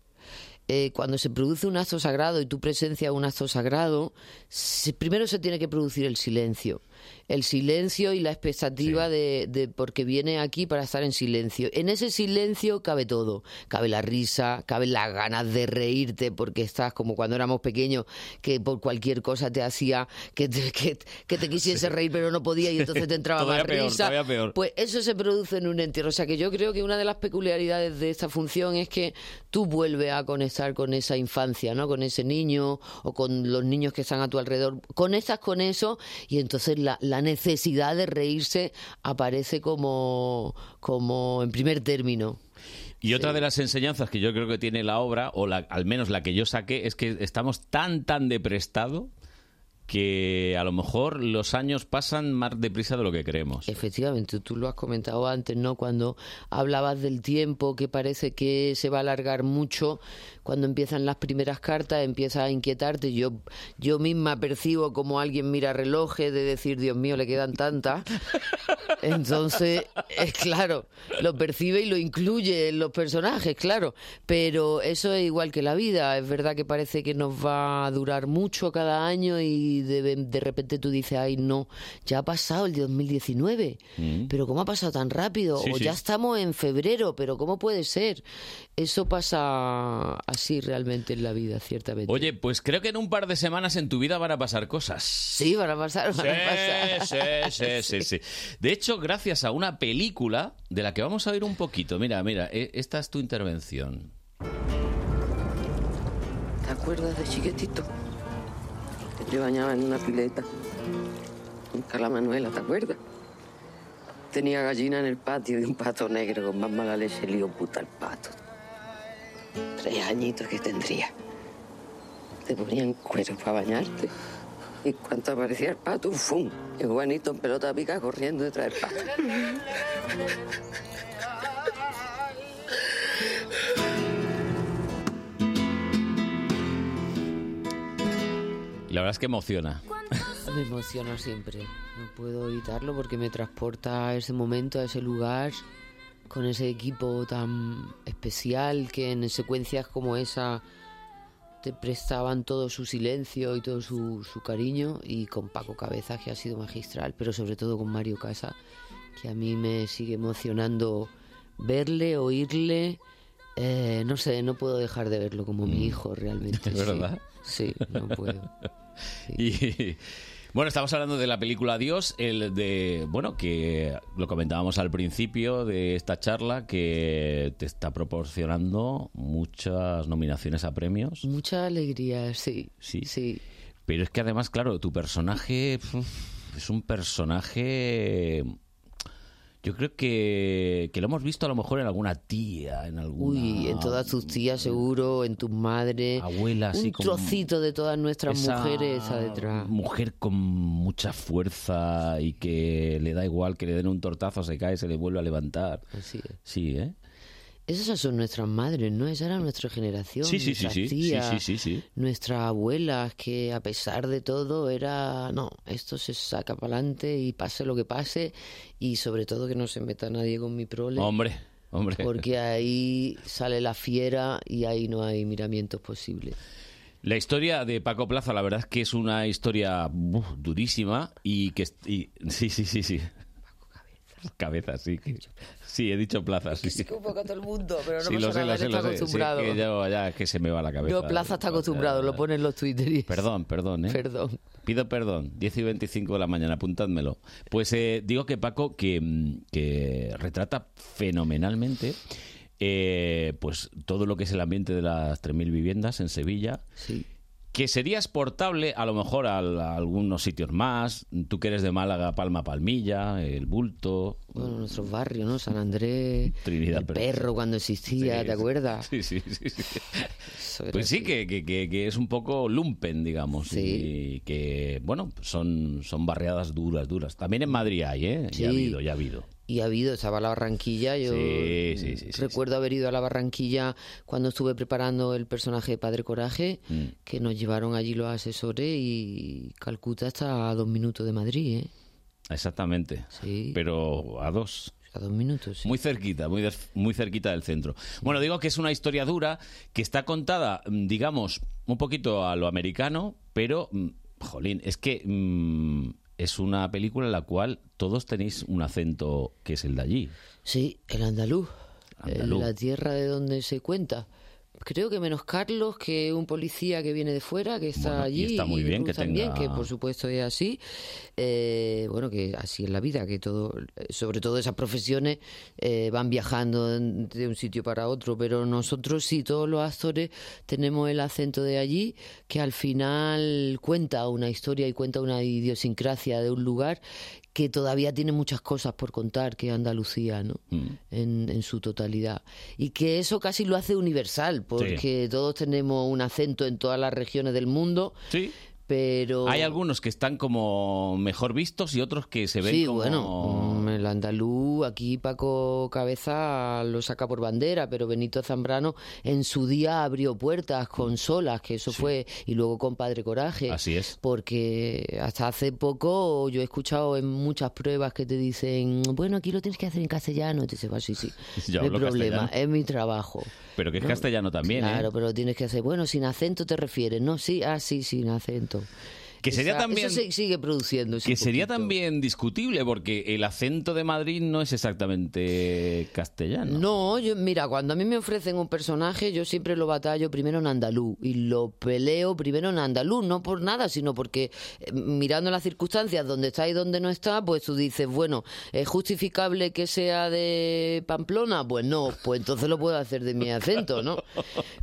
Speaker 7: Eh, cuando se produce un acto sagrado y tú presencias un acto sagrado, se- primero se tiene que producir el silencio. El silencio y la expectativa de, de- porque viene aquí para estar en silencio. En ese silencio cabe todo. Cabe la risa, cabe las ganas de reírte porque estás como cuando éramos pequeños que por cualquier cosa te hacía que te, que- que te quisiese reír pero no podía y entonces te entraba más
Speaker 2: Todavía peor,
Speaker 7: risa.
Speaker 2: todavía peor.
Speaker 7: Pues eso se produce en un entierro. O sea que yo creo que una de las peculiaridades de esta función es que tú vuelves a conectar con esa infancia, ¿no? Con ese niño o con los niños que están a tu alrededor. Conectas con eso y entonces la, la necesidad de reírse aparece como, como en primer término.
Speaker 2: Y otra de las enseñanzas que yo creo que tiene la obra, o la- al menos la que yo saqué, es que estamos tan, tan de prestado que a lo mejor los años pasan más deprisa de lo que creemos.
Speaker 7: Efectivamente, tú lo has comentado antes, ¿no? Cuando hablabas del tiempo, que parece que se va a alargar mucho, cuando empiezan las primeras cartas, empieza a inquietarte. Yo, yo misma percibo como alguien mira relojes de decir, Dios mío, le quedan tantas. Entonces, es claro, lo percibe y lo incluye en los personajes, claro. Pero eso es igual que la vida. Es verdad que parece que nos va a durar mucho cada año y de, de repente tú dices, ay, no, ya ha pasado el 2019. Pero ¿cómo ha pasado tan rápido?
Speaker 18: Mm. Sí,
Speaker 7: o
Speaker 18: sí.
Speaker 7: ya estamos en febrero, pero ¿cómo puede ser? Eso pasa así realmente en la vida, ciertamente.
Speaker 2: Oye, pues creo que en un par de semanas en tu vida van a pasar cosas.
Speaker 7: Sí, van a pasar, van a pasar.
Speaker 2: Sí, sí, sí, sí, sí. De hecho, gracias a una película de la que vamos a oír un poquito. Mira, mira, e- esta es tu intervención.
Speaker 18: ¿Te acuerdas de chiquitito? Que te bañaba en una pileta. En Cala Manuela, ¿te acuerdas? Tenía gallina en el patio y un pato negro con más mala leche lío puta el pato. Tres añitos que tendría. Te ponían cuero para bañarte. Y cuando aparecía el pato, ¡fum! El Juanito en pelota pica corriendo detrás del pato.
Speaker 2: Y la verdad es que emociona.
Speaker 7: Me emociona siempre. No puedo evitarlo porque me transporta a ese momento, a ese lugar, con ese equipo tan especial que en secuencias como esa te prestaban todo su silencio y todo su, su cariño y con Paco Cabezas que ha sido magistral, pero sobre todo con Mario Casa, que a mí me sigue emocionando verle, oírle. Eh, no sé, no puedo dejar de verlo como mi hijo realmente.
Speaker 2: ¿Es
Speaker 7: sí.
Speaker 2: verdad?
Speaker 7: Sí, no puedo.
Speaker 2: Y, Bueno, estamos hablando de la película Dios, el de, bueno, que lo comentábamos al principio de esta charla, que te está proporcionando muchas nominaciones a premios.
Speaker 7: Mucha alegría, sí.
Speaker 2: Sí.
Speaker 7: Sí.
Speaker 2: Pero es que además, claro, tu personaje uf, es un personaje. Yo creo que, que lo hemos visto a lo mejor en alguna tía, en alguna.
Speaker 7: Uy, en todas tus tías seguro, en tus madres.
Speaker 2: Abuela, así
Speaker 7: Un
Speaker 2: como-
Speaker 7: trocito de todas nuestras
Speaker 2: Esa-
Speaker 7: mujeres está detrás.
Speaker 2: Mujer con mucha fuerza y que le da igual que le den un tortazo, se cae, se le vuelve a levantar.
Speaker 7: Así es.
Speaker 2: Sí, ¿eh?
Speaker 7: Esas son nuestras madres, ¿no? Esa era nuestra generación.
Speaker 2: Sí, sí, sí,
Speaker 7: nuestras
Speaker 2: sí, sí,
Speaker 7: tías,
Speaker 2: sí, sí, sí.
Speaker 7: Nuestras abuelas, que a pesar de todo era, no, esto se saca para adelante y pase lo que pase y sobre todo que no se meta nadie con mi prole.
Speaker 2: Hombre, hombre.
Speaker 7: Porque ahí sale la fiera y ahí no hay miramientos posibles.
Speaker 2: La historia de Paco Plaza, la verdad es que es una historia uf, durísima y que... est- y- sí, sí, sí, sí. Paco Cabeza. Cabeza, sí. que- sí, he dicho Plaza, sí.
Speaker 7: Un poco todo el mundo, pero no
Speaker 2: Sí, lo
Speaker 7: pasa
Speaker 2: sé,
Speaker 7: nada,
Speaker 2: lo
Speaker 7: él
Speaker 2: sé,
Speaker 7: está
Speaker 2: lo sé. Sí,
Speaker 7: acostumbrado.
Speaker 2: que ya, ya es que se me va la cabeza.
Speaker 7: no, Plaza está acostumbrado, lo pone en los Twitter.
Speaker 2: Perdón, perdón, ¿eh?
Speaker 7: Perdón.
Speaker 2: Pido perdón. 10 y 25 de la mañana, apuntádmelo. Pues eh, digo que Paco, que, mm, que retrata fenomenalmente eh, pues todo lo que es el ambiente de las 3.000 viviendas en Sevilla. Que sería exportable a lo mejor a, la- a algunos sitios más. Tú que eres de Málaga, Palma Palmilla, El Bulto.
Speaker 7: Bueno, nuestros barrios, ¿no? San Andrés,
Speaker 2: Trinidad
Speaker 7: el
Speaker 2: pero-
Speaker 7: perro cuando existía, ¿te
Speaker 2: Sí, sí.
Speaker 7: acuerdas?
Speaker 2: Sí, sí, sí. sí. Pues sí, que, que- que- que es un poco lumpen, digamos. Y que, bueno, son, son barriadas duras, duras. También en Madrid hay, ¿eh?
Speaker 7: Sí.
Speaker 2: Ya ha habido, ya ha habido.
Speaker 7: Y ha habido, estaba la Barranquilla, yo
Speaker 2: Sí, sí, sí, sí,
Speaker 7: recuerdo haber ido a la Barranquilla cuando estuve preparando el personaje de Padre Coraje,
Speaker 2: Mm.
Speaker 7: que nos llevaron allí los asesores y Calcuta está a dos minutos de Madrid, ¿eh?
Speaker 2: Exactamente. Pero a dos.
Speaker 7: A dos minutos.
Speaker 2: Muy cerquita, muy, des- muy cerquita del centro. Bueno, digo que es una historia dura que está contada, mm, digamos, un poquito a lo americano, pero, mm, jolín, es que mm, es una película en la cual todos tenéis un acento que es el de allí.
Speaker 7: Sí, el andaluz,
Speaker 2: Andaluz.
Speaker 7: la tierra de donde se cuenta. Creo que menos Carlos, que un policía que viene de fuera, que está
Speaker 2: Bueno, y
Speaker 7: allí.
Speaker 2: está muy bien
Speaker 7: Ruth
Speaker 2: que
Speaker 7: también,
Speaker 2: tenga-
Speaker 7: que por supuesto es así. Eh, bueno, que así es la vida, que todo, sobre todo esas profesiones eh, van viajando en- de un sitio para otro. Pero nosotros sí, todos los actores tenemos el acento de allí, que al final cuenta una historia y cuenta una idiosincrasia de un lugar que todavía tiene muchas cosas por contar, que es Andalucía, ¿no?
Speaker 2: Mm.
Speaker 7: en, en su totalidad. Y que eso casi lo hace universal, porque todos tenemos un acento en todas las regiones del mundo.
Speaker 2: Sí.
Speaker 7: Pero.
Speaker 2: Hay algunos que están como mejor vistos y otros que se ven
Speaker 7: Sí,
Speaker 2: como...
Speaker 7: bueno, mm, el andaluz, aquí Paco Cabeza lo saca por bandera, pero Benito Zambrano en su día abrió puertas con Solas, que eso fue, y luego con Padre Coraje.
Speaker 2: Mm. Así es.
Speaker 7: Porque hasta hace poco yo he escuchado en muchas pruebas que te dicen, bueno, aquí lo tienes que hacer en castellano, y te dices, "Ah, sí, sí,
Speaker 2: Yo
Speaker 7: no hay
Speaker 2: hablo
Speaker 7: problema,
Speaker 2: castellano.
Speaker 7: es mi trabajo.
Speaker 2: Pero que es
Speaker 7: No,
Speaker 2: castellano también, ¿eh?
Speaker 7: Claro, pero tienes que hacer, bueno, sin acento te refieres, ¿no? Sí, ah, sí, sin acento.
Speaker 2: Que sería
Speaker 7: Esa-
Speaker 2: también-
Speaker 7: Eso se sigue produciendo. ese
Speaker 2: Que sería
Speaker 7: poquito.
Speaker 2: también discutible porque el acento de Madrid no es exactamente castellano.
Speaker 7: No, yo, mira, cuando a mí me ofrecen un personaje, yo siempre lo batallo primero en andaluz y lo peleo primero en andaluz, no por nada, sino porque eh, mirando las circunstancias, donde está y donde no está, pues tú dices, bueno, ¿es justificable que sea de Pamplona? Pues no, pues entonces lo puedo hacer de mi acento, ¿no?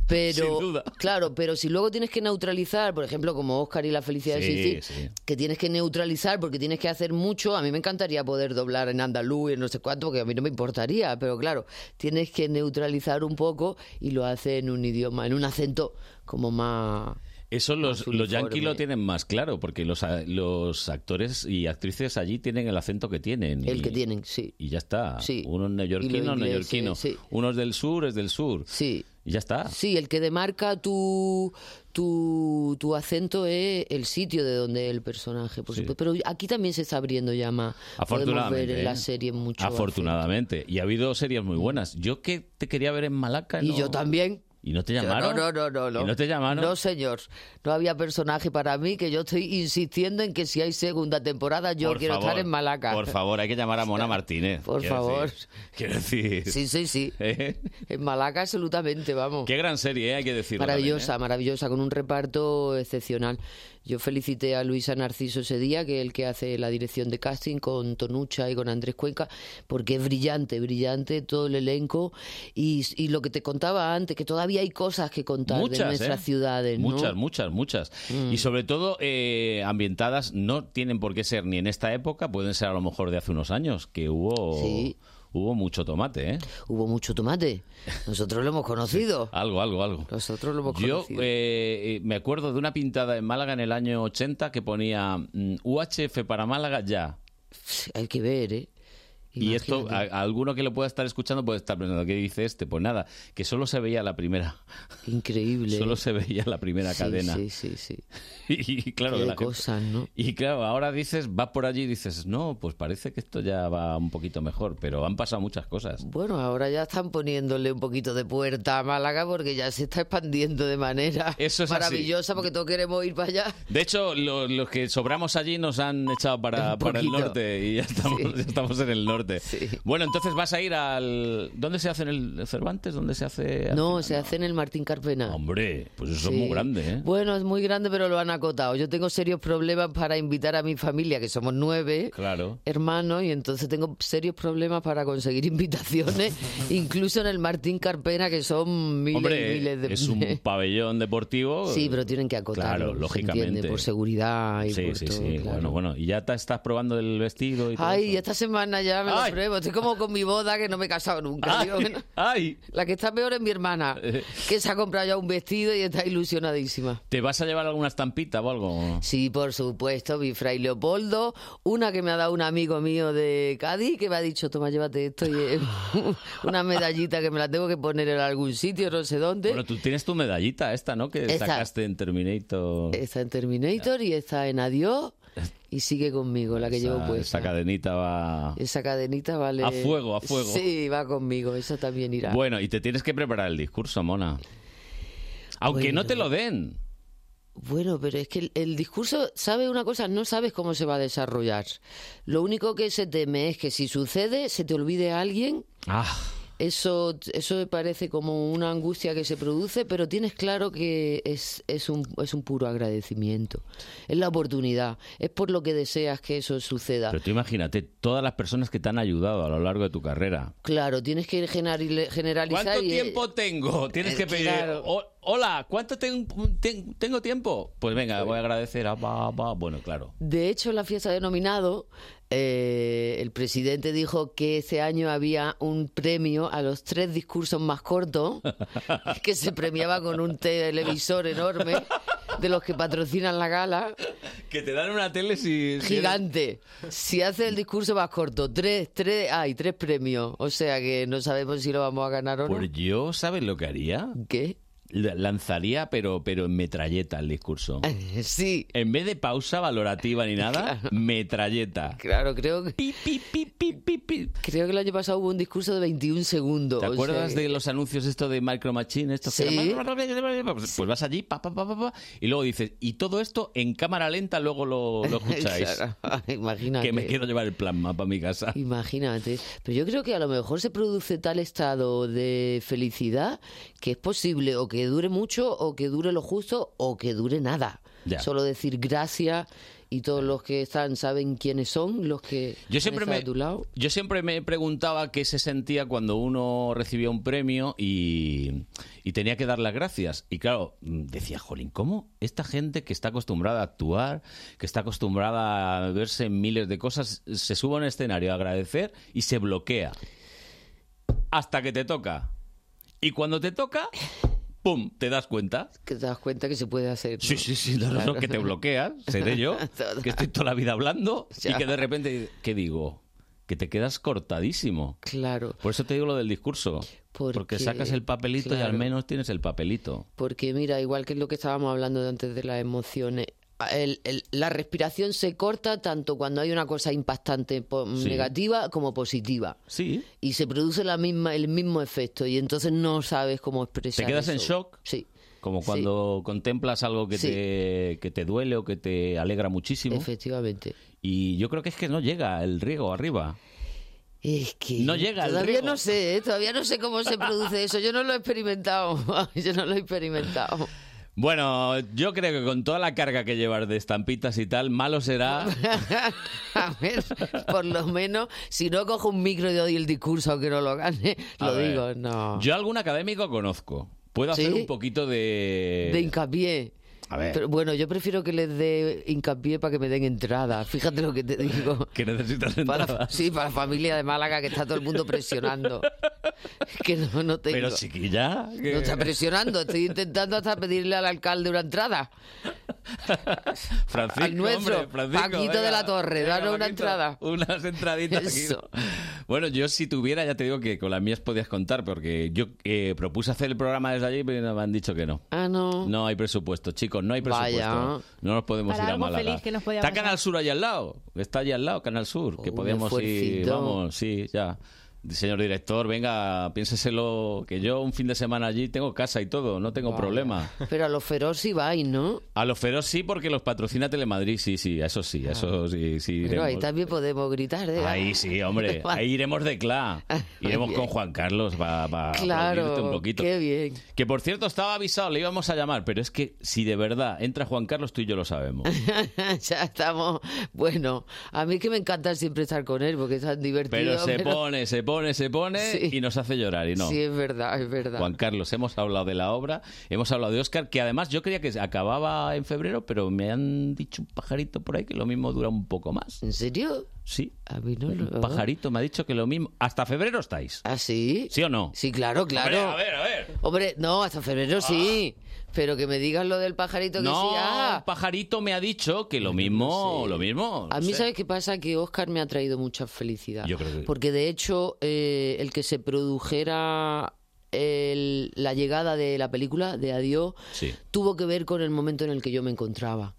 Speaker 7: Pero, claro, pero si luego tienes que neutralizar, por ejemplo, como Oscar y la felicidad de
Speaker 2: Sí,
Speaker 7: Sisi,
Speaker 2: sí.
Speaker 7: que tienes que neutralizar porque tienes que hacer mucho. A mí me encantaría poder doblar en andaluz y en no sé cuánto, porque a mí no me importaría, pero claro, tienes que neutralizar un poco y lo hace en un idioma, en un acento como más...
Speaker 2: Eso los, los yanquis
Speaker 7: uniforme.
Speaker 2: lo tienen más claro porque los, a- los actores y actrices allí tienen el acento que tienen.
Speaker 7: El
Speaker 2: y-
Speaker 7: que tienen, sí.
Speaker 2: Y ya está. Unos neoyorquinos,
Speaker 7: ingleses,
Speaker 2: neoyorquinos.
Speaker 7: eh, sí.
Speaker 2: Unos del sur es del sur.
Speaker 7: Sí.
Speaker 2: Y ya está.
Speaker 7: Sí, el que demarca tu, tu, tu acento es el sitio de donde el personaje, por supuesto. Pero aquí también se está abriendo ya más. Podemos
Speaker 2: Afortunadamente.
Speaker 7: ver en la
Speaker 2: ¿eh?
Speaker 7: serie mucho.
Speaker 2: Afortunadamente. Y ha habido series muy buenas. Yo que te quería ver en Malaca.
Speaker 7: Y
Speaker 2: no-
Speaker 7: yo también.
Speaker 2: ¿Y no te llamaron?
Speaker 7: No, no, no, no.
Speaker 2: ¿Y no te llamaron?
Speaker 7: No, señor. No había personaje para mí, que yo estoy insistiendo en que si hay segunda temporada yo
Speaker 2: Por
Speaker 7: quiero
Speaker 2: favor,
Speaker 7: estar en Malaca.
Speaker 2: Por favor, hay que llamar a Mona Martínez.
Speaker 7: Por
Speaker 2: quiero
Speaker 7: favor.
Speaker 2: decir. quiero decir.
Speaker 7: Sí, sí, sí.
Speaker 2: ¿Eh?
Speaker 7: En Malaca absolutamente, vamos.
Speaker 2: Qué gran serie, ¿eh? hay que decirlo.
Speaker 7: Maravillosa,
Speaker 2: también, ¿eh?
Speaker 7: maravillosa, con un reparto excepcional. Yo felicité a Luisa Narciso ese día, que es el que hace la dirección de casting con Tonucha y con Andrés Cuenca, porque es brillante, brillante todo el elenco. Y, y lo que te contaba antes, que todavía hay cosas que contar de
Speaker 2: Muchas,
Speaker 7: nuestras
Speaker 2: ¿eh?
Speaker 7: ciudades. ¿no? Mm.
Speaker 2: Muchas, muchas, muchas. Y sobre todo eh, ambientadas no tienen por qué ser ni en esta época, pueden ser a lo mejor de hace unos años, que hubo,
Speaker 7: Sí.
Speaker 2: hubo mucho tomate. ¿eh?
Speaker 7: Hubo mucho tomate. Nosotros lo hemos conocido.
Speaker 2: Algo, algo, algo.
Speaker 7: Nosotros lo hemos
Speaker 2: Yo
Speaker 7: conocido.
Speaker 2: eh, eh, me acuerdo de una pintada en Málaga en el año 80 que ponía mm, UHF para Málaga ya.
Speaker 7: Hay que ver, ¿eh?
Speaker 2: Y esto, a, a alguno que lo pueda estar escuchando puede estar pensando, ¿qué dice este? Pues nada, que solo se veía la primera.
Speaker 7: Increíble. ¿eh?
Speaker 2: Solo se veía la primera
Speaker 7: Sí,
Speaker 2: cadena.
Speaker 7: sí, sí, sí.
Speaker 2: Y, claro,
Speaker 7: Qué
Speaker 2: la gente-
Speaker 7: cosas, ¿no?
Speaker 2: y claro, ahora dices, vas por allí y dices, no, pues parece que esto ya va un poquito mejor, pero han pasado muchas cosas.
Speaker 7: Bueno, ahora ya están poniéndole un poquito de puerta a Málaga porque ya se está expandiendo de manera
Speaker 2: Eso es así.
Speaker 7: maravillosa porque todos queremos ir para allá.
Speaker 2: De hecho, lo- los que sobramos allí nos han echado para, para el
Speaker 7: poquito.
Speaker 2: norte y ya estamos, ya estamos en el norte. Bueno, entonces vas a ir al... ¿Dónde se hace en el Cervantes? ¿Dónde se hace...? al-
Speaker 7: No, se hace en el Martín Carpena.
Speaker 2: Hombre, pues eso
Speaker 7: Sí.
Speaker 2: es muy grande, ¿eh?
Speaker 7: Bueno, es muy grande, pero lo han acotado. Yo tengo serios problemas para invitar a mi familia, que somos nueve
Speaker 2: Claro.
Speaker 7: hermanos, y entonces tengo serios problemas para conseguir invitaciones, incluso en el Martín Carpena, que son miles
Speaker 2: Hombre,
Speaker 7: y miles de...
Speaker 2: es un pabellón deportivo.
Speaker 7: Sí, pero tienen que acotarlo,
Speaker 2: Claro,
Speaker 7: se
Speaker 2: lógicamente.
Speaker 7: entiende, por seguridad y
Speaker 2: sí,
Speaker 7: por
Speaker 2: sí,
Speaker 7: todo,
Speaker 2: sí.
Speaker 7: claro.
Speaker 2: Bueno, bueno, y ya te estás probando el vestido y todo
Speaker 7: Ay, esta semana ya me lo pruebo. Estoy como con mi boda, que no me he casado nunca.
Speaker 2: Ay,
Speaker 7: Digo, bueno,
Speaker 2: ay.
Speaker 7: La que está peor es mi hermana, que se ha comprado ya un vestido y está ilusionadísima.
Speaker 2: ¿Te vas a llevar alguna estampita o algo?
Speaker 7: Sí, por supuesto, mi fray Leopoldo, una que me ha dado un amigo mío de Cádiz que me ha dicho, toma, llévate esto y eh, una medallita que me la tengo que poner en algún sitio, no sé dónde.
Speaker 2: Bueno, tú tienes tu medallita esta, ¿no? Que
Speaker 7: Esta.
Speaker 2: sacaste en Terminator.
Speaker 7: Está en Terminator y está en Adiós y sigue conmigo, la que llevo
Speaker 2: Esa-
Speaker 7: puesta.
Speaker 2: esa cadenita va...
Speaker 7: Esa cadenita vale...
Speaker 2: A fuego, a fuego.
Speaker 7: Sí, va conmigo, esa también irá.
Speaker 2: Bueno, y te tienes que preparar el discurso, mona. Aunque no te lo den.
Speaker 7: Bueno, pero es que el, el discurso, sabe una cosa? No sabes cómo se va a desarrollar. Lo único que se teme es que si sucede, se te olvide a alguien.
Speaker 2: Ah.
Speaker 7: Eso, eso me parece como una angustia que se produce, pero tienes claro que es, es, un, es un puro agradecimiento. Es la oportunidad, es por lo que deseas que eso suceda.
Speaker 2: Pero tú imagínate todas las personas que te han ayudado a lo largo de tu carrera.
Speaker 7: Claro, tienes que generali- generalizar.
Speaker 2: ¿Cuánto
Speaker 7: y-
Speaker 2: tiempo tengo? Tienes
Speaker 7: eh,
Speaker 2: que pedir.
Speaker 7: claro.
Speaker 2: "O- Hola, ¿cuánto ten- ten- tengo tiempo? Pues venga, voy a agradecer a pa, pa. Bueno, claro.
Speaker 7: De hecho, en la fiesta de nominados, eh, el presidente dijo que este año había un premio a los tres discursos más cortos, que se premiaba con un televisor enorme de los que patrocinan la gala.
Speaker 2: Que te dan una tele si. si
Speaker 7: Gigante. Si hace el discurso más corto, tres, tres, hay tres premios. O sea que no sabemos si lo vamos a ganar o
Speaker 2: eres-
Speaker 7: no.
Speaker 2: Pues yo, ¿sabes lo que haría?
Speaker 7: ¿Qué?
Speaker 2: Lanzaría, pero, pero en metralleta el discurso.
Speaker 7: Eh, Sí.
Speaker 2: En vez de pausa valorativa ni nada, metralleta.
Speaker 7: Claro, creo que. Creo que el año pasado hubo un discurso de 21 segundos.
Speaker 2: ¿Te
Speaker 7: o sea
Speaker 2: acuerdas
Speaker 7: que-
Speaker 2: de los anuncios esto de Micro Machine? Esto que
Speaker 7: Sí.
Speaker 2: era- Pues vas allí, pa, pa, pa, pa, pa, y luego dices, y todo esto en cámara lenta luego lo, lo escucháis.
Speaker 7: Claro, imagínate.
Speaker 2: Que me quiero llevar el plasma para mi casa.
Speaker 7: Imagínate. Pero yo creo que a lo mejor se produce tal estado de felicidad que es posible o que dure mucho o que dure lo justo o que dure nada.
Speaker 2: Ya.
Speaker 7: Solo decir gracias y todos los que están saben quiénes son, los que
Speaker 2: Yo
Speaker 7: han
Speaker 2: siempre,
Speaker 7: estado
Speaker 2: me,
Speaker 7: a tu lado.
Speaker 2: yo siempre me preguntaba qué se sentía cuando uno recibía un premio y, y tenía que dar las gracias. Y claro, mm, decía, jolín, ¿cómo esta gente que está acostumbrada a actuar, que está acostumbrada a verse en miles de cosas, se sube a un escenario a agradecer y se bloquea? Hasta que te toca. Y cuando te toca, ¡pum!, te das cuenta.
Speaker 7: Que te das cuenta que se puede hacer.
Speaker 2: Sí, sí, sí, no, no, no,
Speaker 7: Claro.
Speaker 2: que te bloqueas, seré yo, que estoy toda la vida hablando y
Speaker 7: Ya.
Speaker 2: que de repente, ¿qué digo? Que te quedas cortadísimo.
Speaker 7: Claro.
Speaker 2: Por eso te digo lo del discurso. Porque, sacas el papelito y al
Speaker 7: claro.
Speaker 2: menos tienes el papelito.
Speaker 7: Porque mira, igual que es lo que estábamos hablando de antes de las emociones, el- el- la respiración se corta tanto cuando hay una cosa impactante po-
Speaker 2: Sí.
Speaker 7: negativa como positiva.
Speaker 2: Sí.
Speaker 7: Y se produce la misma, el mismo efecto y entonces no sabes cómo expresar.
Speaker 2: ¿Te quedas en
Speaker 7: eso.
Speaker 2: shock?
Speaker 7: Sí.
Speaker 2: Como cuando contemplas algo que,
Speaker 7: Sí.
Speaker 2: te, que te duele o que te alegra muchísimo.
Speaker 7: Efectivamente.
Speaker 2: Y yo creo que es que no llega el riego arriba.
Speaker 7: Es que
Speaker 2: no llega el
Speaker 7: Todavía
Speaker 2: riego.
Speaker 7: no sé, ¿eh? todavía no sé cómo se produce eso. Yo no lo he experimentado. Yo no lo he experimentado.
Speaker 2: Bueno, yo creo que con toda la carga que llevas de estampitas y tal, malo será.
Speaker 7: A ver, por lo menos, si no cojo un micro y doy el discurso, aunque no lo gane,
Speaker 2: A
Speaker 7: lo
Speaker 2: ver,
Speaker 7: digo, no.
Speaker 2: Yo algún académico conozco. Puedo hacer
Speaker 7: ¿Sí?
Speaker 2: un poquito de.
Speaker 7: De hincapié.
Speaker 2: Eh, A ver.
Speaker 7: Pero bueno, yo prefiero que les dé hincapié para que me den entrada. Fíjate lo que te digo.
Speaker 2: Que necesitas
Speaker 7: Para,
Speaker 2: entradas.
Speaker 7: sí, para la familia de Málaga que está todo el mundo presionando. Que no, no tengo.
Speaker 2: Pero chiquilla. que-
Speaker 7: No está presionando. Estoy intentando hasta pedirle al alcalde una entrada.
Speaker 2: Francisco,
Speaker 7: al nuestro,
Speaker 2: hombre, Francisco,
Speaker 7: Paquito
Speaker 2: venga,
Speaker 7: de la Torre,
Speaker 2: venga,
Speaker 7: danos una
Speaker 2: Paquito,
Speaker 7: entrada.
Speaker 2: Unas entraditas. aquí.
Speaker 7: Eso.
Speaker 2: Bueno, yo si tuviera, ya te digo que con las mías podías contar, porque yo eh, propuse hacer el programa desde allí, pero me han dicho que no.
Speaker 7: Ah, no.
Speaker 2: No hay presupuesto, chicos, no hay presupuesto.
Speaker 7: Vaya.
Speaker 2: No nos podemos
Speaker 11: Para
Speaker 2: ir a
Speaker 11: algo
Speaker 2: Málaga.
Speaker 11: feliz que nos podía
Speaker 2: Está
Speaker 11: pasar.
Speaker 2: Canal Sur allá al lado, está allá al lado, Canal Sur, que podemos ir,
Speaker 7: esfuercito.
Speaker 2: vamos, sí, ya. Señor director, venga, piénseselo, que yo un fin de semana allí tengo casa y todo, no tengo
Speaker 7: Vaya.
Speaker 2: problema.
Speaker 7: Pero a lo feroz sí vais, ¿no?
Speaker 2: A los feroz sí, porque los patrocina Telemadrid, sí, sí, a eso sí, a eso sí, sí
Speaker 7: Ah. Pero ahí
Speaker 2: iremos.
Speaker 7: también podemos gritar, ¿eh?
Speaker 2: Ahí sí, hombre, ahí iremos de cla. Iremos con Juan Carlos para
Speaker 7: Ah, Claro,
Speaker 2: un poquito.
Speaker 7: qué bien.
Speaker 2: Que por cierto, estaba avisado, le íbamos a llamar, pero es que si de verdad entra Juan Carlos, tú y yo lo sabemos.
Speaker 7: ya estamos. Bueno, a mí que me encanta siempre estar con él porque es tan divertido.
Speaker 2: Pero se pone, se pone, se pone y nos hace llorar y no.
Speaker 7: Sí, es verdad, es verdad.
Speaker 2: Juan Carlos, hemos hablado de la obra, hemos hablado de Oscar, que además yo creía que acababa en febrero, pero me han dicho un pajarito por ahí que lo mismo dura un poco más.
Speaker 7: ¿En serio?
Speaker 2: Sí.
Speaker 7: A mí no
Speaker 2: Un pajarito me ha dicho que lo mismo. Hasta febrero estáis.
Speaker 7: ¿Ah, sí?
Speaker 2: ¿Sí o no?
Speaker 7: Sí, claro, claro.
Speaker 2: a ver, a ver.
Speaker 7: Hombre, no, hasta febrero sí. Pero que me digas lo del pajarito que
Speaker 2: Ah. No,
Speaker 7: sí. Ah,
Speaker 2: un pajarito me ha dicho que lo mismo, lo mismo.
Speaker 7: A
Speaker 2: no
Speaker 7: mí,
Speaker 2: sé.
Speaker 7: ¿sabes qué pasa? Que Oscar me ha traído mucha felicidad.
Speaker 2: Yo creo que-
Speaker 7: Porque de hecho, eh, el que se produjera el- la llegada de la película de Adiós
Speaker 2: Sí.
Speaker 7: tuvo que ver con el momento en el que yo me encontraba.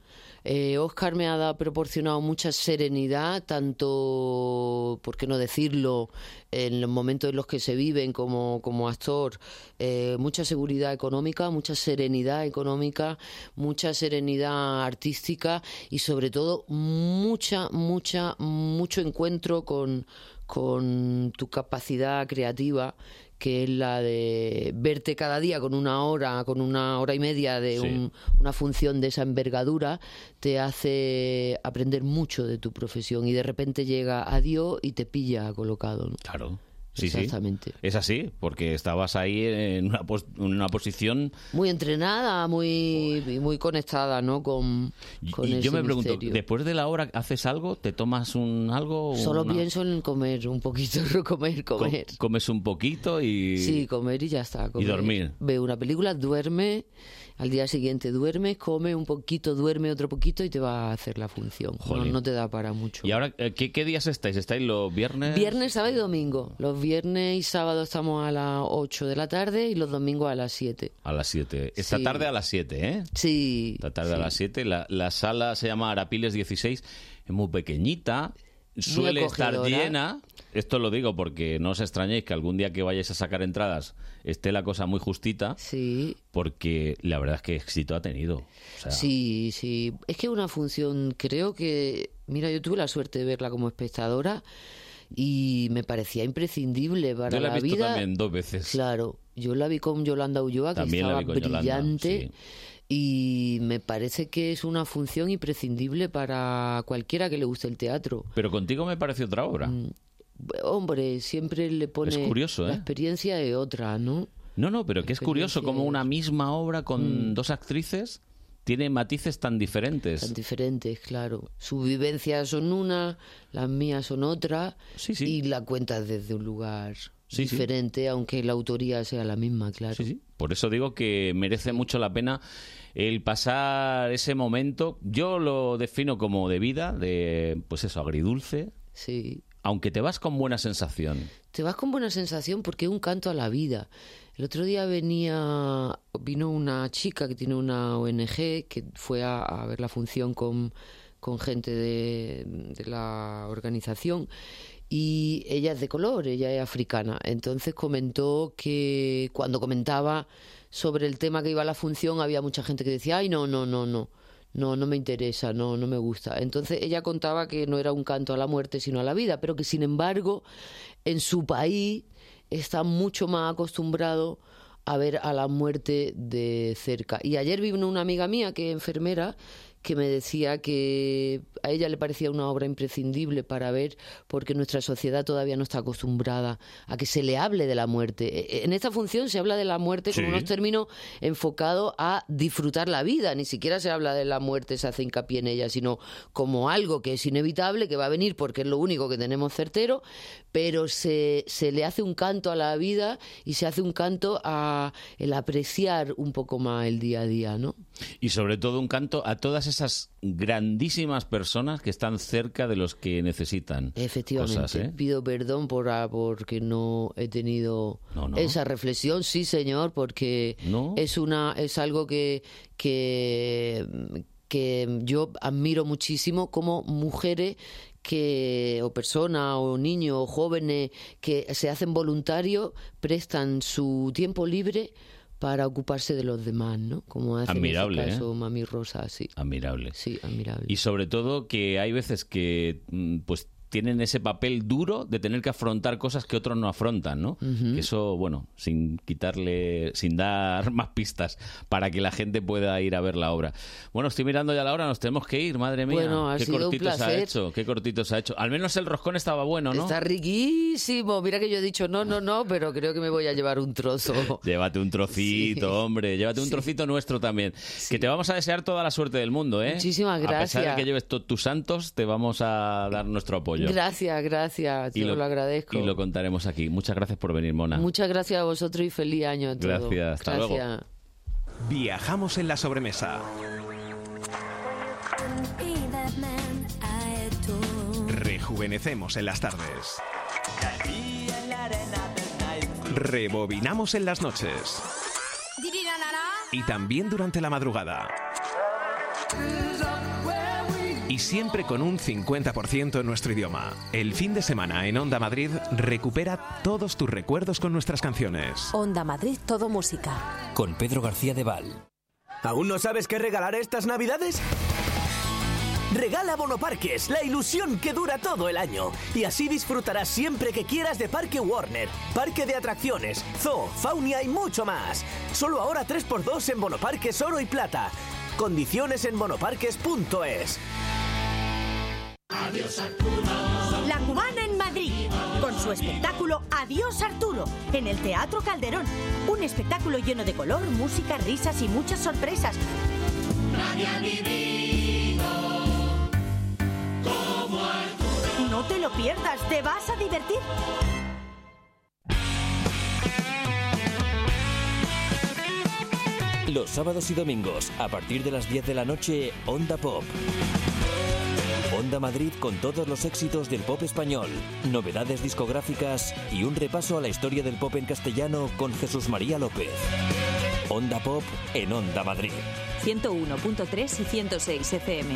Speaker 7: Eh, Oscar me ha dado- proporcionado mucha serenidad, tanto, por qué no decirlo, en los momentos en los que se viven como, como actor, eh, mucha seguridad económica, mucha serenidad económica, mucha serenidad artística y sobre todo mucha, mucha, mucho encuentro con, con tu capacidad creativa que es la de verte cada día con una hora, con una hora y media de
Speaker 26: Sí.
Speaker 7: un- una función de esa envergadura, te hace aprender mucho de tu profesión y de repente llega a Dios y te pilla colocado. ¿no?
Speaker 2: Claro. Sí, sí.
Speaker 7: Exactamente.
Speaker 2: Es así, porque estabas ahí en una, pos- en una posición.
Speaker 7: Muy entrenada, muy, y muy conectada ¿no? con, con
Speaker 2: y
Speaker 7: ese
Speaker 2: yo me pregunto,
Speaker 7: misterio.
Speaker 2: después de la obra, ¿haces algo? ¿Te tomas un algo?
Speaker 7: Solo
Speaker 2: Una-
Speaker 7: pienso en comer un poquito, comer,
Speaker 2: co-
Speaker 7: comer.
Speaker 2: Comes un poquito y.
Speaker 7: Sí, comer y ya está. comer.
Speaker 2: dormir.
Speaker 7: Ve una película, duerme, al día siguiente duerme, come un poquito, duerme otro poquito y te va a hacer la función. No,
Speaker 2: Jolín.
Speaker 7: no te da para mucho.
Speaker 2: ¿Y ahora eh, qué, qué días estáis? ¿Estáis los viernes?
Speaker 7: Viernes, sábado y domingo. Los viernes y sábado estamos a las 8 de la tarde y los domingos a las 7.
Speaker 2: A las 7. Esta
Speaker 7: Sí.
Speaker 2: tarde a las 7, ¿eh?
Speaker 7: Sí.
Speaker 2: Esta tarde a las 7. La, la sala se llama Arapiles 16. Es muy pequeñita. Suele estar
Speaker 7: acogedora.
Speaker 2: llena. Esto lo digo porque no os extrañéis que algún día que vayáis a sacar entradas esté la cosa muy justita.
Speaker 7: Sí.
Speaker 2: Porque la verdad es que éxito ha tenido. O sea,
Speaker 7: Sí, sí. Es que una función, creo que, mira, yo tuve la suerte de verla como espectadora y me parecía imprescindible para
Speaker 2: yo la he
Speaker 7: la
Speaker 2: visto
Speaker 7: vida.
Speaker 2: también dos veces.
Speaker 7: Claro, yo la vi con Yolanda Ulloa, que
Speaker 2: También
Speaker 7: estaba
Speaker 2: la vi con Yolanda,
Speaker 7: brillante. Y me parece que es una función imprescindible para cualquiera que le guste el teatro.
Speaker 2: Pero contigo me parece otra obra.
Speaker 7: Mm. Hombre, siempre le pone...
Speaker 2: curioso,
Speaker 7: La
Speaker 2: ¿eh?
Speaker 7: experiencia de otra, ¿no?
Speaker 2: No, no, pero que es curioso como una misma obra con dos actrices tiene matices tan diferentes.
Speaker 7: Mm. Tan diferentes, claro. Sus vivencias son una, las mías son otra. Y la cuentas desde un lugar
Speaker 2: Sí, sí.
Speaker 7: diferente, aunque la autoría sea la misma, claro.
Speaker 2: Por eso digo que merece mucho la pena el pasar ese momento. Yo lo defino como de vida, de pues eso, agridulce.
Speaker 7: Sí.
Speaker 2: Aunque te vas con buena sensación.
Speaker 7: Te vas con buena sensación porque es un canto a la vida. El otro día venía, vino una chica que tiene una ONG que fue a, a ver la función con, con gente de, de la organización y ella es de color, ella es africana. Entonces comentó que cuando comentaba sobre el tema que iba a la función había mucha gente que decía, ay, no, no, no, no, no, no me interesa, no, no me gusta. Entonces ella contaba que no era un canto a la muerte, sino a la vida, pero que sin embargo en su país está mucho más acostumbrado a ver a la muerte de cerca. Y ayer vino una amiga mía que es enfermera que me decía que a ella le parecía una obra imprescindible para ver porque nuestra sociedad todavía no está acostumbrada a que se le hable de la muerte. E- En esta función se habla de la muerte
Speaker 26: Sí.
Speaker 7: con unos términos enfocados a disfrutar la vida, ni siquiera se habla de la muerte, se hace hincapié en ella, sino como algo que es inevitable, que va a venir porque es lo único que tenemos certero, pero se, se le hace un canto a la vida y se hace un canto a el apreciar un poco más el día a día, ¿no?
Speaker 2: Y sobre todo un canto a todas esas grandísimas personas que están cerca de los que necesitan.
Speaker 7: Efectivamente.
Speaker 2: Cosas, ¿eh?
Speaker 7: Pido perdón por ah, porque no he tenido esa reflexión, sí, señor, porque es una es algo que que que yo admiro muchísimo como mujeres que o personas o niños o jóvenes que se hacen voluntarios prestan su tiempo libre para ocuparse de los demás, ¿no? Como hace
Speaker 2: Admirable,
Speaker 7: en
Speaker 2: ¿eh?
Speaker 7: ese caso Mami Rosa, sí.
Speaker 2: Admirable.
Speaker 7: Sí, admirable.
Speaker 2: Y sobre todo que hay veces que mm, pues tienen ese papel duro de tener que afrontar cosas que otros no afrontan, ¿no?
Speaker 7: Ujú.
Speaker 2: Que Eso, bueno, sin quitarle, sin dar más pistas para que la gente pueda ir a ver la obra. Bueno, estoy mirando ya la hora, nos tenemos que ir, madre mía.
Speaker 7: Bueno, ha
Speaker 2: qué
Speaker 7: sido un
Speaker 2: cortito se ha
Speaker 7: placer.
Speaker 2: hecho, qué cortito se ha hecho. Al menos el roscón estaba bueno, ¿no?
Speaker 7: Está riquísimo. Mira que yo he dicho no, no, no, pero creo que me voy a llevar un trozo.
Speaker 2: Llévate un trocito, hombre. Llévate un trocito nuestro también. Que te vamos a desear toda la suerte del mundo, ¿eh?
Speaker 7: Muchísimas
Speaker 2: A pesar
Speaker 7: gracias.
Speaker 2: de que lleves to- tus santos, te vamos a dar nuestro apoyo.
Speaker 7: Gracias, gracias. Te
Speaker 2: Y
Speaker 7: lo, agradezco.
Speaker 2: Y lo contaremos aquí. Muchas gracias por venir, Mona.
Speaker 7: Muchas gracias a vosotros y feliz año a todos.
Speaker 2: Gracias, hasta luego.
Speaker 7: Gracias.
Speaker 27: Viajamos en la sobremesa. Rejuvenecemos en las tardes. Rebobinamos en las noches. Y también durante la madrugada. Y siempre con un 50% en nuestro idioma. El fin de semana en Onda Madrid recupera todos tus recuerdos con nuestras canciones.
Speaker 20: Onda Madrid, todo música.
Speaker 27: Con Pedro García de Val.
Speaker 22: ¿Aún no sabes qué regalar estas navidades? Regala Bonoparques, la ilusión que dura todo el año. Y así disfrutarás siempre que quieras de Parque Warner, Parque de Atracciones, Zoo, Faunia y mucho más. Solo ahora 3x2 en Bonoparques Oro y Plata. Condiciones en bonoparques.es.
Speaker 24: La Cubana en Madrid, con su espectáculo Adiós Arturo, en el Teatro Calderón. Un espectáculo lleno de color, música, risas y muchas sorpresas. No te lo pierdas, te vas a divertir.
Speaker 1: Los sábados y domingos, a partir de las 10 de la noche, Onda Pop. Onda Madrid con todos los éxitos del pop español, novedades discográficas y un repaso a la historia del pop en castellano con Jesús María López. Onda Pop en Onda Madrid.
Speaker 28: 101.3 y 106 FM.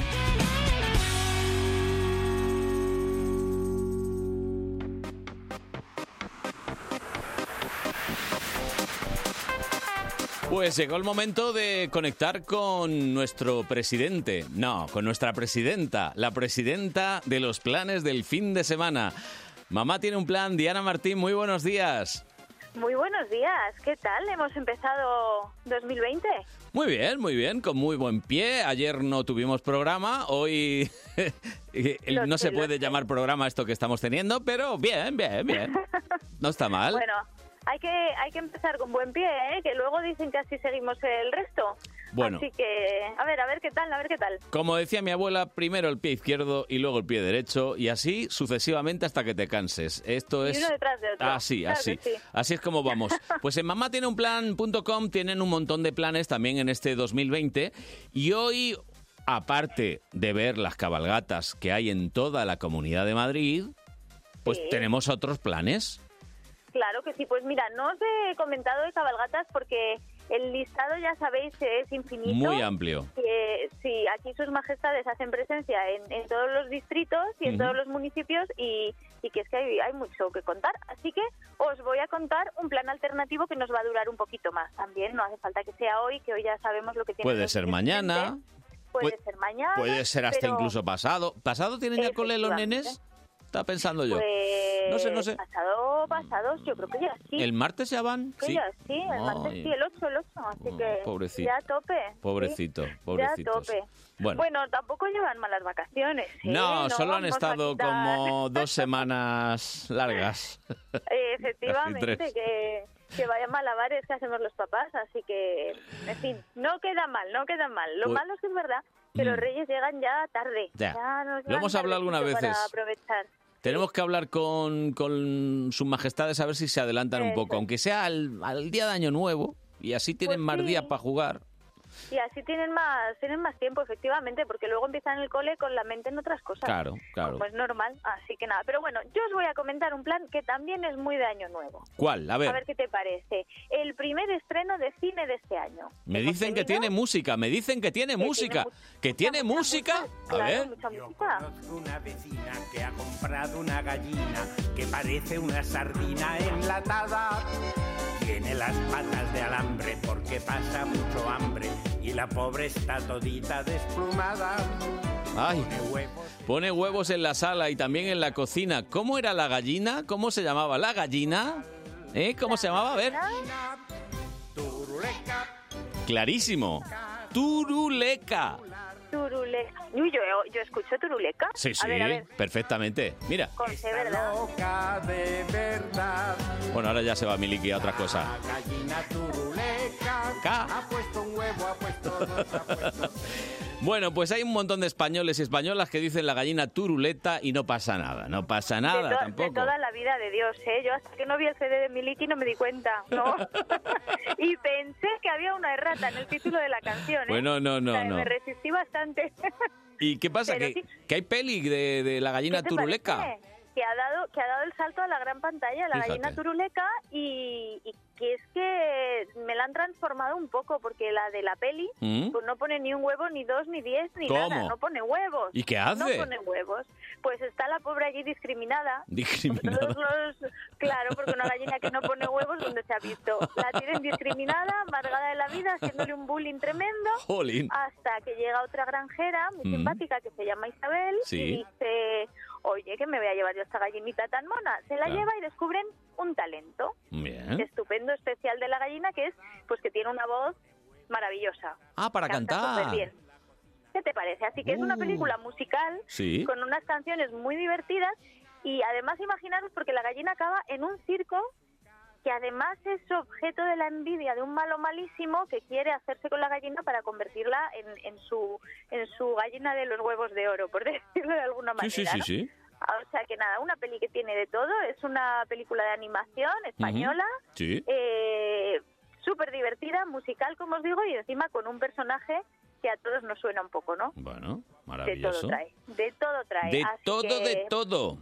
Speaker 2: Pues llegó el momento de conectar con nuestro presidente. No, con nuestra presidenta. La presidenta de los planes del fin de semana. Mamá tiene un plan. Diana Martín, muy buenos días.
Speaker 29: Muy buenos días, ¿qué tal? Hemos empezado 2020.
Speaker 2: Muy bien, muy bien, con muy buen pie. Ayer no tuvimos programa, hoy
Speaker 29: Lo
Speaker 2: no
Speaker 29: sé,
Speaker 2: se
Speaker 29: lo
Speaker 2: puede llamar programa esto que estamos teniendo, pero bien, bien, bien. No está mal.
Speaker 29: Bueno, hay que, hay que empezar con buen pie, ¿eh? que luego dicen que así seguimos el resto.
Speaker 2: Bueno.
Speaker 29: Así que, a ver, a ver qué tal, a ver qué tal.
Speaker 2: Como decía mi abuela, primero el pie izquierdo y luego el pie derecho y así sucesivamente hasta que te canses. Esto
Speaker 29: Y
Speaker 2: es
Speaker 29: uno detrás de otro.
Speaker 2: así,
Speaker 29: Claro
Speaker 2: así.
Speaker 29: que sí.
Speaker 2: Así es como vamos. Pues en mamá tiene un plan.com tienen un montón de planes también en este 2020 y hoy aparte de ver las cabalgatas que hay en toda la Comunidad de Madrid, pues tenemos otros planes.
Speaker 29: Claro que sí, pues mira, no os he comentado de cabalgatas porque el listado ya sabéis que es infinito.
Speaker 2: Muy amplio.
Speaker 29: Que, sí, aquí sus majestades hacen presencia en, en todos los distritos y en
Speaker 2: Ujú.
Speaker 29: todos los municipios y, y que es que hay, hay mucho que contar. Así que os voy a contar un plan alternativo que nos va a durar un poquito más también. No hace falta que sea hoy, que hoy ya sabemos lo que tiene.
Speaker 2: Puede ser mañana,
Speaker 29: Puede
Speaker 2: Puede-
Speaker 29: ser mañana.
Speaker 2: puede ser hasta
Speaker 29: pero-
Speaker 2: incluso pasado. ¿Pasado tienen ya cole los
Speaker 29: Efectivamente.
Speaker 2: nenes? Está pensando yo.
Speaker 29: Pues,
Speaker 2: No sé, no sé.
Speaker 29: Pasado, pasados, yo creo que ya sí.
Speaker 2: ¿El martes ya van?
Speaker 29: Sí,
Speaker 2: Sí.
Speaker 29: ya sí, el martes
Speaker 2: Ay.
Speaker 29: sí, el 8, el 8, así que
Speaker 2: pobrecito.
Speaker 29: ya a tope.
Speaker 2: Pobrecito,
Speaker 29: sí, Ya a
Speaker 2: pobrecitos.
Speaker 29: tope.
Speaker 2: Bueno.
Speaker 18: Bueno.
Speaker 29: tampoco llevan malas vacaciones. ¿eh?
Speaker 2: No, solo
Speaker 18: vamos
Speaker 2: han
Speaker 18: a
Speaker 2: estado
Speaker 18: quitar-
Speaker 2: como dos semanas largas.
Speaker 29: Eh, efectivamente,
Speaker 2: tres.
Speaker 29: que, que vayan malabares que hacemos los papás, así que, en fin, no queda mal, no queda mal. Lo
Speaker 2: Uy.
Speaker 29: malo es que es verdad que los
Speaker 2: Pues Mm.
Speaker 29: reyes llegan ya tarde.
Speaker 2: Ya.
Speaker 29: nos
Speaker 2: Lo
Speaker 29: llegan
Speaker 2: hemos hablado
Speaker 29: tardecito
Speaker 2: algunas
Speaker 29: Para
Speaker 2: veces.
Speaker 29: aprovechar.
Speaker 2: Tenemos que hablar con, con sus majestades a ver si se adelantan un
Speaker 29: Eso
Speaker 2: poco,
Speaker 29: es.
Speaker 2: aunque sea al, al día de Año Nuevo, y así tienen
Speaker 29: Pues
Speaker 2: más
Speaker 29: sí.
Speaker 2: días para jugar.
Speaker 29: Y así tienen más, tienen más tiempo, efectivamente, porque luego empiezan el cole con la mente en otras cosas.
Speaker 2: Claro, claro.
Speaker 29: Como es normal, así que nada. Pero bueno, yo os voy a comentar un plan que también es muy de año nuevo.
Speaker 2: ¿Cuál? A ver,
Speaker 29: qué te parece. El primer estreno de cine de este año.
Speaker 2: me dicen que tiene música, me dicen que tiene
Speaker 29: tiene
Speaker 2: música,
Speaker 29: mu-
Speaker 2: que tiene música. A
Speaker 29: Claro,
Speaker 2: ver.
Speaker 29: mucha música.
Speaker 3: Una vecina que ha comprado una gallina que parece una sardina enlatada. Tiene las patas de alambre porque pasa mucho hambre y la pobre está todita desplumada.
Speaker 2: Ay, pone huevos en la sala y también en la cocina. ¿Cómo era la gallina? ¿Cómo se llamaba la gallina? ¿Eh? ¿Cómo se llamaba? A ver. Clarísimo. Turuleca.
Speaker 29: Turuleca. Uy, yo, yo escucho Turuleca.
Speaker 2: Sí, sí,
Speaker 29: A ver, a ver.
Speaker 2: perfectamente. Mira,
Speaker 29: Conce, ¿verdad?
Speaker 3: Loca de verdad,
Speaker 2: bueno, ahora ya se va Miliki a otra cosa.
Speaker 3: gallina turuleca. Ha puesto un huevo, ha puesto dos, ha puesto
Speaker 2: Bueno, pues hay un montón de españoles y españolas que dicen la gallina turuleta y no pasa nada, no pasa
Speaker 29: De,
Speaker 2: nada
Speaker 29: to- de
Speaker 2: tampoco.
Speaker 29: toda la vida de Dios, ¿eh? Yo hasta que no vi el CD de Miliki no me di cuenta, ¿no? y pensé que había una errata en el título de la canción, ¿eh?
Speaker 2: Bueno, Pues no, no,
Speaker 29: O sea,
Speaker 2: no.
Speaker 29: Me resistí bastante.
Speaker 2: ¿Y qué pasa?
Speaker 29: Pero
Speaker 2: ¿Que,
Speaker 29: sí.
Speaker 2: que hay peli de, de la gallina
Speaker 29: ¿Qué te
Speaker 2: turuleca?
Speaker 29: parece? Que ha, dado, que ha dado el salto a la gran pantalla, la
Speaker 2: Fíjate.
Speaker 29: gallina turuleca, y, y que es que me la han transformado un poco, porque la de la peli
Speaker 2: ¿Mm?
Speaker 29: pues no pone ni un huevo, ni dos, ni diez, ni
Speaker 2: ¿Cómo?
Speaker 29: nada, no pone huevos.
Speaker 2: ¿Y qué
Speaker 29: No
Speaker 2: hace?
Speaker 29: pone huevos. Pues está la pobre allí discriminada,
Speaker 2: Discriminada.
Speaker 29: Todos los- claro, porque una gallina que no pone huevos, donde se ha visto? La tienen discriminada, amargada de la vida, haciéndole un bullying tremendo.
Speaker 2: Jolín.
Speaker 29: Hasta que llega otra granjera muy
Speaker 2: Mm.
Speaker 29: simpática que se llama Isabel
Speaker 2: Sí.
Speaker 29: y dice, oye, que me voy a llevar yo esta gallinita tan mona. Se la
Speaker 2: Claro.
Speaker 29: lleva y descubren un talento
Speaker 2: Bien.
Speaker 29: estupendo, especial de la gallina, que es pues que tiene una voz maravillosa.
Speaker 2: Ah, para
Speaker 29: Canta
Speaker 2: cantar.
Speaker 29: superbién. ¿Qué te parece? Así que es una
Speaker 2: Uh.
Speaker 29: película musical
Speaker 2: Sí.
Speaker 29: con unas canciones muy divertidas y además imaginaros porque la gallina acaba en un circo que además es objeto de la envidia de un malo malísimo que quiere hacerse con la gallina para convertirla en, en su en su gallina de los huevos de oro, por decirlo de alguna
Speaker 2: Sí,
Speaker 29: manera.
Speaker 2: sí, sí,
Speaker 29: ¿no?
Speaker 2: sí.
Speaker 29: Ah, O sea que nada, una peli que tiene de todo, es una película de animación española,
Speaker 2: Ujú. Sí.
Speaker 29: eh, súper divertida, musical, como os digo, y encima con un personaje que a todos nos suena un poco, ¿no?
Speaker 2: Bueno,
Speaker 29: De todo
Speaker 2: maravilloso.
Speaker 29: trae, de todo trae.
Speaker 2: De
Speaker 29: así
Speaker 2: todo,
Speaker 29: que
Speaker 2: de todo.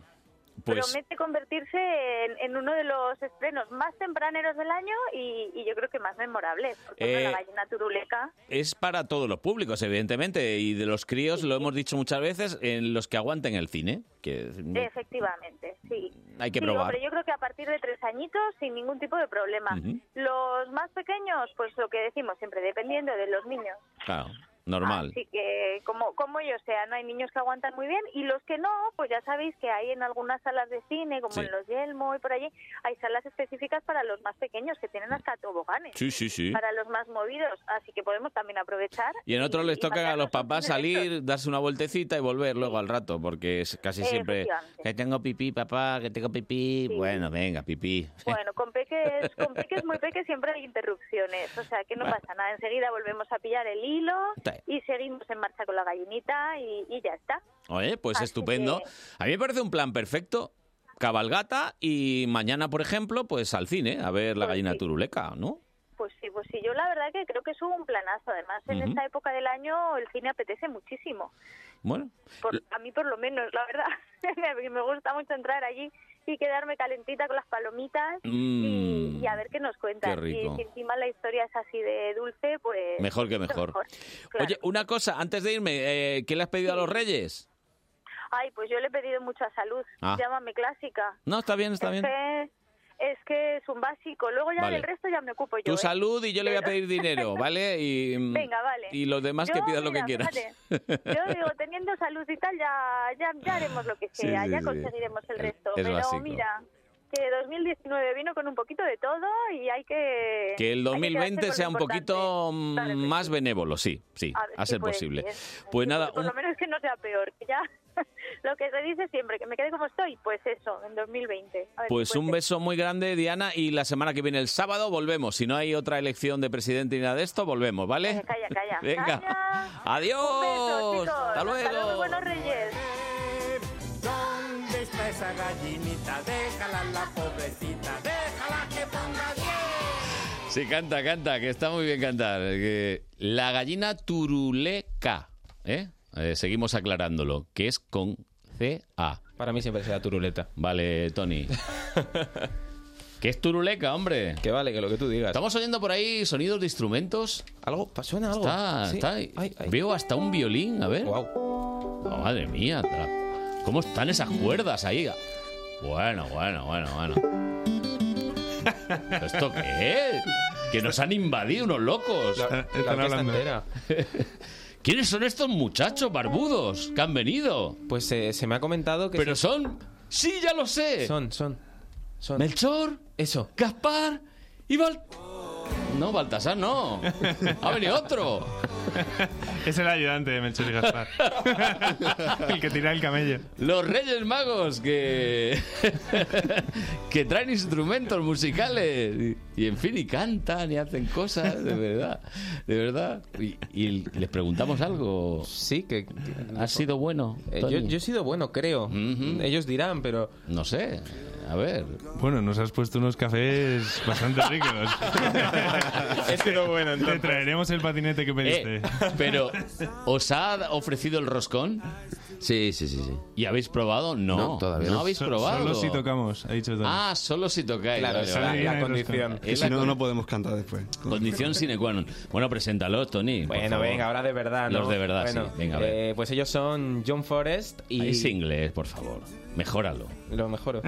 Speaker 2: Pues
Speaker 29: Promete convertirse en, en uno de los estrenos más tempraneros del año y, y yo creo que más memorables. Porque hombre,
Speaker 2: Eh,
Speaker 29: la gallina turuleca.
Speaker 2: es para todos los públicos, evidentemente, y de los críos, lo hemos dicho muchas veces, en los que aguanten el cine, que
Speaker 29: Efectivamente, sí.
Speaker 2: Hay que
Speaker 29: Sí,
Speaker 2: probar.
Speaker 29: hombre, yo creo que a partir de tres añitos sin ningún tipo de problema.
Speaker 2: Ujú.
Speaker 29: Los más pequeños, pues lo que decimos siempre, dependiendo de los niños.
Speaker 2: claro, normal.
Speaker 29: Así que como, como ellos sean, hay niños que aguantan muy bien y los que no, pues ya sabéis que hay en algunas salas de cine, como
Speaker 2: Sí.
Speaker 29: en los Yelmo y por allí, hay salas específicas para los más pequeños que tienen hasta toboganes.
Speaker 2: Sí, sí, sí.
Speaker 29: Para los más movidos, así que podemos también aprovechar.
Speaker 2: Y en otros les
Speaker 29: y
Speaker 2: toca a los
Speaker 29: mandarnos
Speaker 2: papás
Speaker 29: un directo.
Speaker 2: salir, darse una vueltecita y volver luego al rato, porque es casi siempre
Speaker 29: Efectivamente.
Speaker 2: que tengo pipí, papá, que tengo pipí. Bueno, venga, pipí.
Speaker 29: Bueno, con peques, con peques muy peques siempre hay interrupciones, o sea que no
Speaker 2: Bueno.
Speaker 29: pasa nada. Enseguida volvemos a pillar el hilo
Speaker 2: Sí.
Speaker 29: y seguimos en marcha con la gallinita y, y ya está.
Speaker 2: Oye, pues
Speaker 29: Así
Speaker 2: estupendo. A mí me parece un plan perfecto. Cabalgata y mañana, por ejemplo, pues al cine, a ver la gallina turuleca, ¿no?
Speaker 29: Pues sí, pues sí. Yo la verdad que creo que es un planazo. Además, en
Speaker 2: Ujú.
Speaker 29: esta época del año el cine apetece muchísimo.
Speaker 2: Bueno,
Speaker 29: Pues Por- a mí por lo menos, la verdad. me me gusta mucho entrar allí y quedarme calentita con las palomitas
Speaker 2: mm,
Speaker 29: y, y a ver qué nos cuentan.
Speaker 2: qué rico.
Speaker 29: Y si encima la historia es así de dulce, pues...
Speaker 2: Mejor que
Speaker 29: mucho
Speaker 2: mejor.
Speaker 29: claro.
Speaker 2: Oye, una cosa, antes de irme, eh, ¿qué le has pedido a los reyes?
Speaker 29: Ay, pues yo le he pedido mucha salud.
Speaker 2: Ah.
Speaker 29: Llámame clásica.
Speaker 2: No, está bien, está
Speaker 29: es
Speaker 2: bien.
Speaker 29: Que, es que es un básico. Luego ya
Speaker 2: Vale.
Speaker 29: del resto ya me ocupo yo.
Speaker 2: Tu
Speaker 29: ¿eh?
Speaker 2: salud y yo le voy a
Speaker 29: Pero-
Speaker 2: pedir dinero, ¿vale? Y, mm,
Speaker 29: Venga, vale.
Speaker 2: Y los demás que
Speaker 29: Yo,
Speaker 2: pidan lo que quieran.
Speaker 29: mira, fíjate, yo digo, teniendo salud y tal, ya, ya, ya haremos lo que
Speaker 2: Sí,
Speaker 29: sea,
Speaker 2: sí,
Speaker 29: ya
Speaker 2: sí.
Speaker 29: conseguiremos el
Speaker 2: Es-
Speaker 29: resto.
Speaker 2: es
Speaker 29: Pero
Speaker 2: básico.
Speaker 29: mira, que 2019 vino con un poquito de todo y hay que...
Speaker 2: Que el
Speaker 29: hay quedarse
Speaker 2: 2020
Speaker 29: con
Speaker 2: sea
Speaker 29: lo
Speaker 2: un poquito mm, más benévolo, sí, sí,
Speaker 29: A ver
Speaker 2: a
Speaker 29: si
Speaker 2: ser
Speaker 29: puede
Speaker 2: posible.
Speaker 29: ser.
Speaker 2: Pues
Speaker 29: importante.
Speaker 2: nada,
Speaker 29: Por lo menos que no sea peor, que ya lo que se dice siempre, que me quede como estoy, pues eso, en 2020. A ver si
Speaker 2: Pues
Speaker 29: puede
Speaker 2: un
Speaker 29: ser.
Speaker 2: beso muy grande, Diana, y la semana que viene, el sábado, volvemos. Si no hay otra elección de presidente ni nada de esto, volvemos, ¿vale?
Speaker 29: Calla, calla.
Speaker 2: Venga.
Speaker 29: Calla.
Speaker 2: Adiós.
Speaker 29: Un beso, chicos.
Speaker 2: Hasta luego.
Speaker 29: Buenos Reyes.
Speaker 9: ¿Dónde está esa gallinita? Déjala la pobrecita, déjala que ponga bien.
Speaker 2: Sí, canta, canta, que está muy bien cantar. Eh, Que La gallina turuleca, ¿eh? Eh, seguimos aclarándolo, que es con C-A. Para mí siempre será turuleta. Vale, Tony. ¿Qué es turuleca, hombre? Que vale, que lo que tú digas. Estamos oyendo por ahí sonidos de instrumentos. Algo, suena
Speaker 3: algo.
Speaker 2: Está,
Speaker 3: Sí.
Speaker 2: está. Veo hasta un violín, a ver. Oh, madre mía, tra- ¿cómo están esas cuerdas ahí? Bueno, bueno, bueno, bueno. ¿Esto qué es? Que nos han invadido unos locos.
Speaker 3: orquesta hablando. entera.
Speaker 2: ¿Quiénes son estos muchachos barbudos que han venido? Pues se me ha comentado que... Pero son... Sí, ya lo sé.
Speaker 3: Son, son. son.
Speaker 2: Melchor.
Speaker 3: Eso.
Speaker 2: Gaspar y Bal... No, Baltasar no. Ha venido otro.
Speaker 3: Es el ayudante de Melchor y Gaspar. el que tira el camello.
Speaker 2: Los Reyes Magos que que traen instrumentos musicales y, y, en fin y cantan y hacen cosas de verdad, de verdad. Y, y les preguntamos algo. Sí, que, has sido bueno.
Speaker 3: Eh, yo,
Speaker 2: Tony?
Speaker 3: yo he sido bueno, creo. Ellos dirán, pero.
Speaker 2: No sé. A ver.
Speaker 3: Bueno, nos has puesto unos cafés bastante ricos. es que no bueno, Te traeremos el patinete que pediste.
Speaker 2: Eh, pero ¿os ha ofrecido el roscón? Sí, sí, sí, sí. ¿Y habéis probado? No,
Speaker 3: No,
Speaker 2: todavía no habéis
Speaker 3: So-
Speaker 2: probado.
Speaker 3: Solo si tocamos, ha dicho Tony.
Speaker 2: Ah, solo si tocáis.
Speaker 3: Claro,
Speaker 2: vale,
Speaker 3: esa
Speaker 2: vale.
Speaker 3: es la condición.
Speaker 2: Es
Speaker 6: si
Speaker 2: la
Speaker 6: no,
Speaker 2: con-
Speaker 6: no podemos cantar después.
Speaker 2: Condición sine qua non. Bueno, preséntalo, Tony. por
Speaker 3: Bueno,
Speaker 2: favor.
Speaker 3: venga, ahora de verdad. ¿no?
Speaker 2: Los de verdad,
Speaker 3: Bueno,
Speaker 2: sí. Venga, a ver.
Speaker 3: eh, pues ellos son John Forrest y.
Speaker 2: Es inglés, por favor. Mejóralo.
Speaker 3: Lo mejoro.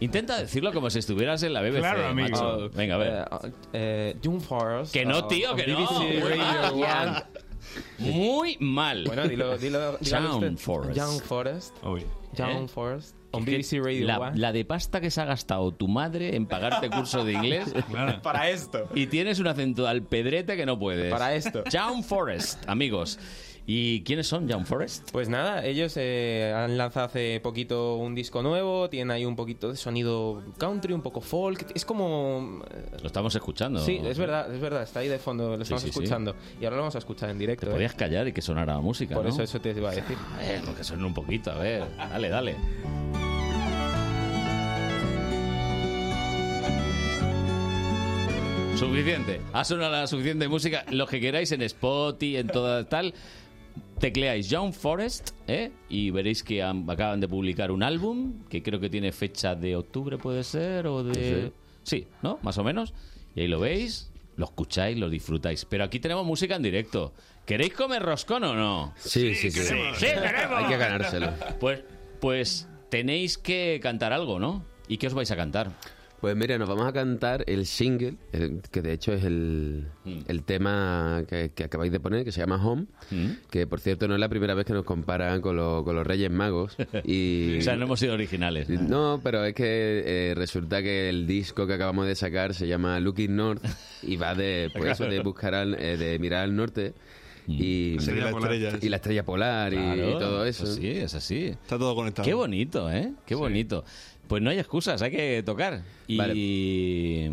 Speaker 2: Intenta decirlo como si estuvieras en la BBC,
Speaker 3: Claro, amigo.
Speaker 2: macho. Venga, a ver.
Speaker 3: Eh, John Forrest.
Speaker 2: Que no, tío, que no.
Speaker 3: BBC
Speaker 2: Muy
Speaker 3: Radio
Speaker 2: mal.
Speaker 3: One.
Speaker 2: Muy mal.
Speaker 3: Bueno, dilo, dilo. dígalo
Speaker 2: John
Speaker 3: usted.
Speaker 2: Forrest. ¿Eh?
Speaker 3: John Forrest. John Forrest. On
Speaker 2: Que-
Speaker 3: BBC Radio
Speaker 2: la,
Speaker 3: One.
Speaker 2: la de pasta que se ha gastado tu madre en pagarte curso de inglés
Speaker 3: Para esto.
Speaker 2: y tienes un acento al pedrete que no puedes.
Speaker 3: Para esto.
Speaker 2: John Forrest, amigos. ¿Y quiénes son John Forrest?
Speaker 3: Pues nada, ellos eh, han lanzado hace poquito un disco nuevo, tienen ahí un poquito de sonido country, un poco folk, es como...
Speaker 2: Lo estamos escuchando.
Speaker 3: Sí, es verdad, es verdad, está ahí de fondo, lo estamos
Speaker 2: sí, sí.
Speaker 3: escuchando. Y ahora lo vamos a escuchar en directo. ¿eh?
Speaker 2: Podías callar y que sonara la música.
Speaker 3: Por
Speaker 2: ¿no?
Speaker 3: eso eso te iba a decir.
Speaker 2: A ver, porque suena un poquito, a ver. Dale, dale. Suficiente. Ha sonado la suficiente música. Lo que queráis en Spotify, en toda tal. Tecleáis John Forrest ¿eh? y veréis que han- acaban de publicar un álbum que creo que tiene fecha de octubre, puede ser, o de. Sí, ¿no? Más o menos. Y ahí lo veis, lo escucháis, lo disfrutáis. Pero aquí tenemos música en directo. ¿Queréis comer roscón o no?
Speaker 6: Sí, sí, sí.
Speaker 2: Sí, queremos.
Speaker 6: Hay que ganárselo.
Speaker 2: Pues, pues tenéis que cantar algo, ¿no? ¿Y qué os vais a cantar?
Speaker 6: Pues mira, nos vamos a cantar el single, el- que de hecho es el, el tema que, que acabáis de poner, que se llama Home,
Speaker 2: ¿Mm?
Speaker 6: que por cierto no es la primera vez que nos comparan con, lo- con los Reyes Magos. Y,
Speaker 2: O sea, no hemos sido originales.
Speaker 6: No, pero es que eh, resulta que el disco que acabamos de sacar se llama Looking North y va de, pues, eso,
Speaker 2: Claro.
Speaker 6: de, buscar al- eh, de mirar al norte. Y, Seguir la estrella. y la estrella polar y-
Speaker 2: Claro,
Speaker 6: y todo eso.
Speaker 2: pues sí, es así. Está
Speaker 6: todo conectado.
Speaker 2: Qué bonito, ¿eh? Qué bonito. Pues no hay excusas, hay que tocar. Y...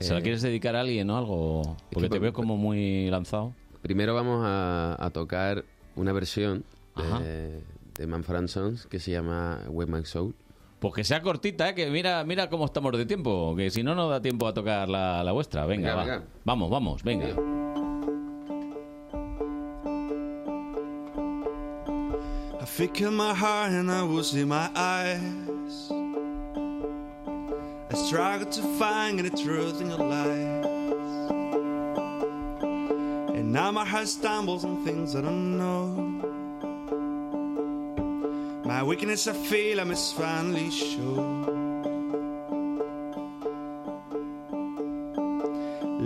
Speaker 2: ¿Se la
Speaker 6: Eh,
Speaker 2: quieres dedicar a alguien o algo? Porque te veo como muy lanzado.
Speaker 6: Primero vamos a, a tocar una versión
Speaker 2: Ajá.
Speaker 6: de, de Manfred Sons que se llama Wet My Soul.
Speaker 2: Pues que sea cortita, ¿eh? que mira, mira cómo estamos de tiempo, que si no, no da tiempo a tocar la, la vuestra. Venga,
Speaker 6: Venga,
Speaker 2: va.
Speaker 6: venga.
Speaker 2: vamos, vamos, venga.
Speaker 6: I flicker my heart and I will see my eyes.
Speaker 12: I struggle to find the truth in your lies. And now my heart stumbles on things I don't know. My weakness I feel I must finally show.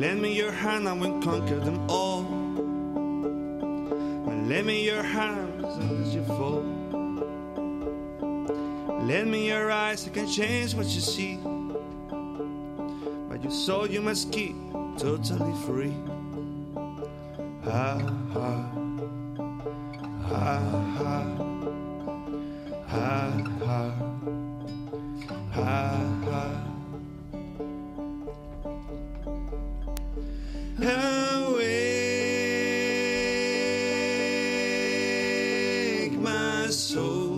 Speaker 12: Lend me your hand, I will conquer them all. Lend me your hand as you fall. Lend me your eyes, I can change what you see. But your soul you must keep totally free. Ah, ah, ah, ah. Ah, ah, ah, ah. Awake, my soul.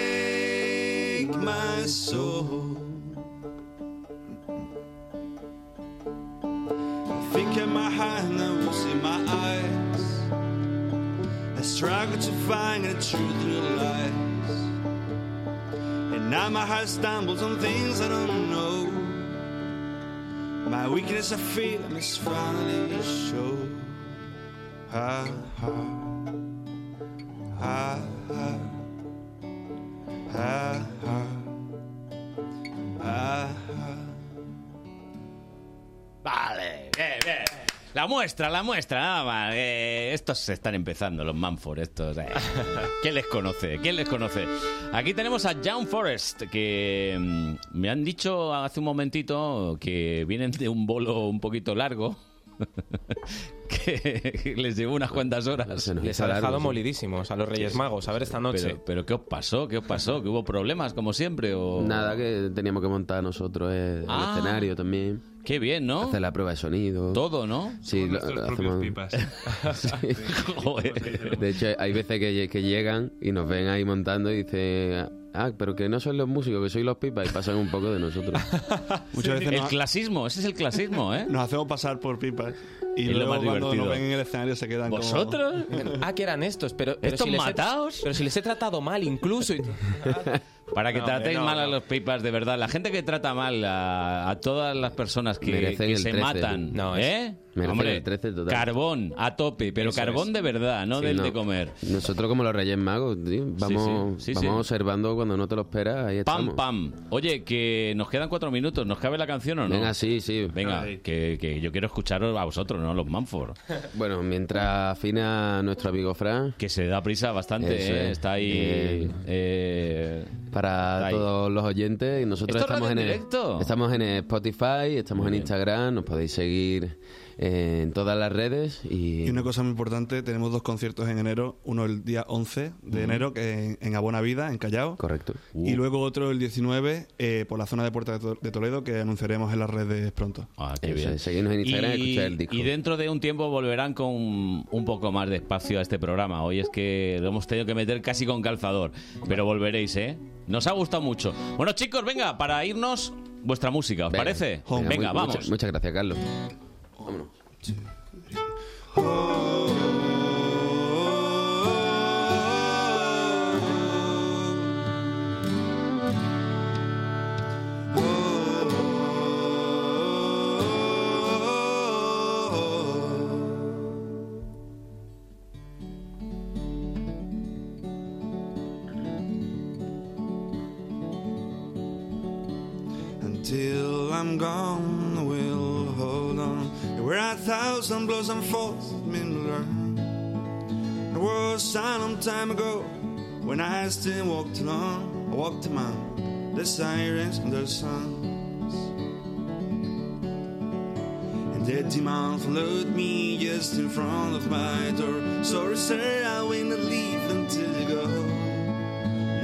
Speaker 12: Awake, my soul. I think in my hand, I will see my eyes. I struggle to find the truth in your lies. And now my heart stumbles on things I don't know. My weakness I feel I must finally show. Ah, ah. Ah, ah. Ah, ah. Ah, ah.
Speaker 2: Vale, bien, bien. La muestra, la muestra, nada más. Eh, estos se están empezando, los Manford, estos. eh. ¿Quién les conoce? ¿Quién les conoce? Aquí tenemos a John Forrest, que mm, me han dicho hace un momentito que vienen de un bolo un poquito largo. que les llevó unas cuantas horas.
Speaker 3: Les ha dejado molidísimos a los Reyes Magos. A ver esta noche.
Speaker 2: Pero, pero ¿qué os pasó? ¿Qué os pasó? ¿Que hubo problemas como siempre? O...
Speaker 6: Nada, que teníamos que montar nosotros eh, el, el
Speaker 2: Ah.
Speaker 6: escenario también.
Speaker 2: Qué bien, ¿no?
Speaker 6: Hacer la prueba de sonido.
Speaker 2: Todo, ¿no?
Speaker 6: Sí, lo- lo hacemos. De hecho, hay veces que, lle- que llegan y nos ven ahí montando y dicen, ah, pero que no son los músicos, que sois los pipas y pasan un poco de nosotros.
Speaker 12: Muchas veces
Speaker 2: El
Speaker 12: nos-
Speaker 2: clasismo, ese es el clasismo, ¿eh?
Speaker 12: Nos hacemos pasar por pipas. Y
Speaker 2: Es lo
Speaker 12: luego
Speaker 2: más
Speaker 12: cuando nos
Speaker 2: divertido.
Speaker 12: ven en el escenario se quedan como-
Speaker 3: Ah, que eran estos, pero. pero
Speaker 2: ¿Estos
Speaker 3: si les he-
Speaker 2: mataos?
Speaker 3: pero si les he tratado mal, incluso. y-
Speaker 2: Para que
Speaker 3: No,
Speaker 2: tratéis
Speaker 3: hombre, no,
Speaker 2: mal a
Speaker 3: no.
Speaker 2: los pipas, de verdad. La gente que trata mal a, a todas las personas que,
Speaker 6: Merecen
Speaker 2: que
Speaker 6: el
Speaker 2: se
Speaker 6: 13.
Speaker 2: matan.
Speaker 6: No, es-
Speaker 2: ¿Eh?
Speaker 6: Merecen
Speaker 2: Hombre,
Speaker 6: el 13 total.
Speaker 2: carbón a tope, pero
Speaker 6: Eso
Speaker 2: carbón
Speaker 6: es.
Speaker 2: de verdad, no
Speaker 6: Sí,
Speaker 2: del
Speaker 6: no.
Speaker 2: de comer.
Speaker 6: Nosotros como los Reyes Magos, tío, vamos,
Speaker 2: sí, sí.
Speaker 6: vamos observando cuando no te lo esperas, ahí
Speaker 2: Pam,
Speaker 6: estamos.
Speaker 2: pam. Oye, que nos quedan cuatro minutos. ¿Nos cabe la canción o no?
Speaker 6: Venga, sí, sí.
Speaker 2: Venga, que, que yo quiero escucharos a vosotros, ¿no? A los Manford.
Speaker 6: Bueno, mientras afina nuestro amigo Fran.
Speaker 2: Que se da prisa bastante, ¿eh? Está ahí, eh,
Speaker 6: para
Speaker 2: está ahí.
Speaker 6: todos los oyentes. Y nosotros
Speaker 2: ¿Esto es
Speaker 6: estamos en,
Speaker 2: radio en
Speaker 6: el-
Speaker 2: directo?
Speaker 6: estamos en Spotify, estamos en Instagram, nos podéis seguir eh, en todas las redes. Y,
Speaker 12: Y una cosa muy importante, tenemos dos conciertos en enero, uno el día 11 de
Speaker 2: Mm.
Speaker 6: Ujú.
Speaker 12: enero que en, en Abona Vida, en Callao.
Speaker 6: Correcto.
Speaker 2: Uh.
Speaker 12: Y luego otro el 19 eh, por la zona de Puerta de To- de Toledo que anunciaremos en las redes pronto.
Speaker 2: Ah, qué bien. y,
Speaker 12: el
Speaker 2: y dentro de un tiempo volverán con un poco más de espacio a este programa. Hoy es que lo hemos tenido que meter casi con calzador, pero volveréis, ¿eh? Nos ha gustado mucho. Bueno, chicos, venga, para irnos, vuestra música, ¿os parece? Venga,
Speaker 6: mu-
Speaker 2: vamos.
Speaker 6: Muchas, muchas gracias, Carlos. Vámonos.
Speaker 12: Until I'm gone, I will hold on. There were a thousand blows and falls me learn. There was a long time ago when I still walked alone. I walked among the sirens and the suns. And the demand followed me just in front of my door. Sorry, sir, I will not leave until you go.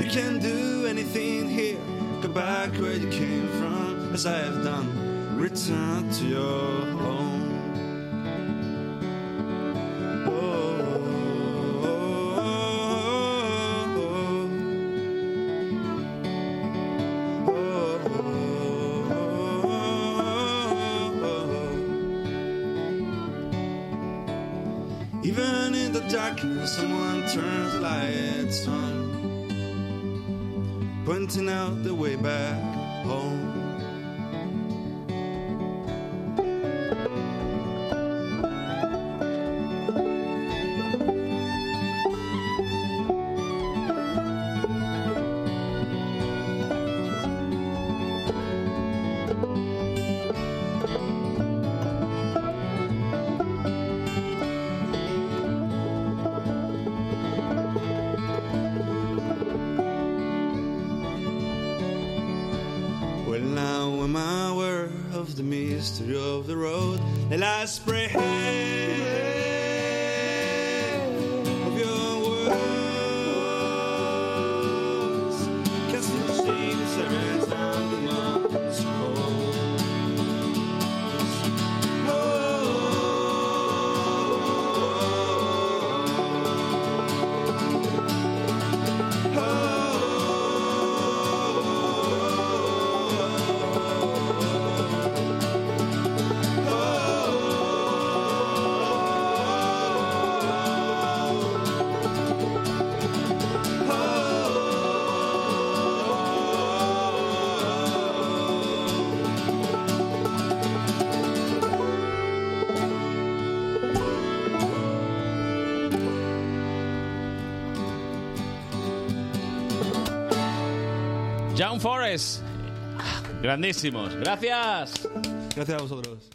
Speaker 12: You can do anything here. Go back where you came from, as I have done. Return to your home. Even in the darkness, someone turns the lights on, pointing out the way back home. Well, now I'm aware of the mystery of the road. The last spray of your words cast the shades that rest on the mountains cold.
Speaker 2: John Forrest. Grandísimos. Gracias.
Speaker 12: Gracias a vosotros.